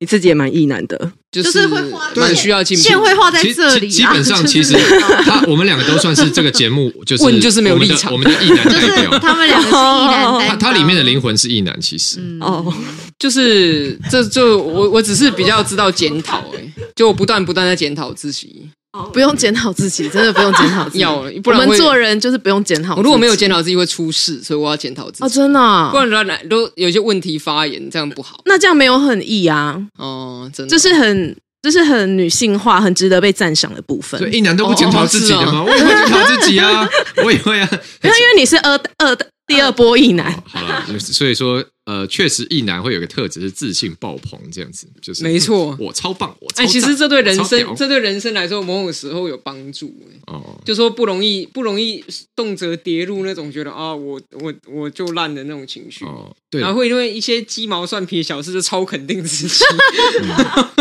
[SPEAKER 6] 你自己也蛮意难的，
[SPEAKER 2] 就
[SPEAKER 3] 就是是会花
[SPEAKER 2] 蛮
[SPEAKER 3] 对
[SPEAKER 2] 需要进步
[SPEAKER 3] 线会画在
[SPEAKER 1] 其
[SPEAKER 3] 这里
[SPEAKER 1] 其
[SPEAKER 3] 啊。
[SPEAKER 1] 基本上
[SPEAKER 3] 就是哦
[SPEAKER 1] 其实
[SPEAKER 3] <laughs>
[SPEAKER 1] 他我们两个都算是这个节目就是
[SPEAKER 2] 问就是没有
[SPEAKER 1] 我们的
[SPEAKER 2] 立场
[SPEAKER 1] 我们的意男
[SPEAKER 3] 就
[SPEAKER 1] 代
[SPEAKER 3] 是
[SPEAKER 1] 表，
[SPEAKER 3] 他们两个是一男
[SPEAKER 1] <laughs> 他
[SPEAKER 3] 单，
[SPEAKER 1] 他里面的灵魂是意男，其实
[SPEAKER 3] 嗯
[SPEAKER 6] 哦，
[SPEAKER 2] 就是这就我我只是比较知道检讨哎，就我不断不断在检讨自己，
[SPEAKER 7] 不用检讨自己，真的不用检讨
[SPEAKER 2] <laughs>
[SPEAKER 7] 自己。
[SPEAKER 2] 要了不
[SPEAKER 7] 我
[SPEAKER 2] 然
[SPEAKER 7] 们
[SPEAKER 2] 会
[SPEAKER 7] 做人就是不用检哦讨自己。
[SPEAKER 2] 我如果没有检讨自己会出事，所以我要检讨自
[SPEAKER 7] 哦，
[SPEAKER 2] 己，
[SPEAKER 7] 真的啊、
[SPEAKER 2] 不然人家都有些问题发言，这样不好
[SPEAKER 7] 那这样没有很意啊，
[SPEAKER 2] 哦，真的
[SPEAKER 7] 这是很这是很女性化、很值得被赞赏的部分。
[SPEAKER 1] 所以一男都不检讨自己的
[SPEAKER 3] 哦
[SPEAKER 1] 吗？我也会检讨自己啊，我也会啊。 <laughs>
[SPEAKER 7] 没有，因为你是二二第二波意男，
[SPEAKER 1] 好了， <laughs> 所以说呃，确实一男会有个特质是自信爆棚，这样子就是
[SPEAKER 2] 没错
[SPEAKER 1] 我超棒，我超
[SPEAKER 2] 哎，其实这对人
[SPEAKER 1] 我超屌
[SPEAKER 2] 生这对人生来说，某种时候有帮助哎。
[SPEAKER 1] 哦，
[SPEAKER 2] 就说不容易不容易动辄跌入那种觉得啊，我我我就烂的那种情绪。
[SPEAKER 1] 哦，对
[SPEAKER 2] 然
[SPEAKER 1] 了
[SPEAKER 2] 后，会因为一些鸡毛蒜皮的小事就超肯定自己，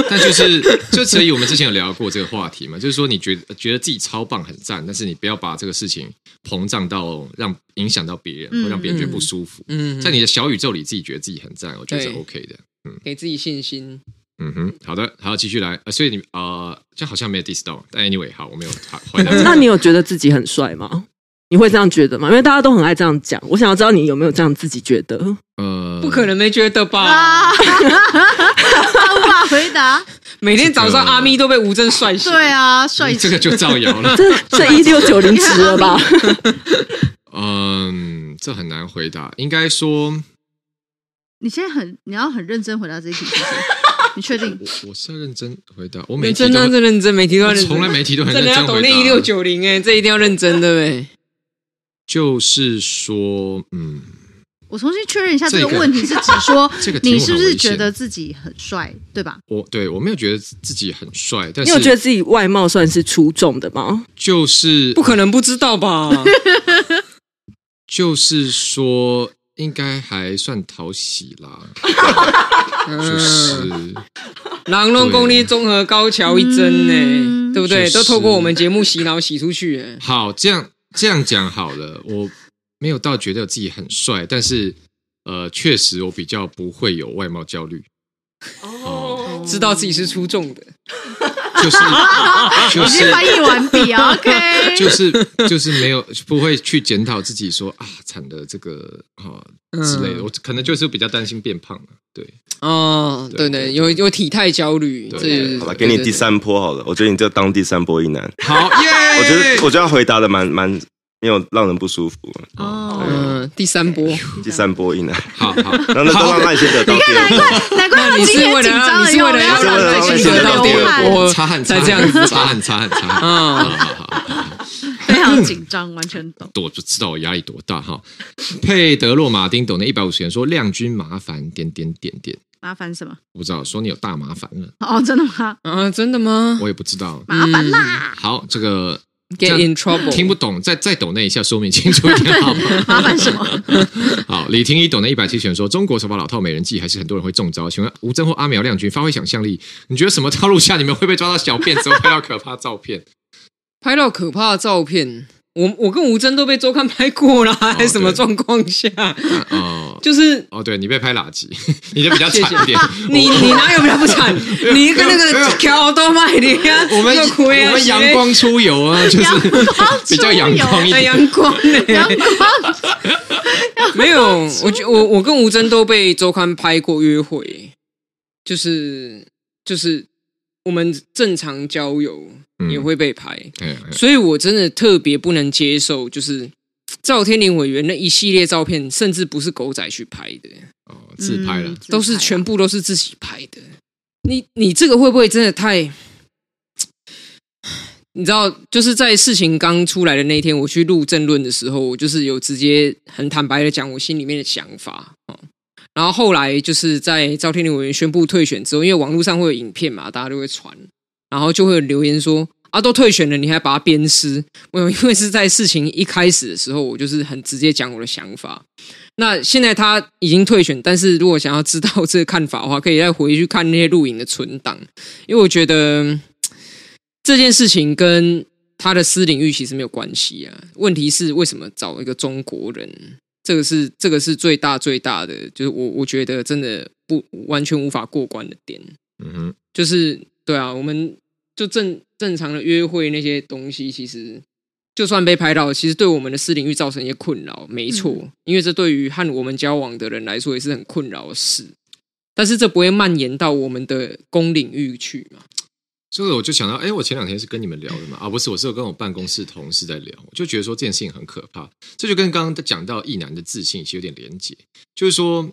[SPEAKER 1] 但就是 <laughs> 就所以我们之前有聊过这个话题嘛，就是说你觉得觉得自己超棒很赞，但是你不要把这个事情膨胀到让影响到别人，
[SPEAKER 3] 嗯
[SPEAKER 1] 会让别人觉得不舒服。
[SPEAKER 2] 嗯，
[SPEAKER 1] 在你的小宇宙里，自己觉得自己很赞，我觉得是
[SPEAKER 2] 对
[SPEAKER 1] OK 的。
[SPEAKER 2] 给自己信心。
[SPEAKER 1] 嗯哼，好的，好，继续来。呃、所以你呃，就好像没有 diss 到，但 anyway，好，我没有好回
[SPEAKER 2] <laughs>
[SPEAKER 1] 答这个。
[SPEAKER 6] 那你有觉得自己很帅吗？你会这样觉得吗？因为大家都很爱这样讲，我想要知道你有没有这样自己觉得。
[SPEAKER 1] 呃，
[SPEAKER 2] 不可能没觉得吧
[SPEAKER 3] 啊，？他 <laughs> 无法
[SPEAKER 1] <laughs>
[SPEAKER 3] 回答。
[SPEAKER 2] 每天早
[SPEAKER 1] 啊
[SPEAKER 2] 上阿咪都被吴镇帅醒，
[SPEAKER 3] 对啊，帅气
[SPEAKER 1] 这个就造谣了。 <laughs>
[SPEAKER 6] 这这一六九零值了吧？
[SPEAKER 1] 嗯，这很难回答。应该说，
[SPEAKER 3] 你现在很，你要很认真回答这一题，是不 <laughs> 是你
[SPEAKER 1] <laughs>
[SPEAKER 3] 确定？
[SPEAKER 1] 我我是要认真回答。我每
[SPEAKER 2] 认
[SPEAKER 1] 题
[SPEAKER 2] 真
[SPEAKER 1] 都
[SPEAKER 2] 啊，
[SPEAKER 1] 很
[SPEAKER 2] 这认真，每题都要认真，
[SPEAKER 1] 从来每题都很
[SPEAKER 2] 这
[SPEAKER 1] 认
[SPEAKER 2] 人
[SPEAKER 1] 真
[SPEAKER 2] 家
[SPEAKER 1] 回答。
[SPEAKER 2] 懂那一六九零哎，这一定要认真的欸
[SPEAKER 1] <laughs>
[SPEAKER 2] 呗。
[SPEAKER 1] 就是说，嗯，
[SPEAKER 3] 我重新确认一下，
[SPEAKER 1] 这
[SPEAKER 3] 这
[SPEAKER 1] 个
[SPEAKER 3] 个问题是指说
[SPEAKER 1] <laughs> 这个，题目
[SPEAKER 3] 你是不
[SPEAKER 1] 很
[SPEAKER 3] 是
[SPEAKER 1] 危险
[SPEAKER 3] 觉得自己很帅，对吧？
[SPEAKER 1] 我对我没有觉得自己很帅，但
[SPEAKER 6] 你有觉得
[SPEAKER 1] 是
[SPEAKER 6] 自己外貌算是出众的吗？
[SPEAKER 1] 就是
[SPEAKER 2] 不可能不知道吧？
[SPEAKER 1] 就是说应该还算讨喜啦，
[SPEAKER 6] 嗯
[SPEAKER 1] 就是
[SPEAKER 2] 狼龙公立综合高桥一针呢、
[SPEAKER 3] 嗯
[SPEAKER 2] 对不对？
[SPEAKER 1] 就是
[SPEAKER 2] 都透过我们节目洗脑洗出去、欸，
[SPEAKER 1] 好这样这样讲好了，我没有到觉得自己很帅，但是呃，确实我比较不会有外貌焦虑，嗯
[SPEAKER 5] 哦，
[SPEAKER 2] 知道自己是出众的，
[SPEAKER 1] 就是
[SPEAKER 6] <laughs>
[SPEAKER 1] 就
[SPEAKER 3] 已经
[SPEAKER 1] 是
[SPEAKER 3] 翻译完毕啊
[SPEAKER 1] <laughs>
[SPEAKER 3] ，OK，
[SPEAKER 1] 就是就是没有不会去检讨自己说啊惨的这个啊之类的，
[SPEAKER 2] 嗯
[SPEAKER 1] 我可能就是比较担心变胖了，
[SPEAKER 6] 嗯
[SPEAKER 1] 对，
[SPEAKER 2] 哦，对
[SPEAKER 1] 对
[SPEAKER 2] 对，有有体态焦虑，
[SPEAKER 1] 对
[SPEAKER 2] 这
[SPEAKER 1] 好
[SPEAKER 4] 好吧，给你第，三波好了，我觉得你就当第三波一男。
[SPEAKER 6] <laughs>
[SPEAKER 1] 好耶，
[SPEAKER 4] 我觉得我觉得他回答的蛮蛮没有让人不舒服。
[SPEAKER 3] 哦
[SPEAKER 2] 对对
[SPEAKER 1] 呃
[SPEAKER 2] 对嗯，第三波，
[SPEAKER 4] 第三波一男，
[SPEAKER 1] <laughs> 好好。
[SPEAKER 4] 然后那都让赖先得到第二
[SPEAKER 3] 难
[SPEAKER 4] 波。
[SPEAKER 3] 怪难怪他
[SPEAKER 2] 那
[SPEAKER 3] 们
[SPEAKER 2] 你
[SPEAKER 3] 今
[SPEAKER 2] 是为了
[SPEAKER 3] 天紧张
[SPEAKER 2] 让你
[SPEAKER 3] 的
[SPEAKER 2] 是
[SPEAKER 3] 要
[SPEAKER 2] 为了
[SPEAKER 3] 要
[SPEAKER 2] 要
[SPEAKER 4] 是
[SPEAKER 2] 让
[SPEAKER 4] 为了
[SPEAKER 2] 耐心得
[SPEAKER 4] 让赖幸
[SPEAKER 2] 到
[SPEAKER 4] 得
[SPEAKER 2] 第
[SPEAKER 4] 到
[SPEAKER 2] 二
[SPEAKER 4] 第
[SPEAKER 2] 波，
[SPEAKER 1] 擦汗，
[SPEAKER 2] 才这样子
[SPEAKER 1] 擦汗，擦汗，擦汗。
[SPEAKER 2] 嗯
[SPEAKER 1] 好好好好
[SPEAKER 3] 非常紧张，完全懂。
[SPEAKER 1] 我就知道我压力多大哈。佩德洛马丁懂那一百五十元说亮君麻烦点点点点，
[SPEAKER 3] 麻烦什么？
[SPEAKER 1] 我不知道说你有大麻烦了，
[SPEAKER 3] 哦，真的吗？
[SPEAKER 2] 啊，真的吗
[SPEAKER 1] 我也不知道。
[SPEAKER 3] 麻烦啦，
[SPEAKER 1] 好，这个这样
[SPEAKER 2] ？Get in trouble，
[SPEAKER 1] 听不懂，再再懂那一下，说明清楚一点好吗？
[SPEAKER 3] 麻烦什么？
[SPEAKER 1] 好，李婷一懂得一百七十元说，中国手法老套，美人计还是很多人会中招。请问吴征或阿苗亮君发挥想象力，你觉得什么套路下你们会被抓到小辫子，会拍到可怕照片？
[SPEAKER 2] 拍到可怕的照片。我我跟吴真都被周刊拍过啦，还什么
[SPEAKER 1] 哦对
[SPEAKER 2] 状况下？
[SPEAKER 1] 哦、
[SPEAKER 2] 就是
[SPEAKER 1] 哦，对你被拍垃圾，你就比较惨一点。
[SPEAKER 2] 你你哪有比较
[SPEAKER 1] <laughs>
[SPEAKER 2] 不惨？你跟那
[SPEAKER 1] 哦没有没
[SPEAKER 2] 个
[SPEAKER 1] 有
[SPEAKER 2] 乔都卖的呀，
[SPEAKER 1] 我们
[SPEAKER 2] 又
[SPEAKER 1] 我
[SPEAKER 2] 亏啊，
[SPEAKER 1] 们阳光出游啊，就是比较阳光一点。
[SPEAKER 2] 很哎阳光呢、
[SPEAKER 3] 阳光
[SPEAKER 2] 没有，我觉我我跟吴真都被周刊拍过约会，就是就是我们正常交友
[SPEAKER 1] 嗯
[SPEAKER 2] 也会被拍，
[SPEAKER 1] 哎哎
[SPEAKER 2] 所以我真的特别不能接受，就是赵天林委员那一系列照片，甚至不是狗仔去拍的，
[SPEAKER 1] 哦，自拍了
[SPEAKER 3] 嗯，
[SPEAKER 2] 都是
[SPEAKER 3] 自拍啊
[SPEAKER 2] 全部都是自己拍的。你你这个会不会真的太？ <sniffs> 你知道，就是在事情刚出来的那一天，我去录政论的时候，我就是有直接很坦白的讲我心里面的想法。哦然后后来就是在赵天林委员宣布退选之后，因为网络上会有影片嘛，大家都会传，然后就会有留言说啊，都退选了，你还把他鞭尸？没有，因为是在事情一开始的时候，我就是很直接讲我的想法。那现在他已经退选，但是如果想要知道这个看法的话，可以再回去看那些录影的存档，因为我觉得嗯这件事情跟他的私领域其实没有关系啊。问题是为什么找一个中国人？这个是这个是最大最大的，就是我我觉得真的不完全无法过关的点。
[SPEAKER 1] 嗯哼，
[SPEAKER 2] 就是对啊，我们就正正常的约会那些东西，其实就算被拍到，其实对我们的私领域造成一些困扰，没错，因为这对于和我们交往的人来说也是很困扰的事。但是这不会蔓延到我们的公领域去嘛？
[SPEAKER 1] 所以我就想到，哎，我前两天是跟你们聊的嘛，啊，不是，我是有跟我办公室同事在聊，我就觉得说这件事情很可怕，这就跟刚刚讲到一男的自信其实有点连结，就是说，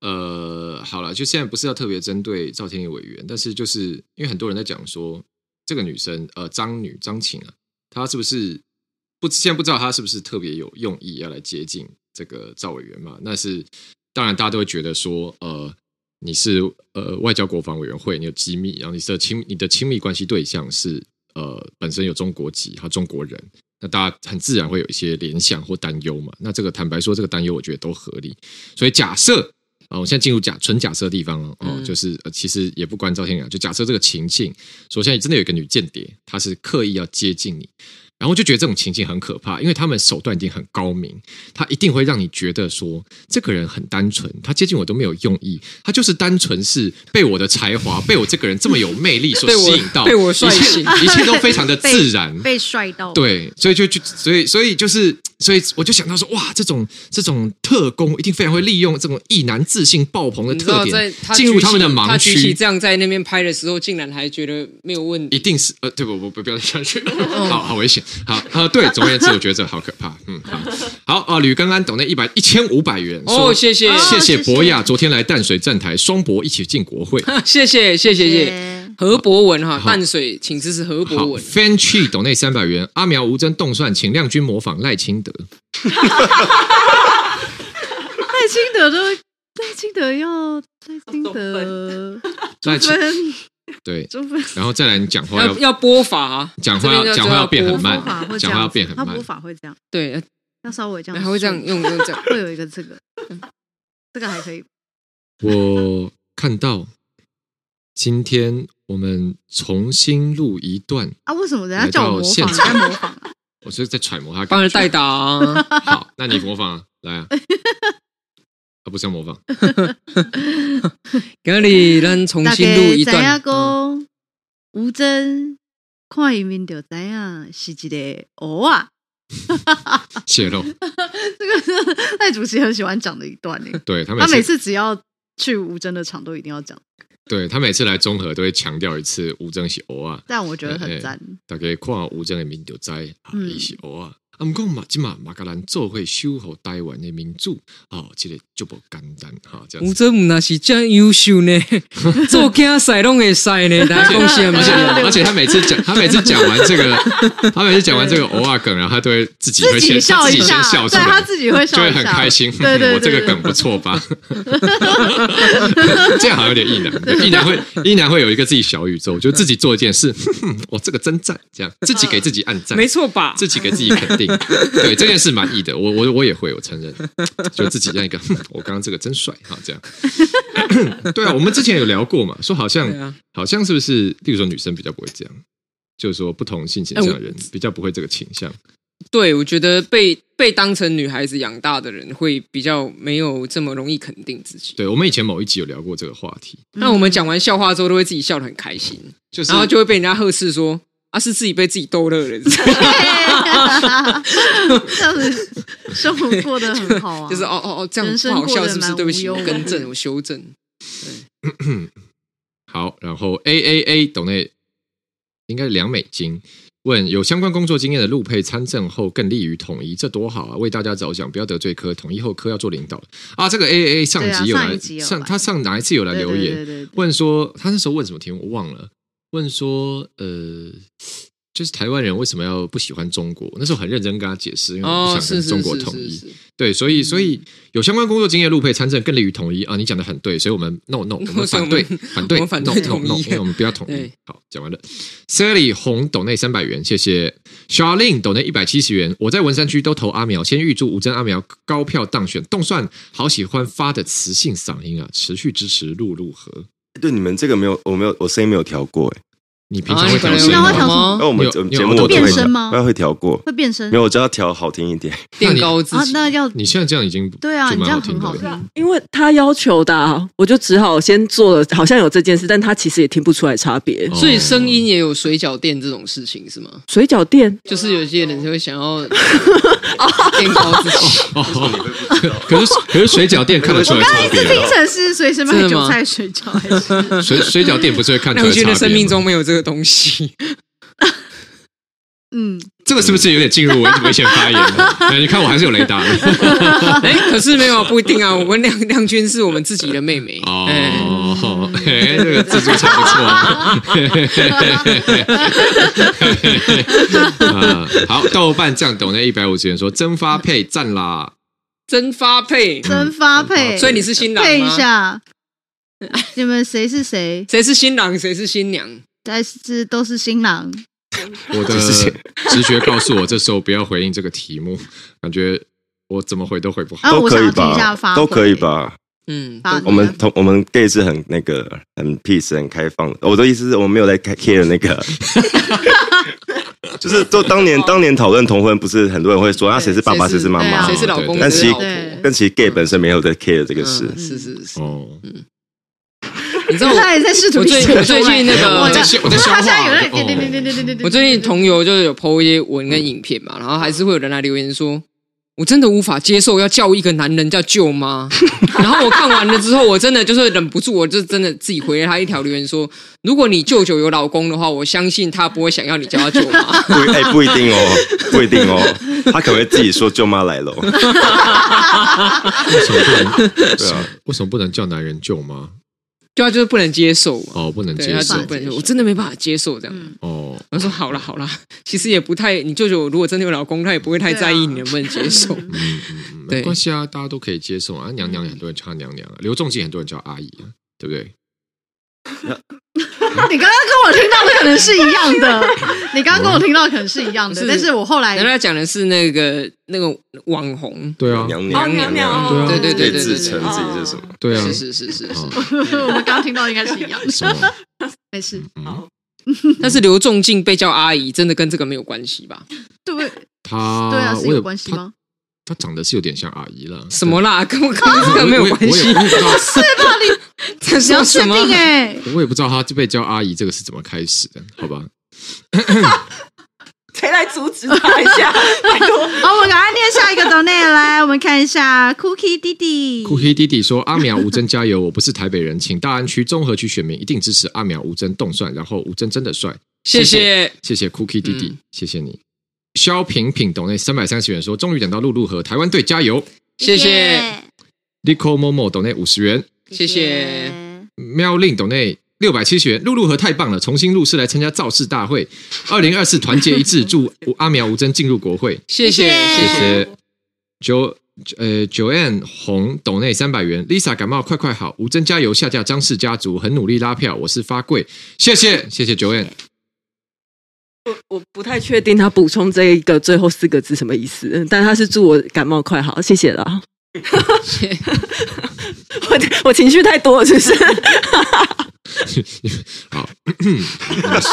[SPEAKER 1] 呃，好了，就现在不是要特别针对赵天宇委员，但是就是因为很多人在讲说这个女生，呃，张女张琴啊，她是不是不现在不知道她是不是特别有用意要来接近这个赵委员嘛？那是当然，大家都会觉得说，呃，你是呃外交国防委员会，你有机密，然后你的亲你的亲密关系对象是呃本身有中国籍，他中国人，那大家很自然会有一些联想或担忧嘛。那这个坦白说，这个担忧我觉得都合理。所以假设啊、我现在进入假纯假设的地方了哦，
[SPEAKER 2] 嗯
[SPEAKER 1] 就是、呃、其实也不关赵天阳，就假设这个情境，说现在真的有一个女间谍，她是刻意要接近你。然后就觉得这种情境很可怕，因为他们手段一定很高明，他一定会让你觉得说这个人很单纯，他接近我都没有用意，他就是单纯是被我的才华、被我这个人这么有魅力所
[SPEAKER 2] <laughs> 被我
[SPEAKER 1] 吸引到，
[SPEAKER 2] 被我帅醒
[SPEAKER 1] 一切一切都非常的
[SPEAKER 3] <laughs> 被
[SPEAKER 1] 自然。
[SPEAKER 3] 被帅到，，
[SPEAKER 1] 对，所以就就所以所以就是所以我就想到说，哇，这种这种特工一定非常会利用这种意男自信爆棚的
[SPEAKER 2] 你知道，
[SPEAKER 1] 特
[SPEAKER 2] 在
[SPEAKER 1] 点
[SPEAKER 2] 他
[SPEAKER 1] 进入
[SPEAKER 2] 他
[SPEAKER 1] 他们的盲
[SPEAKER 2] 他举起
[SPEAKER 1] 区，
[SPEAKER 2] 这样在那边拍的时候，竟然还觉得没有问
[SPEAKER 1] 一
[SPEAKER 2] 题。
[SPEAKER 1] 定是呃，对不不不，不要再下去，<laughs>
[SPEAKER 2] 嗯
[SPEAKER 1] 好好危险，好呃，对，总而言之，我觉得这好可怕，嗯，好，好啊，吕刚安懂那一百一千五百元，
[SPEAKER 2] 哦，
[SPEAKER 1] 说
[SPEAKER 2] 谢谢，
[SPEAKER 1] 谢谢
[SPEAKER 3] 谢谢
[SPEAKER 1] 博雅昨天来淡水站台，双博一起进国会。
[SPEAKER 2] <laughs> 谢谢，谢谢，谢谢
[SPEAKER 3] 耶
[SPEAKER 2] 何博文哈，
[SPEAKER 1] 好
[SPEAKER 2] 淡水，请支持何
[SPEAKER 1] 好
[SPEAKER 2] 博文。
[SPEAKER 1] ，Fan Chi 斗内三百元，阿苗吴真动算，请亮君模仿赖清德。
[SPEAKER 3] 赖清德都赖清德要赖清德，
[SPEAKER 1] 赖
[SPEAKER 3] 朱
[SPEAKER 1] 清
[SPEAKER 3] 分
[SPEAKER 1] 对，
[SPEAKER 3] 朱分
[SPEAKER 1] 然后再来你讲话
[SPEAKER 2] 要
[SPEAKER 1] 要
[SPEAKER 2] 要播法啊，
[SPEAKER 1] 讲话
[SPEAKER 2] 这边
[SPEAKER 1] 要
[SPEAKER 2] 要
[SPEAKER 1] 讲话要变很
[SPEAKER 2] 播
[SPEAKER 1] 慢
[SPEAKER 3] 法会，这
[SPEAKER 1] 讲话要
[SPEAKER 3] 样子
[SPEAKER 1] 变，很
[SPEAKER 3] 他
[SPEAKER 1] 慢
[SPEAKER 3] 播。法会这样，
[SPEAKER 2] 对，
[SPEAKER 3] 要稍微这样，
[SPEAKER 2] 还会这样，用用这样，
[SPEAKER 3] 会有一个这个，这个还可以。
[SPEAKER 1] 我看到今天我们重新录一段，
[SPEAKER 3] 啊，为什么人家叫我
[SPEAKER 1] 来到
[SPEAKER 3] 模仿？你
[SPEAKER 1] 现场
[SPEAKER 3] 在模仿啊？
[SPEAKER 1] 我是在揣摩他的
[SPEAKER 2] <laughs> 帮
[SPEAKER 1] 感
[SPEAKER 2] 人
[SPEAKER 1] 觉。
[SPEAKER 2] 代打、啊。
[SPEAKER 1] 好，那你模仿啊，来啊， <laughs> 啊不是要模
[SPEAKER 2] <laughs>
[SPEAKER 1] 仿，
[SPEAKER 2] 今日咱重
[SPEAKER 3] 大
[SPEAKER 2] 新录
[SPEAKER 3] 家
[SPEAKER 2] 一
[SPEAKER 3] 知影
[SPEAKER 2] 段，
[SPEAKER 3] 讲嗯吴尊看伊面就知影是一个偶啊，
[SPEAKER 1] 泄露，
[SPEAKER 3] <laughs> 这个是赖主席很喜欢讲的一段呢。
[SPEAKER 1] 对他每
[SPEAKER 3] 他
[SPEAKER 1] 次，
[SPEAKER 3] 每次只要去吴尊的场都一定要讲，
[SPEAKER 1] 对他每次来综合都会强调一次吴正是偶啊，
[SPEAKER 3] 但我觉得很赞。
[SPEAKER 1] 大家看吴正的名就知啊，
[SPEAKER 3] 嗯
[SPEAKER 1] 伊是偶啊。啊，毋过嘛，即嘛马格兰做会守护台湾的民主，哦，即、个就无简单哈、这样
[SPEAKER 2] 嗯吴
[SPEAKER 1] 子。
[SPEAKER 2] 尊唔那是真优秀呢， <laughs> 做竞赛拢会赛
[SPEAKER 3] <laughs>
[SPEAKER 2] 呢，大家贡献
[SPEAKER 1] 而
[SPEAKER 2] 不
[SPEAKER 1] 且
[SPEAKER 2] 是？
[SPEAKER 1] 而且他每次讲，他每次讲完这
[SPEAKER 3] <laughs>
[SPEAKER 1] 个，他每次讲完这个偶尔梗，然后他都会自己会
[SPEAKER 3] 自己
[SPEAKER 1] 先
[SPEAKER 3] 笑
[SPEAKER 1] 他
[SPEAKER 3] 一
[SPEAKER 1] 自己先，
[SPEAKER 3] 下
[SPEAKER 1] 笑出
[SPEAKER 3] 对
[SPEAKER 1] 来，
[SPEAKER 3] 他自己会
[SPEAKER 1] 就
[SPEAKER 3] 笑
[SPEAKER 1] 会
[SPEAKER 3] 一
[SPEAKER 1] 很
[SPEAKER 3] 下，
[SPEAKER 1] 开心。
[SPEAKER 3] 对对对，
[SPEAKER 1] 我这个
[SPEAKER 3] 对
[SPEAKER 1] 梗不。错吧？这样好像有点意难，对意难会意难会有一个自己小宇宙，就自己做一件事， <laughs> 我这个真赞，这样自己给自己按赞，
[SPEAKER 2] 没错吧？
[SPEAKER 1] 自己给自己肯
[SPEAKER 2] <laughs>
[SPEAKER 1] 定，对这件事满意的，我我我也会，我承认，就自己这样一个， <laughs> 哼我刚刚这个真帅哈，
[SPEAKER 2] <laughs>
[SPEAKER 1] 这样，对啊，我们之前有聊过嘛，说好像、
[SPEAKER 2] 对啊
[SPEAKER 1] 好像是不是，例如说女生比较不会这样，就是说不同性倾向
[SPEAKER 2] 哎
[SPEAKER 1] 的
[SPEAKER 2] 我
[SPEAKER 1] 人比较不会这个倾向，
[SPEAKER 2] 对，我觉得被被当成女孩子养大的人，会比较没有这么容易肯定自己。
[SPEAKER 1] 对我们以前某一集有聊过这个话题，
[SPEAKER 3] 嗯
[SPEAKER 2] 那我们讲完笑话之后，都会自己笑得很开心，
[SPEAKER 1] 就是
[SPEAKER 2] 然后就会被人家呵斥说：“啊，是自己被自己逗乐了。
[SPEAKER 3] <laughs> 这样子生活过得很好”
[SPEAKER 1] <laughs>
[SPEAKER 3] 啊，
[SPEAKER 2] <laughs> 就是哦哦哦，这样
[SPEAKER 3] 人
[SPEAKER 2] 不
[SPEAKER 3] 生
[SPEAKER 2] 好
[SPEAKER 3] 过
[SPEAKER 2] 笑，
[SPEAKER 3] 得
[SPEAKER 2] 是不是？
[SPEAKER 3] 蛮
[SPEAKER 2] 对不起，
[SPEAKER 3] 无
[SPEAKER 2] 我
[SPEAKER 3] 忧
[SPEAKER 2] 更
[SPEAKER 3] 无
[SPEAKER 2] 正，
[SPEAKER 3] 虑
[SPEAKER 2] 我修正。
[SPEAKER 1] 好，然后 A A A 董内应该是两美金。问有相关工作经验的陆配参政后，更利于统一，这多好啊！为大家着想，不要得罪科，统一后科要做领导啊。这个 A A A 上
[SPEAKER 3] 对啊
[SPEAKER 1] 集有来、
[SPEAKER 3] 上一集有来
[SPEAKER 1] 他上哪一次有来
[SPEAKER 3] 对
[SPEAKER 1] 留言？
[SPEAKER 3] 对对对对
[SPEAKER 1] 问说他那时候问什么题目我忘了，问说呃，就是台湾人为什么要不喜欢中国？那时候很认真跟他解释，因为我
[SPEAKER 2] 哦，
[SPEAKER 1] 不想
[SPEAKER 2] 是
[SPEAKER 1] 跟
[SPEAKER 2] 是
[SPEAKER 1] 中国
[SPEAKER 2] 是
[SPEAKER 1] 统一。
[SPEAKER 2] 是是，
[SPEAKER 1] 对，所以所
[SPEAKER 2] 嗯
[SPEAKER 1] 以有相关工作经验的陆配参政更利于统一啊！你讲的很对，所以我们 no no，我们
[SPEAKER 2] <laughs> 所以
[SPEAKER 1] 反
[SPEAKER 2] 我
[SPEAKER 1] 对
[SPEAKER 2] 们
[SPEAKER 1] 反对
[SPEAKER 2] 我们反对
[SPEAKER 1] no,
[SPEAKER 2] 统一
[SPEAKER 1] no, no, 因为我们不要统一
[SPEAKER 2] 对。
[SPEAKER 1] 好，讲完了。Sally 红抖内三百元，谢谢。Charlene 抖内一百七十元，我在文山区都投阿苗，先预祝吴征阿苗高票当选。动算好喜欢发的磁性嗓音啊，持续支持陆陆河。
[SPEAKER 4] 对，你们这个没有，我没有，我声音没有调过哎。
[SPEAKER 1] 你平常会调
[SPEAKER 3] 啊你
[SPEAKER 1] 声
[SPEAKER 3] 平常会
[SPEAKER 1] 吗
[SPEAKER 3] 调声
[SPEAKER 4] 那
[SPEAKER 2] 吗？
[SPEAKER 4] 我们
[SPEAKER 1] 哦你有你有
[SPEAKER 4] 节目我都
[SPEAKER 3] 变
[SPEAKER 4] 会
[SPEAKER 3] 声
[SPEAKER 4] 调
[SPEAKER 3] 吗
[SPEAKER 4] 我会调过，
[SPEAKER 3] 会变身
[SPEAKER 4] 没有，我只要调好听一点。
[SPEAKER 2] 垫高自
[SPEAKER 3] 啊，
[SPEAKER 2] 己。
[SPEAKER 3] 那要
[SPEAKER 1] 你现在这样已经
[SPEAKER 3] 对啊，
[SPEAKER 1] 就
[SPEAKER 3] 你
[SPEAKER 1] 蛮
[SPEAKER 3] 这样
[SPEAKER 1] 听
[SPEAKER 3] 很好
[SPEAKER 1] 的了
[SPEAKER 3] 听。
[SPEAKER 6] 因为他要求的、啊，我就只好先做了，好像有这件事，但他其实也听不出来差别。
[SPEAKER 1] 哦
[SPEAKER 2] 所以声音也有水饺店这种事情是吗？
[SPEAKER 6] 水饺店
[SPEAKER 2] 就是啊有啊些人就会想要 <laughs> 垫高自己。
[SPEAKER 1] 哦 <laughs> 可是可是水饺店看得
[SPEAKER 3] <laughs>
[SPEAKER 1] 出来差别
[SPEAKER 3] 听
[SPEAKER 1] 啊，
[SPEAKER 3] 成是随身卖
[SPEAKER 2] 真的
[SPEAKER 3] 韭
[SPEAKER 2] 吗
[SPEAKER 3] 菜水饺，还是
[SPEAKER 1] 水水饺店不是会看出
[SPEAKER 2] <laughs> 亮
[SPEAKER 1] 来差
[SPEAKER 2] 君
[SPEAKER 1] 别
[SPEAKER 2] 的生命
[SPEAKER 1] 吗
[SPEAKER 2] 中没有这个东西，
[SPEAKER 3] 嗯，
[SPEAKER 1] 这个是不是有点进入危危险发言
[SPEAKER 2] <laughs>
[SPEAKER 1] 了？哎，你看我还是有雷达的。
[SPEAKER 2] 哎，可是没有不一定啊。我们亮亮君是我们自己的妹妹，哎，
[SPEAKER 1] 哦，哎，这个自助餐不错 <laughs> 啊。啊好，豆瓣酱抖那一百五十元说蒸发配赞啦，
[SPEAKER 2] 真发配。
[SPEAKER 3] 真发配，
[SPEAKER 2] 所以你是新郎
[SPEAKER 3] 配一
[SPEAKER 2] 吗？
[SPEAKER 3] 下，你们谁是谁？
[SPEAKER 2] 谁是新郎，谁是新娘？
[SPEAKER 3] 但是都是新郎，
[SPEAKER 1] 我的直觉告诉我这时候不要回应这个题目，感觉我怎么回都回不好。
[SPEAKER 3] 啊
[SPEAKER 4] 都
[SPEAKER 3] 我
[SPEAKER 4] 可
[SPEAKER 3] 想
[SPEAKER 4] 以
[SPEAKER 3] 要听一下发
[SPEAKER 4] 吧，
[SPEAKER 3] 挥
[SPEAKER 4] 都可以吧。
[SPEAKER 2] 嗯，
[SPEAKER 3] 啊
[SPEAKER 4] 我们同我们 gay 是很那个很 peace 很开放的。我的意思是我们没有在 care 那个，就是就当年当年讨论同婚，不是很多人会说啊谁是爸爸谁是妈
[SPEAKER 2] 对啊
[SPEAKER 4] 妈
[SPEAKER 2] 谁，是老公，
[SPEAKER 1] 对
[SPEAKER 4] 但
[SPEAKER 2] 谁是老
[SPEAKER 4] 其
[SPEAKER 2] 婆？
[SPEAKER 3] 对
[SPEAKER 4] 但其实 gay 本身没有在 care 这个事
[SPEAKER 2] 嗯。是是是。
[SPEAKER 1] 哦，
[SPEAKER 2] 你知道我
[SPEAKER 3] 他也在试图
[SPEAKER 2] 哦我最
[SPEAKER 3] 理解
[SPEAKER 2] 我最近那个
[SPEAKER 3] 我
[SPEAKER 1] 我在消我在消化
[SPEAKER 3] 他现在有点
[SPEAKER 1] 哦
[SPEAKER 3] 点点点点点点点，
[SPEAKER 2] 我最近同游就是有 PO 一些文跟影片嘛，然后还是会有人来留言说，我真的无法接受要叫一个男人叫舅妈。 <laughs> 然后我看完了之后，我真的就是忍不住，我就真的自己回了他一条留言说，如果你舅舅有老公的话，我相信他不会想要你叫他舅妈。
[SPEAKER 1] <laughs>
[SPEAKER 4] 不，哎、不一定哦，不一定哦，他可能会自己说舅妈来了哦。
[SPEAKER 1] 为什么不能？
[SPEAKER 4] 对啊，
[SPEAKER 1] 为什么不能叫男人舅妈？
[SPEAKER 2] 对啊，就是不能接受嘛。
[SPEAKER 1] 哦，不能
[SPEAKER 2] 对，
[SPEAKER 1] 接
[SPEAKER 2] 他
[SPEAKER 1] 受
[SPEAKER 2] 就是不能接受，我真的没办法接受这样。
[SPEAKER 3] 嗯
[SPEAKER 1] 哦。
[SPEAKER 2] 我说好了好了，其实也不太，你舅舅如果真的有老公，他也不会太在意你能不能接受。
[SPEAKER 1] 嗯嗯嗯，没
[SPEAKER 2] 对
[SPEAKER 1] 关系啊，大家都可以接受啊。娘娘也很多人叫她娘娘啊，刘仲敬很多人叫阿姨啊，对不对？
[SPEAKER 3] 你刚刚跟我听到的可能是一样的，你刚刚跟我听到的可能是一样的，
[SPEAKER 2] 是
[SPEAKER 3] 但是我
[SPEAKER 2] <laughs>
[SPEAKER 3] 后来
[SPEAKER 2] 人家讲的是那个那个网红，
[SPEAKER 1] 对啊，
[SPEAKER 4] 娘
[SPEAKER 6] 哦娘娘
[SPEAKER 1] 对啊
[SPEAKER 2] 对对
[SPEAKER 4] 可
[SPEAKER 2] 对
[SPEAKER 4] 以
[SPEAKER 2] 对
[SPEAKER 4] 自
[SPEAKER 2] 对，
[SPEAKER 4] 称自己是什么？
[SPEAKER 1] 对啊
[SPEAKER 2] 是，是是是是，
[SPEAKER 1] 啊
[SPEAKER 3] 我们刚刚听到应该是一样
[SPEAKER 1] <laughs>
[SPEAKER 3] 的，
[SPEAKER 1] 什么？
[SPEAKER 3] 没事，
[SPEAKER 2] 但是刘仲敬被叫阿姨，真的跟这个没有关系吧？
[SPEAKER 3] 对不对？
[SPEAKER 1] 他
[SPEAKER 3] 对啊，是
[SPEAKER 1] 我也
[SPEAKER 3] 有关系
[SPEAKER 1] 他
[SPEAKER 3] 吗？
[SPEAKER 1] 他长得是有点像阿姨了，
[SPEAKER 2] 什么啦，跟我跟这 <laughs> 个没有关系
[SPEAKER 1] 我也，我也不知道，
[SPEAKER 2] 这
[SPEAKER 3] 你要
[SPEAKER 2] 是 <laughs>
[SPEAKER 3] 确
[SPEAKER 2] 什么？
[SPEAKER 3] 定哎，
[SPEAKER 1] 我也不知道他被叫阿姨这个是怎么开始的，好吧？
[SPEAKER 6] 谁来阻止他一 <laughs> 下？拜托，
[SPEAKER 3] 好，哦我们赶快念下一个 donate 来，我们看一下 Cookie 弟弟。
[SPEAKER 1] 酷黑弟弟说：“阿苗吴真加油！我不是台北人，请大安区综合区选民一定支持阿苗吴真动算，然后吴真真的帅，
[SPEAKER 2] 谢谢。
[SPEAKER 1] 谢谢 Cookie 弟弟，
[SPEAKER 2] 嗯
[SPEAKER 1] 谢谢你。”肖平平懂内三百三十元说：“终于等到陆陆和台湾队加油
[SPEAKER 2] 谢谢，
[SPEAKER 1] ！”Lico Momo 懂内五十元，
[SPEAKER 2] 谢谢，
[SPEAKER 1] 喵令懂内六百七十元，陆陆和太棒了，重新入市来参加造势大会，二零二四 <laughs> 团结一致，祝阿苗吴真进入国会。
[SPEAKER 2] 谢谢，
[SPEAKER 1] 谢
[SPEAKER 2] 谢谢。
[SPEAKER 1] 谢。九呃，Joanne 红斗内三百元，Lisa 感冒快快好，吴真加油下架张氏家族，很努力拉票，我是发贵，谢谢谢谢 Joanne，
[SPEAKER 6] 我不太确定他补充这一个最后四个字什么意思，嗯但他是祝我感冒快好，谢谢啦。我我情绪太多了，是不是？
[SPEAKER 1] 好，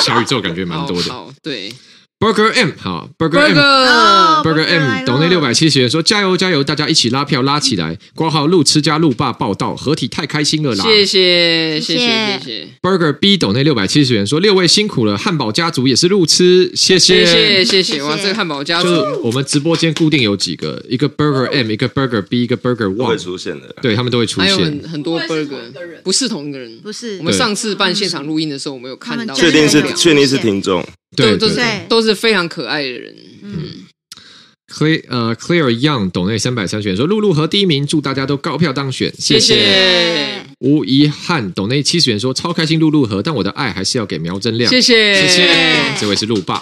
[SPEAKER 1] 小宇宙感觉蛮多的。
[SPEAKER 2] 好，好对
[SPEAKER 1] Burger M 好，Burger M。
[SPEAKER 2] ，Burger，
[SPEAKER 1] Burger
[SPEAKER 3] 来
[SPEAKER 1] M
[SPEAKER 3] 了
[SPEAKER 1] 斗内六百七十元说加油加油，大家一起拉票拉起来！挂号路痴加路霸报道，合体太开心了啦！
[SPEAKER 2] 谢谢，
[SPEAKER 3] 谢
[SPEAKER 2] 谢
[SPEAKER 3] 谢
[SPEAKER 2] 谢，谢谢。
[SPEAKER 1] Burger B 斗内六百七十元说六位辛苦了，汉堡家族也是路痴，谢
[SPEAKER 2] 谢谢谢
[SPEAKER 3] 谢
[SPEAKER 2] 谢，哇，这个汉堡家
[SPEAKER 1] 就
[SPEAKER 2] 族
[SPEAKER 1] 是我们直播间固定有几个，一个 Burger M，一个 Burger B，一个 Burger
[SPEAKER 4] 不会
[SPEAKER 1] One，
[SPEAKER 4] 出现的。
[SPEAKER 1] 对他们都会出
[SPEAKER 2] 还有
[SPEAKER 1] 现。
[SPEAKER 2] 很很多
[SPEAKER 5] 不会是同一个
[SPEAKER 2] burger，
[SPEAKER 5] 人
[SPEAKER 2] 不是同一个人。
[SPEAKER 3] 不是
[SPEAKER 2] 我们
[SPEAKER 1] 对
[SPEAKER 2] 上次办现场录音的时候，我们有看到，
[SPEAKER 3] 他
[SPEAKER 4] 确
[SPEAKER 3] 们
[SPEAKER 4] 定
[SPEAKER 3] 对
[SPEAKER 4] 是
[SPEAKER 3] 对对
[SPEAKER 4] 确定是听众，
[SPEAKER 1] 对
[SPEAKER 2] 都
[SPEAKER 1] 对
[SPEAKER 2] 是
[SPEAKER 1] 对
[SPEAKER 3] 对
[SPEAKER 2] 都是非常可爱的人。嗯，
[SPEAKER 1] ，Clear 呃 Clear Young 董内三百三十元说露露和第一名，祝大家都高票当选，谢谢。
[SPEAKER 2] 谢
[SPEAKER 1] 无遗憾董内七十元说超开心露露和，但我的爱还是要给苗真亮，
[SPEAKER 2] 谢
[SPEAKER 1] 谢
[SPEAKER 2] 谢
[SPEAKER 1] 谢，这位是路霸。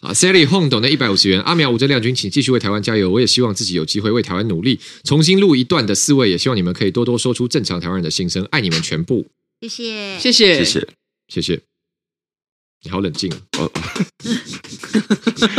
[SPEAKER 1] 啊，Sally Hong 懂得一百五十元，阿苗、吴真亮君，请继续为台湾加油。我也希望自己有机会为台湾努力，重新录一段的四位，也希望你们可以多多说出正常台湾人的心声，爱你们全部，
[SPEAKER 3] 谢谢
[SPEAKER 2] 谢谢
[SPEAKER 4] 谢谢。
[SPEAKER 1] 谢谢。你好冷静哦，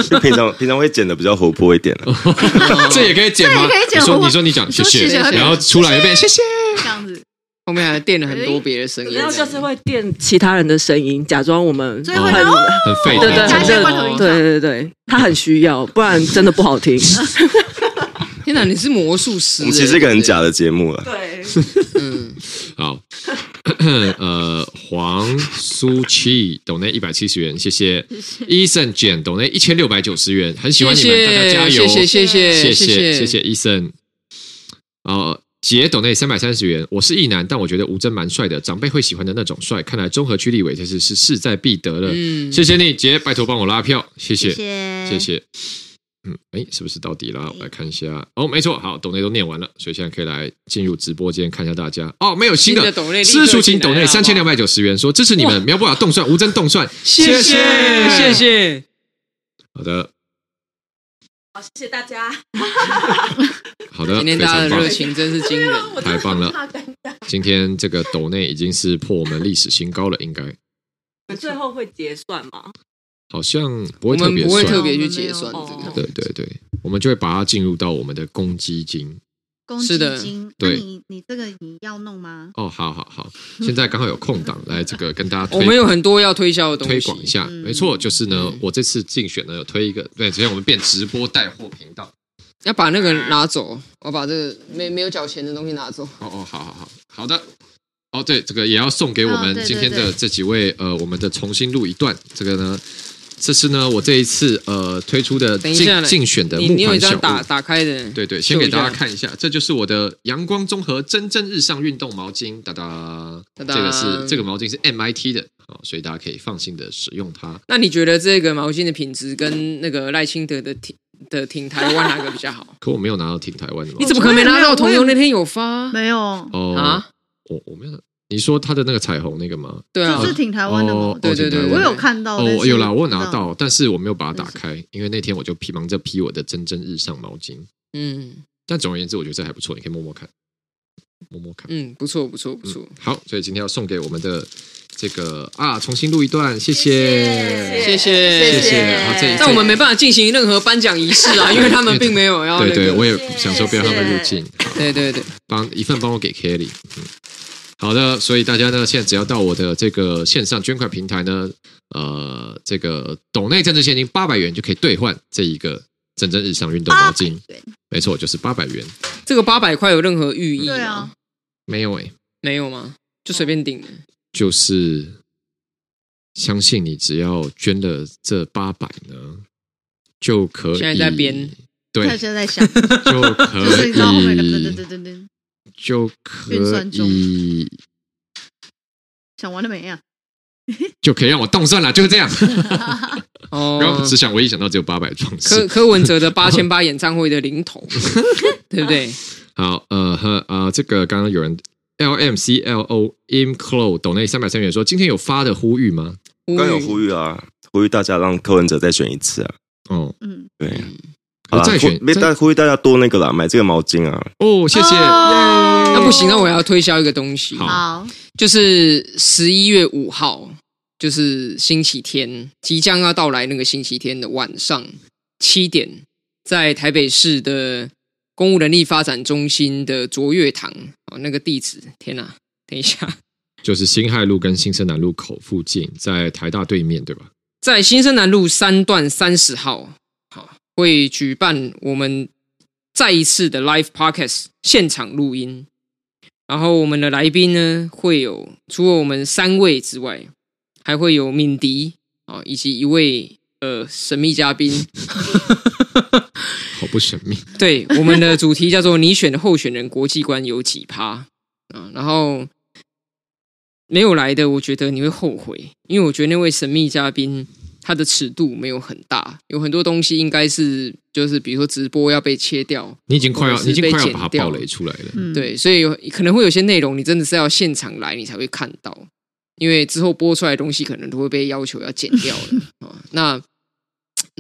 [SPEAKER 4] 就平常平常会剪的比较活泼一点啊
[SPEAKER 1] <laughs> 这也可以剪吗？
[SPEAKER 3] 这也可以剪
[SPEAKER 1] 你说
[SPEAKER 3] 我
[SPEAKER 1] 你说你讲谢
[SPEAKER 3] 说
[SPEAKER 1] 谢，
[SPEAKER 3] 谢谢
[SPEAKER 1] 然后出来一遍谢谢。
[SPEAKER 3] 这样子，
[SPEAKER 2] 后面还垫了很多别的声音，
[SPEAKER 6] 哎然后就是会垫其他人的声音，假装我们
[SPEAKER 3] 所以会
[SPEAKER 6] 很
[SPEAKER 3] 哦
[SPEAKER 1] 很废
[SPEAKER 6] 对对
[SPEAKER 1] 的，
[SPEAKER 3] 加一些
[SPEAKER 6] 对
[SPEAKER 3] 罐头音
[SPEAKER 6] 对
[SPEAKER 3] 效。
[SPEAKER 6] 对对，他很需要，不然真的不好听。
[SPEAKER 2] 天哪，你是魔术师
[SPEAKER 4] 我
[SPEAKER 2] 欸，
[SPEAKER 4] 们其实是一个很假的节目啊了，
[SPEAKER 6] 对，
[SPEAKER 2] 嗯，
[SPEAKER 1] 好， <coughs> 呃，黄苏气抖内一百七十元，谢谢。医生简抖内一千六百九十元，很喜欢你们，大家加油，
[SPEAKER 2] 谢谢谢
[SPEAKER 1] 谢谢
[SPEAKER 2] 谢
[SPEAKER 1] 谢
[SPEAKER 2] 谢
[SPEAKER 1] 谢医生。哦，杰斗内三百三十元，我是一男，但我觉得吴真蛮帅的，长辈会喜欢的那种帅。看来综合区立委这次是势在必得了。
[SPEAKER 2] 嗯
[SPEAKER 1] 谢谢你，杰，拜托帮我拉票，谢谢
[SPEAKER 3] 谢
[SPEAKER 1] 谢谢。嗯，哎，是不是到底了？我来看一下。哦，没错，好，抖内都念完了，所以现在可以来进入直播间看一下大家。哦，没有新的
[SPEAKER 2] 新的抖内立刻
[SPEAKER 1] 私塾情
[SPEAKER 2] 进来
[SPEAKER 1] 抖内
[SPEAKER 2] 了
[SPEAKER 1] 三千两百九十元，说支持你们，苗不雅动算，吴真动算，
[SPEAKER 2] 谢谢谢
[SPEAKER 1] 谢。
[SPEAKER 2] 谢，
[SPEAKER 1] 好的，
[SPEAKER 5] 好，谢谢大家。
[SPEAKER 1] 好的，
[SPEAKER 2] 今
[SPEAKER 1] 呃非
[SPEAKER 2] 天大家
[SPEAKER 1] 常
[SPEAKER 2] 的
[SPEAKER 1] 棒
[SPEAKER 2] 热情真是惊人，
[SPEAKER 5] 我真
[SPEAKER 1] <laughs> 太
[SPEAKER 5] 的
[SPEAKER 1] 棒了
[SPEAKER 5] 很怕尴尬。
[SPEAKER 1] 今天这个抖内已经是破我们历史新高了，应该
[SPEAKER 6] 最后会结算吗？
[SPEAKER 1] 好像不
[SPEAKER 2] 我
[SPEAKER 1] 会特
[SPEAKER 2] 们
[SPEAKER 1] 别
[SPEAKER 2] 不会
[SPEAKER 1] 算。
[SPEAKER 2] 特别去结算这
[SPEAKER 6] 哦
[SPEAKER 2] 个，
[SPEAKER 1] 对对对，我们就会把它进入到我们的公积金。
[SPEAKER 3] 公
[SPEAKER 2] 是
[SPEAKER 3] 积
[SPEAKER 2] 的
[SPEAKER 3] 金，那
[SPEAKER 1] 对
[SPEAKER 3] 你你这个你要弄吗？
[SPEAKER 1] 哦，好好好，现在刚好有空档，来这个跟大家推
[SPEAKER 2] 嗯我们有很多要推销的东西，
[SPEAKER 1] 推广一下。
[SPEAKER 3] 嗯
[SPEAKER 1] 没错，就是呢，我这次竞选呢有推一个，对，首先我们变直播带货频道。
[SPEAKER 2] 要把那个拿走，我把这个没没有缴钱的东西拿走。
[SPEAKER 1] 哦哦，好好好，好的。哦，对，这个也要送给我
[SPEAKER 2] 啊
[SPEAKER 3] 哦对
[SPEAKER 1] 们
[SPEAKER 3] 对
[SPEAKER 1] 今天的
[SPEAKER 3] 对
[SPEAKER 1] 这几位呃，我们的重新录一段。这个呢，这是呢我这一次呃推出的
[SPEAKER 2] 等一下
[SPEAKER 1] 竞
[SPEAKER 2] 嘞
[SPEAKER 1] 竞选的
[SPEAKER 2] 你
[SPEAKER 1] 募
[SPEAKER 2] 你有一
[SPEAKER 1] 款小
[SPEAKER 2] 张打
[SPEAKER 1] 物。
[SPEAKER 2] 打开的，
[SPEAKER 1] 对对，先给大家
[SPEAKER 2] 秀一下，
[SPEAKER 1] 看一下，这就是我的阳光综合真正日上运动毛巾，哒哒，
[SPEAKER 2] 哒哒
[SPEAKER 1] 这个是这个毛巾是 MIT 的哦，所以大家可以放心的使用它。？
[SPEAKER 2] 那你觉得这个毛巾的品质跟那个赖清德的挺的挺台湾哪个比较好
[SPEAKER 1] 可我没有拿到挺台湾的毛巾，
[SPEAKER 2] 你怎么可能没拿到？
[SPEAKER 3] 我也没有
[SPEAKER 2] 同游那天有发
[SPEAKER 3] <laughs> 没有，
[SPEAKER 1] 哦
[SPEAKER 2] 啊？
[SPEAKER 1] 我我没有拿，你说他的那个彩虹那个吗？
[SPEAKER 2] 对啊
[SPEAKER 3] 这，是挺台湾的吗
[SPEAKER 1] 哦，？
[SPEAKER 2] 对对对
[SPEAKER 1] 哦挺台
[SPEAKER 3] 我
[SPEAKER 1] 湾
[SPEAKER 3] 有看到，但
[SPEAKER 1] 哦，
[SPEAKER 3] 是
[SPEAKER 1] 有啦，我有拿
[SPEAKER 3] 不知道。
[SPEAKER 1] 到，但是我没有把它打开，因为那天我就批忙着批我的真真日上毛巾。
[SPEAKER 2] 嗯
[SPEAKER 1] 但总而言之，我觉得这还不错，你可以摸摸看，摸摸看。
[SPEAKER 2] 嗯，不错不错不错，
[SPEAKER 1] 好，所以今天要送给我们的这个啊，重新录一段，谢谢，
[SPEAKER 2] 谢
[SPEAKER 1] 谢
[SPEAKER 2] 谢
[SPEAKER 1] 谢。好，这
[SPEAKER 2] 但我们没办法进行任何颁奖仪式
[SPEAKER 1] <laughs>
[SPEAKER 2] 啊，因为他们并没有
[SPEAKER 3] 哦
[SPEAKER 2] 要那
[SPEAKER 1] 对
[SPEAKER 2] 个。
[SPEAKER 1] 对，我也想说不要他们入境，
[SPEAKER 2] 对对对，
[SPEAKER 1] 帮一份帮我给 Kelly。嗯，好的，所以大家呢，现在只要到我的这个线上捐款平台呢，呃，这个斗内政治现金八百元就可以兑换这一个整正日常运动毛巾，没错，就是八百元，
[SPEAKER 2] 这个八百块有任何寓意
[SPEAKER 3] 对
[SPEAKER 2] 吗
[SPEAKER 3] 啊？，
[SPEAKER 1] 没有诶、欸
[SPEAKER 2] 没有吗？就随便顶的。
[SPEAKER 1] 就是相信你，只要捐了这八百呢，就可以。
[SPEAKER 2] 现在在编
[SPEAKER 1] 对，
[SPEAKER 3] <laughs> 他现在在
[SPEAKER 2] <laughs>
[SPEAKER 3] 想，
[SPEAKER 1] 就可以，
[SPEAKER 3] 就是，Oh 你知道后面有
[SPEAKER 2] 嗯
[SPEAKER 3] 个噔噔噔噔噔，
[SPEAKER 1] 就
[SPEAKER 3] 运
[SPEAKER 1] 可
[SPEAKER 3] 算中
[SPEAKER 1] 以，
[SPEAKER 3] 想完了没啊？
[SPEAKER 1] 就可以让我动算了，就是这样。
[SPEAKER 2] 哦，
[SPEAKER 1] 然后只想，唯一想到只有八百壮
[SPEAKER 2] 柯
[SPEAKER 1] 士。
[SPEAKER 2] 柯文哲的八千八演唱会的零
[SPEAKER 1] <laughs>
[SPEAKER 2] 头，对不对？
[SPEAKER 1] 好，呃呵啊、这个刚刚有人 L M C L O Imclo 抖内三百三元说，今天有发的呼吁吗？
[SPEAKER 2] 嗯
[SPEAKER 4] 刚有呼吁啊，呼吁大家让柯文哲再选一次啊。
[SPEAKER 1] 哦，
[SPEAKER 3] 嗯，
[SPEAKER 4] 对，
[SPEAKER 1] 我
[SPEAKER 4] 好啦
[SPEAKER 1] 再
[SPEAKER 4] 呼
[SPEAKER 1] 选
[SPEAKER 4] 没
[SPEAKER 1] 再
[SPEAKER 4] 大呼吁大家多那个啦，买这个毛巾啊。
[SPEAKER 1] 哦，谢谢。
[SPEAKER 2] 啊
[SPEAKER 3] 哦
[SPEAKER 2] 那不行，那啊我要推销一个东西。
[SPEAKER 1] 好
[SPEAKER 3] 好，
[SPEAKER 2] 就是十一月五号，就是星期天，即将要到来那个星期天的晚上七点，在台北市的公务人力发展中心的卓越堂哦，那个地址，天哪、等一下，
[SPEAKER 1] 就是新海路跟新生南路口附近，在台大对面，对吧？
[SPEAKER 2] 在新生南路三段三十号，好会举办我们再一次的 live podcast 现场录音。然后我们的来宾呢，会有除了我们三位之外，还会有敏迪啊，以及一位呃神秘嘉宾。
[SPEAKER 1] 好不神秘。
[SPEAKER 2] 对，我们的主题叫做“你选的候选人国际观有几趴”啊，然后没有来的，我觉得你会后悔，因为我觉得那位神秘嘉宾他的尺度没有很大，有很多东西应该是就是比如说直播要被切掉，
[SPEAKER 1] 你已经快
[SPEAKER 2] 或
[SPEAKER 1] 要，
[SPEAKER 2] 者
[SPEAKER 1] 你
[SPEAKER 2] 是
[SPEAKER 1] 已经快要
[SPEAKER 2] 被
[SPEAKER 1] 把
[SPEAKER 2] 剪
[SPEAKER 1] 它
[SPEAKER 2] 掉
[SPEAKER 1] 暴雷出来了。
[SPEAKER 3] 嗯，
[SPEAKER 2] 对，所以有可能会有些内容你真的是要现场来你才会看到，因为之后播出来的东西可能都会被要求要剪
[SPEAKER 1] <laughs>
[SPEAKER 2] 掉了啊。那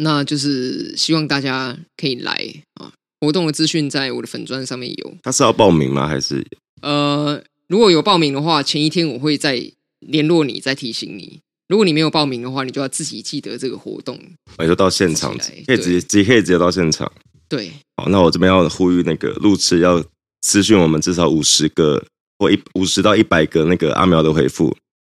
[SPEAKER 2] 那就是希望大家可以来啊。活动的资讯在我的粉砖上面有，
[SPEAKER 4] 他是要报名吗？还是
[SPEAKER 2] 呃，如果有报名的话，前一天我会再联络你，再提醒你。如果你没有报名的话，你就要自己记得这个活动。
[SPEAKER 4] 我就到现场
[SPEAKER 2] 自己来？
[SPEAKER 4] 可以直接，直接可以直接到现场。
[SPEAKER 1] <laughs>
[SPEAKER 2] 对，
[SPEAKER 4] 好，那我这边要呼吁那个路痴要私讯我们至少五十个或一五十到一百个那个阿苗的回复，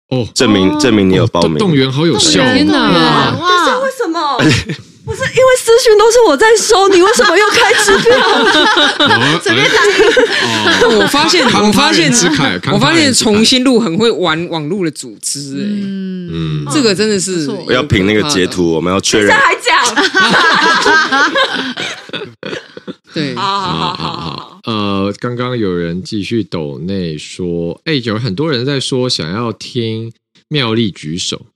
[SPEAKER 1] 哦，
[SPEAKER 4] 证明、
[SPEAKER 3] 哦
[SPEAKER 4] 证明你有报
[SPEAKER 1] 动
[SPEAKER 4] 名。
[SPEAKER 1] 动员好有
[SPEAKER 3] 动
[SPEAKER 1] 效哦，
[SPEAKER 3] 员
[SPEAKER 2] <laughs>
[SPEAKER 7] 天
[SPEAKER 3] 动
[SPEAKER 2] 啊
[SPEAKER 7] 哪
[SPEAKER 3] 员
[SPEAKER 6] 但是
[SPEAKER 3] 哇
[SPEAKER 6] 为，
[SPEAKER 1] <laughs>
[SPEAKER 6] 什么？不是因为私讯都是我在收，你为什么又开支票？
[SPEAKER 1] 哦
[SPEAKER 3] 随便打
[SPEAKER 1] 哎哦
[SPEAKER 2] <laughs> 我发现，
[SPEAKER 1] 康
[SPEAKER 2] 我发
[SPEAKER 1] 康人
[SPEAKER 2] 现
[SPEAKER 1] 之慨，康
[SPEAKER 2] 我
[SPEAKER 1] 康
[SPEAKER 2] 发
[SPEAKER 1] 人
[SPEAKER 2] 现
[SPEAKER 1] 之
[SPEAKER 2] 重
[SPEAKER 1] 慨
[SPEAKER 2] 新录很会玩网络的组织、欸，
[SPEAKER 3] 嗯，
[SPEAKER 1] 嗯，
[SPEAKER 2] 这个真的是
[SPEAKER 3] 不错
[SPEAKER 4] 我要凭那个截
[SPEAKER 2] 有
[SPEAKER 4] 图，我们要确
[SPEAKER 6] 现
[SPEAKER 4] 认
[SPEAKER 6] 在。还讲？
[SPEAKER 1] <laughs>
[SPEAKER 2] 可怕的，对，
[SPEAKER 6] 好好
[SPEAKER 1] 好好
[SPEAKER 6] 好好
[SPEAKER 1] 好
[SPEAKER 6] 好，。
[SPEAKER 1] 嗯呃，刚刚有人继续抖内说，哎，有很多人在说想要听妙丽举手，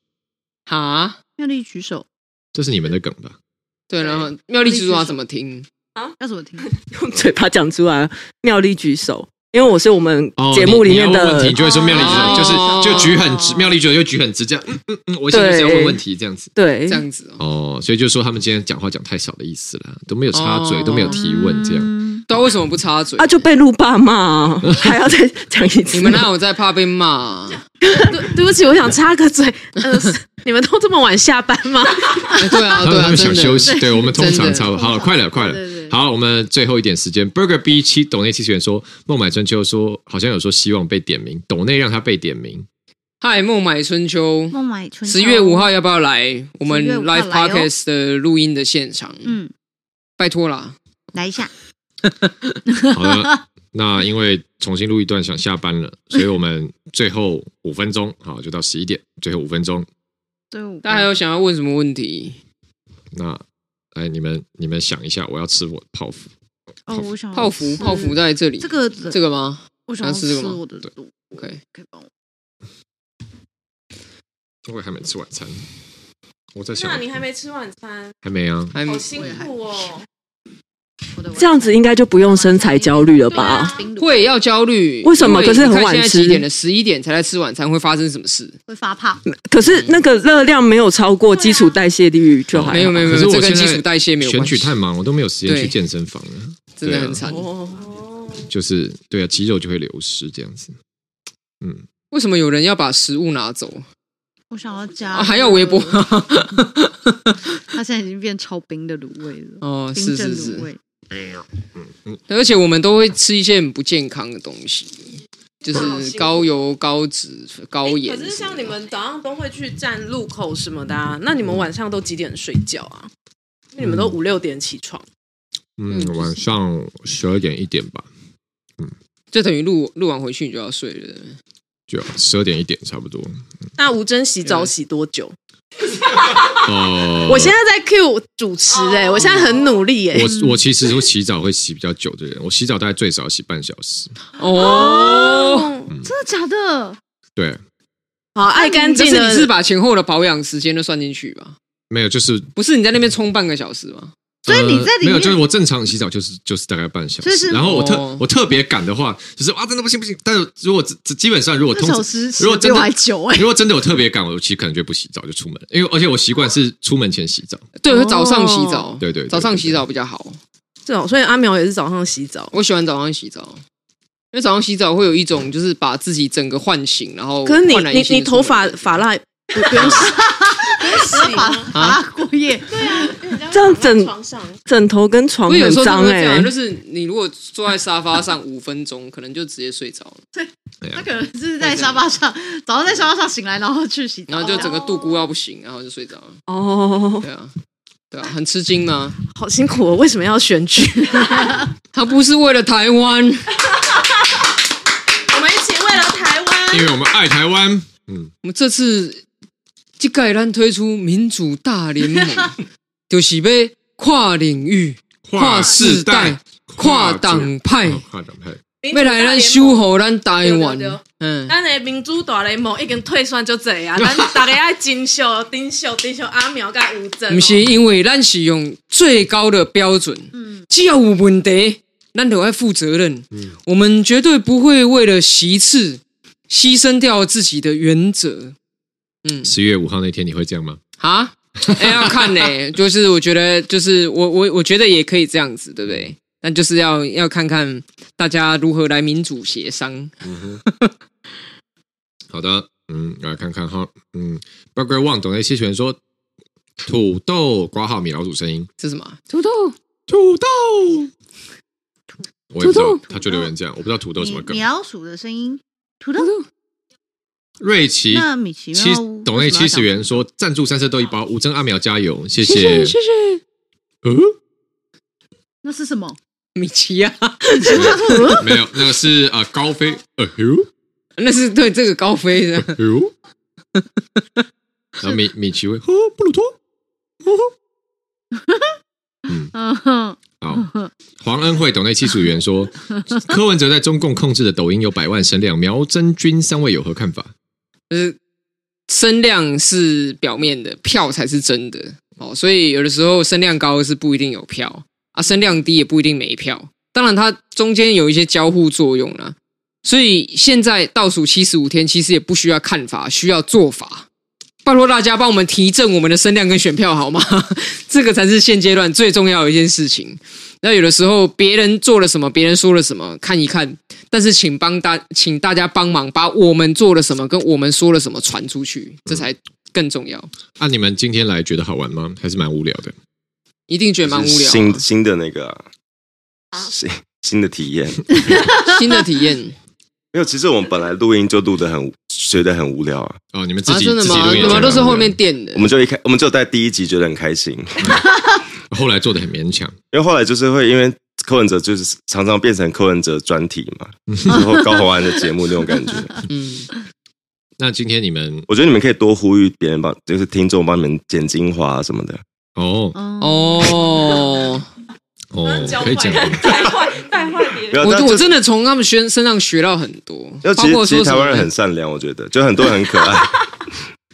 [SPEAKER 2] 啊，
[SPEAKER 3] 用力举手，
[SPEAKER 1] 这是你们的梗吧？
[SPEAKER 2] 对，然后妙丽蜘蛛要怎么听？
[SPEAKER 3] 要怎么听？
[SPEAKER 6] 用嘴巴讲出来，妙丽举手，因为我是我们
[SPEAKER 1] 哦，
[SPEAKER 6] 节目
[SPEAKER 1] 你
[SPEAKER 6] 里
[SPEAKER 1] 你要
[SPEAKER 6] 面
[SPEAKER 1] 问问
[SPEAKER 6] 的
[SPEAKER 1] 题，你就会说妙丽举手，就是
[SPEAKER 2] 哦
[SPEAKER 1] 就举很直，妙丽举手就举很直，这样，嗯嗯嗯，我现在就是要问问题这样子。
[SPEAKER 6] 对
[SPEAKER 2] 这，样子哦，
[SPEAKER 1] 哦，所以就说他们今天讲话讲太少的意思啦，都没有插嘴，
[SPEAKER 2] 哦
[SPEAKER 1] 都没有提问，这样
[SPEAKER 3] 嗯
[SPEAKER 2] 对啊，为什么不插嘴
[SPEAKER 6] 啊？就被路霸骂
[SPEAKER 2] <laughs>
[SPEAKER 6] 啊，还要再讲一次。
[SPEAKER 2] 你们哪有在怕被骂啊？
[SPEAKER 7] 对不起，我想插个嘴，呃，你们都这么晚下班吗？
[SPEAKER 2] 哎
[SPEAKER 1] <laughs>
[SPEAKER 2] 对啊，
[SPEAKER 1] 他
[SPEAKER 2] 对
[SPEAKER 1] 们他
[SPEAKER 2] 啊，
[SPEAKER 1] 们想
[SPEAKER 2] 真
[SPEAKER 1] 休
[SPEAKER 2] 的。
[SPEAKER 1] 息，对我们通常
[SPEAKER 2] 真的
[SPEAKER 1] 差不多。好了，快了，快
[SPEAKER 3] 对对
[SPEAKER 1] 了。
[SPEAKER 3] 对
[SPEAKER 1] 好，我们最后一点时间。Burger B 七抖内七十元说，孟买春秋说好像有说希望被点名，抖内让他被点名。
[SPEAKER 2] 嗨，孟买春秋，
[SPEAKER 3] 孟买春
[SPEAKER 2] 十月五号要不要来我们
[SPEAKER 3] 10月5号
[SPEAKER 2] Live
[SPEAKER 3] 来哦
[SPEAKER 2] Podcast 的录音的现场？
[SPEAKER 3] 嗯，
[SPEAKER 2] 拜托啦，
[SPEAKER 3] 来一下，
[SPEAKER 1] 好
[SPEAKER 2] <laughs>
[SPEAKER 1] 了，那因为重新录一段想下班了，所以我们最后五分钟，好就到十一点，最后五分钟。
[SPEAKER 3] 最后五
[SPEAKER 2] 大家还有想要问什么问题？
[SPEAKER 1] 那哎，你们你们想一下，我要吃我的泡芙。
[SPEAKER 3] 哦，我想要
[SPEAKER 2] 泡芙，
[SPEAKER 3] 吃
[SPEAKER 2] 泡芙在这里，
[SPEAKER 3] 这个
[SPEAKER 2] 这个吗
[SPEAKER 3] 我想要
[SPEAKER 2] 想吃这
[SPEAKER 3] 吃
[SPEAKER 2] 个吗
[SPEAKER 3] 我的
[SPEAKER 1] 对
[SPEAKER 3] 肚，
[SPEAKER 2] ？OK，
[SPEAKER 3] 可以帮我
[SPEAKER 1] 我还没吃晚餐，我在想
[SPEAKER 5] 那，你还没吃晚餐，
[SPEAKER 1] 还没啊？
[SPEAKER 2] 还
[SPEAKER 5] 好辛苦哦。
[SPEAKER 3] 我的晚餐
[SPEAKER 6] 这样子应该就不用身材焦虑了
[SPEAKER 5] 对啊
[SPEAKER 6] 吧？
[SPEAKER 3] 冰炉
[SPEAKER 2] 会要焦虑，
[SPEAKER 6] 为什么
[SPEAKER 2] 因
[SPEAKER 6] 可是很
[SPEAKER 2] 你看
[SPEAKER 6] 晚
[SPEAKER 2] 现在
[SPEAKER 6] 吃
[SPEAKER 2] 几点了？十一点才来吃晚餐，会发生什么事？
[SPEAKER 3] 会发胖，
[SPEAKER 6] 可是那个热量没有超过基础代谢率就还好
[SPEAKER 2] 哦没有没有没
[SPEAKER 1] 可
[SPEAKER 2] 有，
[SPEAKER 1] 是我现
[SPEAKER 2] 这跟
[SPEAKER 1] 在
[SPEAKER 2] 基础代谢没有
[SPEAKER 1] 选
[SPEAKER 2] 关系
[SPEAKER 1] 举，太忙，我都没有时间
[SPEAKER 2] 对
[SPEAKER 1] 去健身房了。
[SPEAKER 2] 真的
[SPEAKER 1] 对啊
[SPEAKER 2] 很惨。
[SPEAKER 6] 哦
[SPEAKER 1] 就是对啊，肌肉就会流失这样子。嗯，
[SPEAKER 2] 为什么有人要把食物拿走
[SPEAKER 3] 我想要加、
[SPEAKER 2] 啊？还要
[SPEAKER 3] <laughs>
[SPEAKER 2] 微波？
[SPEAKER 3] 它现在已经变超冰的卤味了，
[SPEAKER 2] 哦，
[SPEAKER 3] 冰
[SPEAKER 2] 是
[SPEAKER 3] 镇
[SPEAKER 2] 是
[SPEAKER 3] 卤
[SPEAKER 2] 是，
[SPEAKER 3] 味。
[SPEAKER 2] 而且我们都会吃一些很不健康的东西，就是高油、高脂、高
[SPEAKER 5] 哎可
[SPEAKER 2] 盐。
[SPEAKER 5] 是像你们早上都会去站路口什么的、啊，那你们晚上都几点睡觉啊？因为你们都五六点起床，
[SPEAKER 2] 嗯
[SPEAKER 1] 嗯，晚上十二点一点吧，
[SPEAKER 2] 就等于录录完回去你就要睡了。
[SPEAKER 1] 就十二点一点差
[SPEAKER 3] <laughs>
[SPEAKER 1] 不多。
[SPEAKER 5] 那吴真洗
[SPEAKER 1] 嗯
[SPEAKER 5] 澡洗多久？
[SPEAKER 2] 嗯
[SPEAKER 1] 哦，
[SPEAKER 7] 我现在在 Q 主持哎、
[SPEAKER 2] 哦
[SPEAKER 7] 我现在很努力哎、
[SPEAKER 1] 我我其实会洗澡会洗比较久的人，我洗澡大概最少洗半小时。
[SPEAKER 2] 哦，
[SPEAKER 3] 真的假的？
[SPEAKER 1] 对，
[SPEAKER 7] 好爱干
[SPEAKER 2] 但
[SPEAKER 7] 净
[SPEAKER 2] 哦是你
[SPEAKER 7] 的
[SPEAKER 2] 是把前后的保养时间都算进去吧？
[SPEAKER 1] 没有就是，呃
[SPEAKER 2] 不是你在那边冲半个小时吗？
[SPEAKER 3] 所以你在里面
[SPEAKER 1] 没有就是我正常洗澡就是就是大概半小
[SPEAKER 3] 就是
[SPEAKER 1] 时，然后我特、
[SPEAKER 2] 哦
[SPEAKER 1] 我特别赶的话，就是啊真的不行不行，但是如果只只基本上如果
[SPEAKER 3] 这
[SPEAKER 1] 通
[SPEAKER 3] 手时
[SPEAKER 1] 如果
[SPEAKER 3] 十
[SPEAKER 1] 真的
[SPEAKER 3] 六还久哎、
[SPEAKER 1] <laughs> 如果真的有特别赶，我其实可能就不洗澡就出门，因为而且我习惯是出门前洗澡。
[SPEAKER 2] 对，
[SPEAKER 7] 哦
[SPEAKER 2] 早上洗澡，
[SPEAKER 1] 对对对
[SPEAKER 2] 早上洗澡比较好。
[SPEAKER 7] 这种，所以阿苗也是早上洗澡。
[SPEAKER 2] 我喜欢早上洗澡，因为早上洗澡会有一种就是把自己整个唤醒，然后
[SPEAKER 7] 可是你
[SPEAKER 2] 焕然
[SPEAKER 7] 你
[SPEAKER 2] 一新
[SPEAKER 7] 你
[SPEAKER 2] 的出门
[SPEAKER 7] 头发发蜡不
[SPEAKER 2] <laughs>
[SPEAKER 7] 不用洗，
[SPEAKER 3] 啊，过夜
[SPEAKER 5] 这
[SPEAKER 6] 样整
[SPEAKER 5] 床上
[SPEAKER 6] 枕头跟床
[SPEAKER 2] 我有
[SPEAKER 6] 很
[SPEAKER 2] 时候真
[SPEAKER 6] 脏
[SPEAKER 2] 的会这
[SPEAKER 6] 哎、
[SPEAKER 5] 欸
[SPEAKER 2] 样，啊就是你如果坐在沙发上五分钟，可能就直接睡着了，
[SPEAKER 3] 他可能是在沙发上，早上在沙发上醒来，然后去洗澡，
[SPEAKER 2] 然后就整个肚咕要不行，然后就睡着了。
[SPEAKER 6] 哦，
[SPEAKER 2] 对啊，对啊，很吃惊吗？
[SPEAKER 7] 好辛苦、哦，为什么要选
[SPEAKER 2] <laughs>
[SPEAKER 7] 举？
[SPEAKER 2] 他不是为了台湾，
[SPEAKER 5] 我们一起为了台湾，
[SPEAKER 1] 因为我们爱台湾，嗯，
[SPEAKER 2] 我们这次即盖咱推出民主大联
[SPEAKER 5] <laughs>
[SPEAKER 2] 盟，就是要跨领域、跨世代、跨党派，
[SPEAKER 1] 哦跨党派，
[SPEAKER 5] 民主
[SPEAKER 2] 要
[SPEAKER 5] 大
[SPEAKER 2] 来
[SPEAKER 5] 联
[SPEAKER 2] 咱
[SPEAKER 5] 盟
[SPEAKER 2] 修好咱台湾
[SPEAKER 5] 对对对。
[SPEAKER 2] 嗯，
[SPEAKER 5] 咱的民主大联盟已经退选就这
[SPEAKER 7] 啊
[SPEAKER 2] <laughs>
[SPEAKER 5] 样，咱大家要珍惜、珍惜、珍惜阿苗跟吴真、
[SPEAKER 2] <laughs>
[SPEAKER 7] 哦
[SPEAKER 2] 不是因为咱是用最高的标准，只要有问题，咱都要负责任。我们绝对不会为了席次牺牲掉自己的原则
[SPEAKER 1] 十月五号那天你会这样吗？
[SPEAKER 2] 啊！ <laughs> 哎、要看呢、就是我觉得，就是我我我觉得也可以这样子，对不对？但就是要要看看大家如何来民主协商。
[SPEAKER 1] 好的，嗯，来看看哈，嗯 b u r g e r Wang 懂得谢权说，土豆挂号米老鼠声音，
[SPEAKER 2] 这是什么啊？
[SPEAKER 7] 土豆
[SPEAKER 1] 土豆，我也不知道，他就留言这样，我不知道土豆什
[SPEAKER 3] 米
[SPEAKER 1] 么梗
[SPEAKER 3] 米。老鼠的声音，土豆。
[SPEAKER 1] 瑞奇
[SPEAKER 3] 那米奇
[SPEAKER 1] 七
[SPEAKER 3] 妙屋
[SPEAKER 1] 懂
[SPEAKER 3] 为
[SPEAKER 1] 内
[SPEAKER 3] 什么要
[SPEAKER 1] 七
[SPEAKER 3] 讲
[SPEAKER 1] 十元说赞助三色豆一包，吴征阿苗加油，谢
[SPEAKER 7] 谢
[SPEAKER 1] 谢，
[SPEAKER 7] 谢谢谢，。
[SPEAKER 1] 嗯，
[SPEAKER 3] 那是什么？
[SPEAKER 2] 米奇啊， <laughs>
[SPEAKER 1] 没有，那个是啊高飞，呃呦。 <laughs>
[SPEAKER 2] 那是对这个高飞的。
[SPEAKER 1] 哎呦，然后米米奇会哦，布鲁托，
[SPEAKER 3] 嗯哼，
[SPEAKER 1] 好，哦黄恩惠董内七十五元
[SPEAKER 5] <laughs>
[SPEAKER 1] 说，柯文哲在中共控制的抖音有百万声量，苗真君三位有何看法？
[SPEAKER 2] 就是声量是表面的，票才是真的哦。所以有的时候声量高是不一定有票啊，声量低也不一定没票。当然，它中间有一些交互作用啦。所以现在倒数七十五天，其实也不需要看法，需要做法。拜托大家帮我们提振我们的声量跟选票好吗？ <laughs> 这个才是现阶段最重要的一件事情。那有的时候别人做了什么，别人说了什么，看一看，但是请帮大，请大家帮忙把我们做了什么跟我们说了什么传出
[SPEAKER 4] 嗯
[SPEAKER 2] 去，这才更重要。
[SPEAKER 1] 啊，你们今天来觉得好玩吗？还是蛮无聊的？
[SPEAKER 2] 一定觉得蛮无聊
[SPEAKER 4] 新
[SPEAKER 2] 啊、
[SPEAKER 4] 新的那个、啊，新新的体验。
[SPEAKER 2] <laughs> 新的体
[SPEAKER 4] <laughs>
[SPEAKER 2] 验
[SPEAKER 4] 没有，其实我们本来录音就录得很觉得很无聊啊，
[SPEAKER 1] 哦，你们自
[SPEAKER 2] 啊！
[SPEAKER 1] 己、
[SPEAKER 2] 真的
[SPEAKER 1] 自己
[SPEAKER 2] 吗？
[SPEAKER 1] 录音
[SPEAKER 2] 你
[SPEAKER 1] 也觉
[SPEAKER 2] 们
[SPEAKER 1] 得
[SPEAKER 2] 都是
[SPEAKER 1] 蛮无
[SPEAKER 2] 后
[SPEAKER 1] 聊
[SPEAKER 2] 面垫的
[SPEAKER 4] 我，们就一开，我们就在第一集觉得很开心，
[SPEAKER 1] 后来做的很勉强，
[SPEAKER 4] 因为后来就是会因为柯文哲就是常常变成柯文哲专题
[SPEAKER 2] <laughs>
[SPEAKER 4] 嘛，然后高宏安的节目那种感觉。
[SPEAKER 2] 嗯，
[SPEAKER 1] 那今天你们
[SPEAKER 4] 我觉得你们可以多呼吁别人帮，就是听众帮你们剪精华啊什么的。
[SPEAKER 1] 哦
[SPEAKER 3] 哦，
[SPEAKER 2] 哦，
[SPEAKER 4] <laughs>
[SPEAKER 1] 哦
[SPEAKER 5] 交，
[SPEAKER 1] 可以
[SPEAKER 5] 换
[SPEAKER 1] 讲吗
[SPEAKER 5] <laughs> 带坏带坏别人。
[SPEAKER 4] 没有，但
[SPEAKER 2] 我我
[SPEAKER 4] 就
[SPEAKER 2] 真的从他们身身上学到很多，
[SPEAKER 4] 就
[SPEAKER 2] 包
[SPEAKER 4] 其
[SPEAKER 2] 括
[SPEAKER 4] 实其
[SPEAKER 2] 说什
[SPEAKER 4] 实台湾
[SPEAKER 2] 么
[SPEAKER 4] 人
[SPEAKER 2] 嗯
[SPEAKER 4] 很，善良，我觉得就很多人很可爱。 <laughs>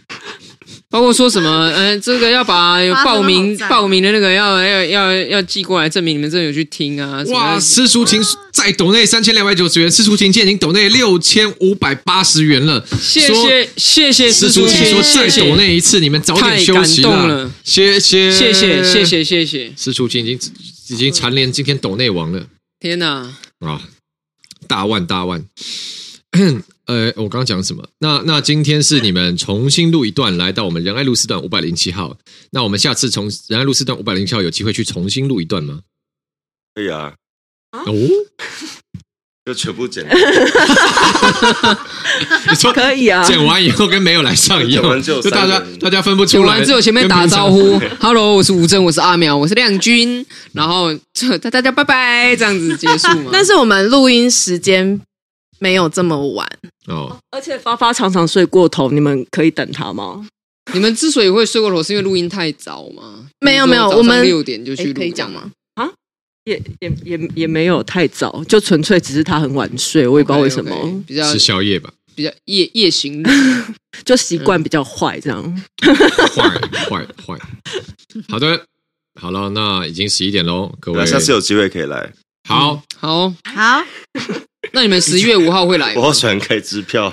[SPEAKER 2] 包括说什么，呃，这个要把有
[SPEAKER 3] 发
[SPEAKER 2] 报名
[SPEAKER 3] 这个好赞
[SPEAKER 2] 报名的那个要要要要寄过来，证明你们真的有去听啊。什么
[SPEAKER 1] 哇！施淑琴在抖内三千两百九十元，施淑琴现在已经抖内六千五百八十元了，
[SPEAKER 2] 谢
[SPEAKER 1] 说
[SPEAKER 2] 谢谢谢
[SPEAKER 1] 施
[SPEAKER 2] 施
[SPEAKER 1] 淑
[SPEAKER 2] 书
[SPEAKER 1] 琴
[SPEAKER 2] 琴
[SPEAKER 1] 说：“
[SPEAKER 2] 谢
[SPEAKER 1] 再
[SPEAKER 2] 谢
[SPEAKER 1] 抖那一次，你们早点休息
[SPEAKER 2] 太感动了
[SPEAKER 1] 谢谢，
[SPEAKER 2] 谢谢谢。谢谢谢，
[SPEAKER 1] 施淑琴已经已经蝉联今天抖内王了
[SPEAKER 2] 天哪！
[SPEAKER 1] 啊！大万大万。 <clears throat> 呃，我刚刚讲什么？那那今天是你们重新录一段，来到我们仁爱路四段五百零七号。那我们下次从仁爱路四段五百零七号有机会去重新录一段吗？
[SPEAKER 4] 可以啊，
[SPEAKER 2] <laughs>
[SPEAKER 1] 哦，
[SPEAKER 4] 就全部剪，
[SPEAKER 1] 你说
[SPEAKER 6] 可以啊，
[SPEAKER 1] 剪完以后跟没有来上一
[SPEAKER 4] 剪完
[SPEAKER 1] 样，
[SPEAKER 4] 就
[SPEAKER 1] 就
[SPEAKER 4] 有
[SPEAKER 1] 大家
[SPEAKER 4] 三个人
[SPEAKER 1] 大家分不
[SPEAKER 2] 剪
[SPEAKER 1] 出来。
[SPEAKER 2] 完之后，前面打招呼 <laughs> ，Hello，我是吴正，我是阿苗，我是亮君，然后这大大家拜拜，这样子结束嘛
[SPEAKER 7] <laughs> 但是我们录音时间没有这么晚，
[SPEAKER 1] 哦，
[SPEAKER 6] 而且发发常常睡过头，你们可以等他吗？
[SPEAKER 2] 你们之所以会睡过头，是因为录音太早嘛？
[SPEAKER 7] 没有没有
[SPEAKER 2] 早上
[SPEAKER 7] 我们
[SPEAKER 2] 六点就去
[SPEAKER 7] 诶
[SPEAKER 2] 录，
[SPEAKER 7] 可以讲吗？？
[SPEAKER 6] 也也也也没有太早，就纯粹只是他很晚睡，我也
[SPEAKER 2] 哦
[SPEAKER 6] 不知道为什么
[SPEAKER 2] OK，OK，比较
[SPEAKER 1] 是宵夜吧？
[SPEAKER 2] 比较夜夜行路。
[SPEAKER 6] 就习惯比较坏这样。
[SPEAKER 1] 坏坏坏。好的，好了，那已经十一点喽，各
[SPEAKER 4] 对啊
[SPEAKER 1] 位。
[SPEAKER 4] 下次有机会可以来。
[SPEAKER 1] 好，
[SPEAKER 2] 好，
[SPEAKER 3] 好，
[SPEAKER 2] 那你们十一月五号会来
[SPEAKER 4] <laughs> 我好
[SPEAKER 2] 吗？
[SPEAKER 4] 喜欢开支票，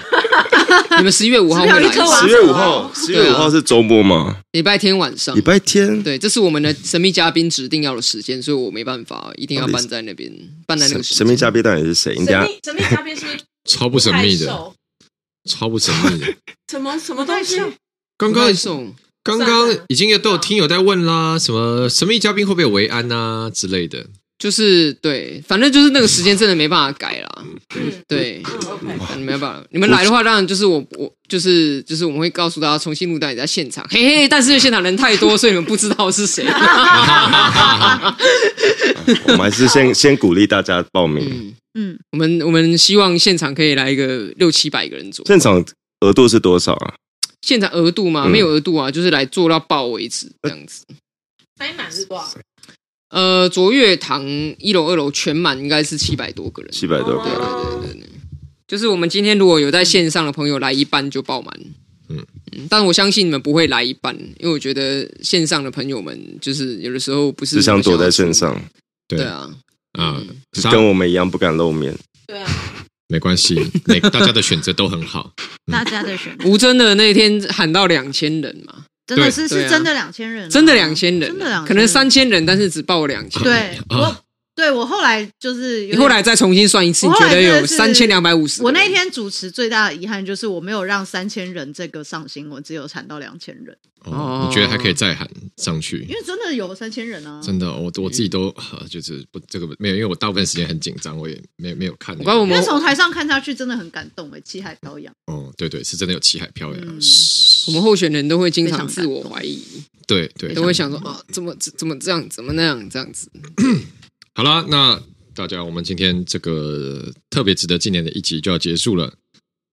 [SPEAKER 2] 哎你们十一月五号会
[SPEAKER 3] 十
[SPEAKER 2] 来
[SPEAKER 3] 一月五
[SPEAKER 2] 吗
[SPEAKER 3] 号
[SPEAKER 7] 啊
[SPEAKER 4] 十月五号，十月五号是周末嘛？
[SPEAKER 2] 礼拜天晚上
[SPEAKER 4] 礼。拜天，
[SPEAKER 2] 啊对，啊这是我们的神秘嘉宾指定要的时间，所以我没办法，一定要办在那边，办在那
[SPEAKER 4] 神
[SPEAKER 2] 个时间。
[SPEAKER 4] 啊神秘嘉宾到底是谁？你等
[SPEAKER 5] 神
[SPEAKER 4] 下
[SPEAKER 5] 秘神秘嘉宾是不是
[SPEAKER 1] 超不神
[SPEAKER 5] 太
[SPEAKER 1] 秘的，
[SPEAKER 5] 瘦？
[SPEAKER 1] 超不神秘的。
[SPEAKER 5] <laughs> 什么什么东西？
[SPEAKER 1] 刚
[SPEAKER 2] 不
[SPEAKER 1] 刚
[SPEAKER 2] 太送，
[SPEAKER 1] 刚刚已经有都有听友在问啦，什么神秘嘉宾会不会有维安啊之类的？
[SPEAKER 2] 就是对，反正就是那个时间真的没办法改啦。
[SPEAKER 5] 嗯
[SPEAKER 2] 对，
[SPEAKER 5] 嗯，OK，
[SPEAKER 2] 嗯没办法，你们来的话，当然就是我我就是就是我们会告诉大家重新录段也在现场，嘿嘿，但是因为现场人太多，所以你们不知道是
[SPEAKER 5] <laughs>
[SPEAKER 2] 谁。
[SPEAKER 4] 我们还是先先鼓励大家报名。
[SPEAKER 2] 嗯，
[SPEAKER 3] 嗯，
[SPEAKER 2] 我们我们希望现场可以来一个六七百个人左右，
[SPEAKER 4] 现场额度是多少啊？
[SPEAKER 2] 现场额度嘛，
[SPEAKER 4] 嗯
[SPEAKER 2] 没有额度啊，就是来做到爆为止这样子。
[SPEAKER 5] 塞满是多少？
[SPEAKER 2] 呃，卓越堂一楼、二楼全满应该是七百多个人，
[SPEAKER 4] 七百多个。
[SPEAKER 5] 哦
[SPEAKER 2] 就是我们今天如果有在线上的朋友来一半就爆满，
[SPEAKER 1] 嗯
[SPEAKER 2] 嗯，但我相信你们不会来一半，因为我觉得线上的朋友们就是有的时候不是
[SPEAKER 4] 只想躲在
[SPEAKER 2] 线
[SPEAKER 4] 线，上，
[SPEAKER 1] 对
[SPEAKER 2] 对啊，
[SPEAKER 1] 啊，
[SPEAKER 4] 就
[SPEAKER 1] 杀
[SPEAKER 4] 跟我们一样不敢露面。
[SPEAKER 5] 对啊，
[SPEAKER 1] 没关系，每大家的选择都很好。
[SPEAKER 3] 大家的选择
[SPEAKER 2] 吴真的那天喊到两千人嘛，
[SPEAKER 3] 真的
[SPEAKER 1] 对
[SPEAKER 3] 是
[SPEAKER 2] 对
[SPEAKER 3] 是
[SPEAKER 2] 啊
[SPEAKER 3] 真的两千人啊，
[SPEAKER 2] 真的两千人啊，
[SPEAKER 3] 真的两，
[SPEAKER 2] 可能三。千人，但是只报两千。
[SPEAKER 3] 对我
[SPEAKER 1] 啊，
[SPEAKER 3] 对我后来就是有
[SPEAKER 2] 你
[SPEAKER 3] 点
[SPEAKER 2] 后来再重新算一次，
[SPEAKER 3] 我
[SPEAKER 2] 你
[SPEAKER 3] 后
[SPEAKER 2] 觉
[SPEAKER 3] 来
[SPEAKER 2] 得
[SPEAKER 3] 真
[SPEAKER 2] 有
[SPEAKER 3] 的是
[SPEAKER 2] 三千两百五十。
[SPEAKER 3] 我那天主持最大的遗憾就是我没有让三千人这个上新闻，只有喊到两千人，
[SPEAKER 1] 哦，你觉得还可以再喊上去
[SPEAKER 3] 因？为真的有三千人啊。
[SPEAKER 1] 真的，我我自己都呃就是不这个没有，因为我大部分时间很紧张，我也没有没有看那个。
[SPEAKER 2] 我刚我
[SPEAKER 3] 因为
[SPEAKER 2] 们
[SPEAKER 3] 从台上看下去真的很感动哎，气海飘扬。
[SPEAKER 1] 哦，对对，是啊真的有七海飘扬。
[SPEAKER 3] 嗯
[SPEAKER 2] 我们候选人都会经常
[SPEAKER 3] 非常
[SPEAKER 2] 自我怀疑，
[SPEAKER 1] 对对，
[SPEAKER 2] 都会想说啊，怎么怎怎么这样，怎么那样，这样子。
[SPEAKER 1] 好啦，那大家，我们今天这个特别值得纪念的一集就要结束了。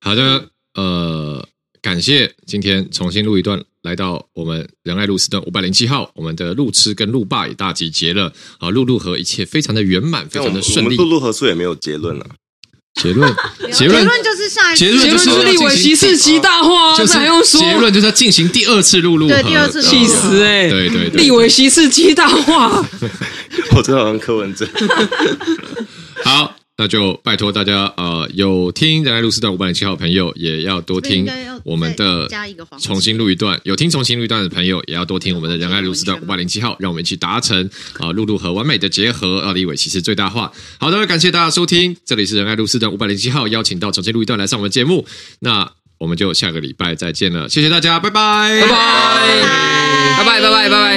[SPEAKER 1] 好的，呃，感谢今天重新录一段，来到我们仁爱路四段五百零七号，我们的路痴跟路霸也大集结了。啊，路路和一切非常的圆满，非
[SPEAKER 4] 但我
[SPEAKER 1] 常
[SPEAKER 4] 们
[SPEAKER 1] 的
[SPEAKER 4] 我
[SPEAKER 1] 顺
[SPEAKER 4] 们
[SPEAKER 1] 利
[SPEAKER 4] 露。露合宿也没有结论啊， <laughs>
[SPEAKER 1] 结论，结
[SPEAKER 3] 结
[SPEAKER 1] 论，
[SPEAKER 3] 论就是下一次
[SPEAKER 1] 结论
[SPEAKER 2] 结
[SPEAKER 1] 就
[SPEAKER 2] 论
[SPEAKER 1] 是
[SPEAKER 2] 就是立委歧视极大化啊，
[SPEAKER 1] 就是
[SPEAKER 2] 这还用说？
[SPEAKER 1] 结论就是要进行第二次录路和，
[SPEAKER 3] 对第二次录
[SPEAKER 2] 气死哎！
[SPEAKER 1] 对对对
[SPEAKER 2] 立委歧视极大化，
[SPEAKER 4] 我真的好像柯文哲。
[SPEAKER 1] 好，那就拜托大家，呃，有听仁爱路四段五百零七号的朋友，也要多听
[SPEAKER 3] 这边应该要
[SPEAKER 1] 我们的
[SPEAKER 3] 再加一个黄色
[SPEAKER 1] 重新录一段。有听重新录一段的朋友，也要多听我们的仁爱路四段五百零七号，让我们一起达成啊，露、露和完美的结合，啊，立伟其实最大化。好的，感谢大家收听，这里是仁爱路四段五百零七号，邀请到重新录一段来上我们节目，那我们就下个礼拜再见了，谢谢大家，拜拜
[SPEAKER 2] 拜拜，拜拜拜拜拜拜。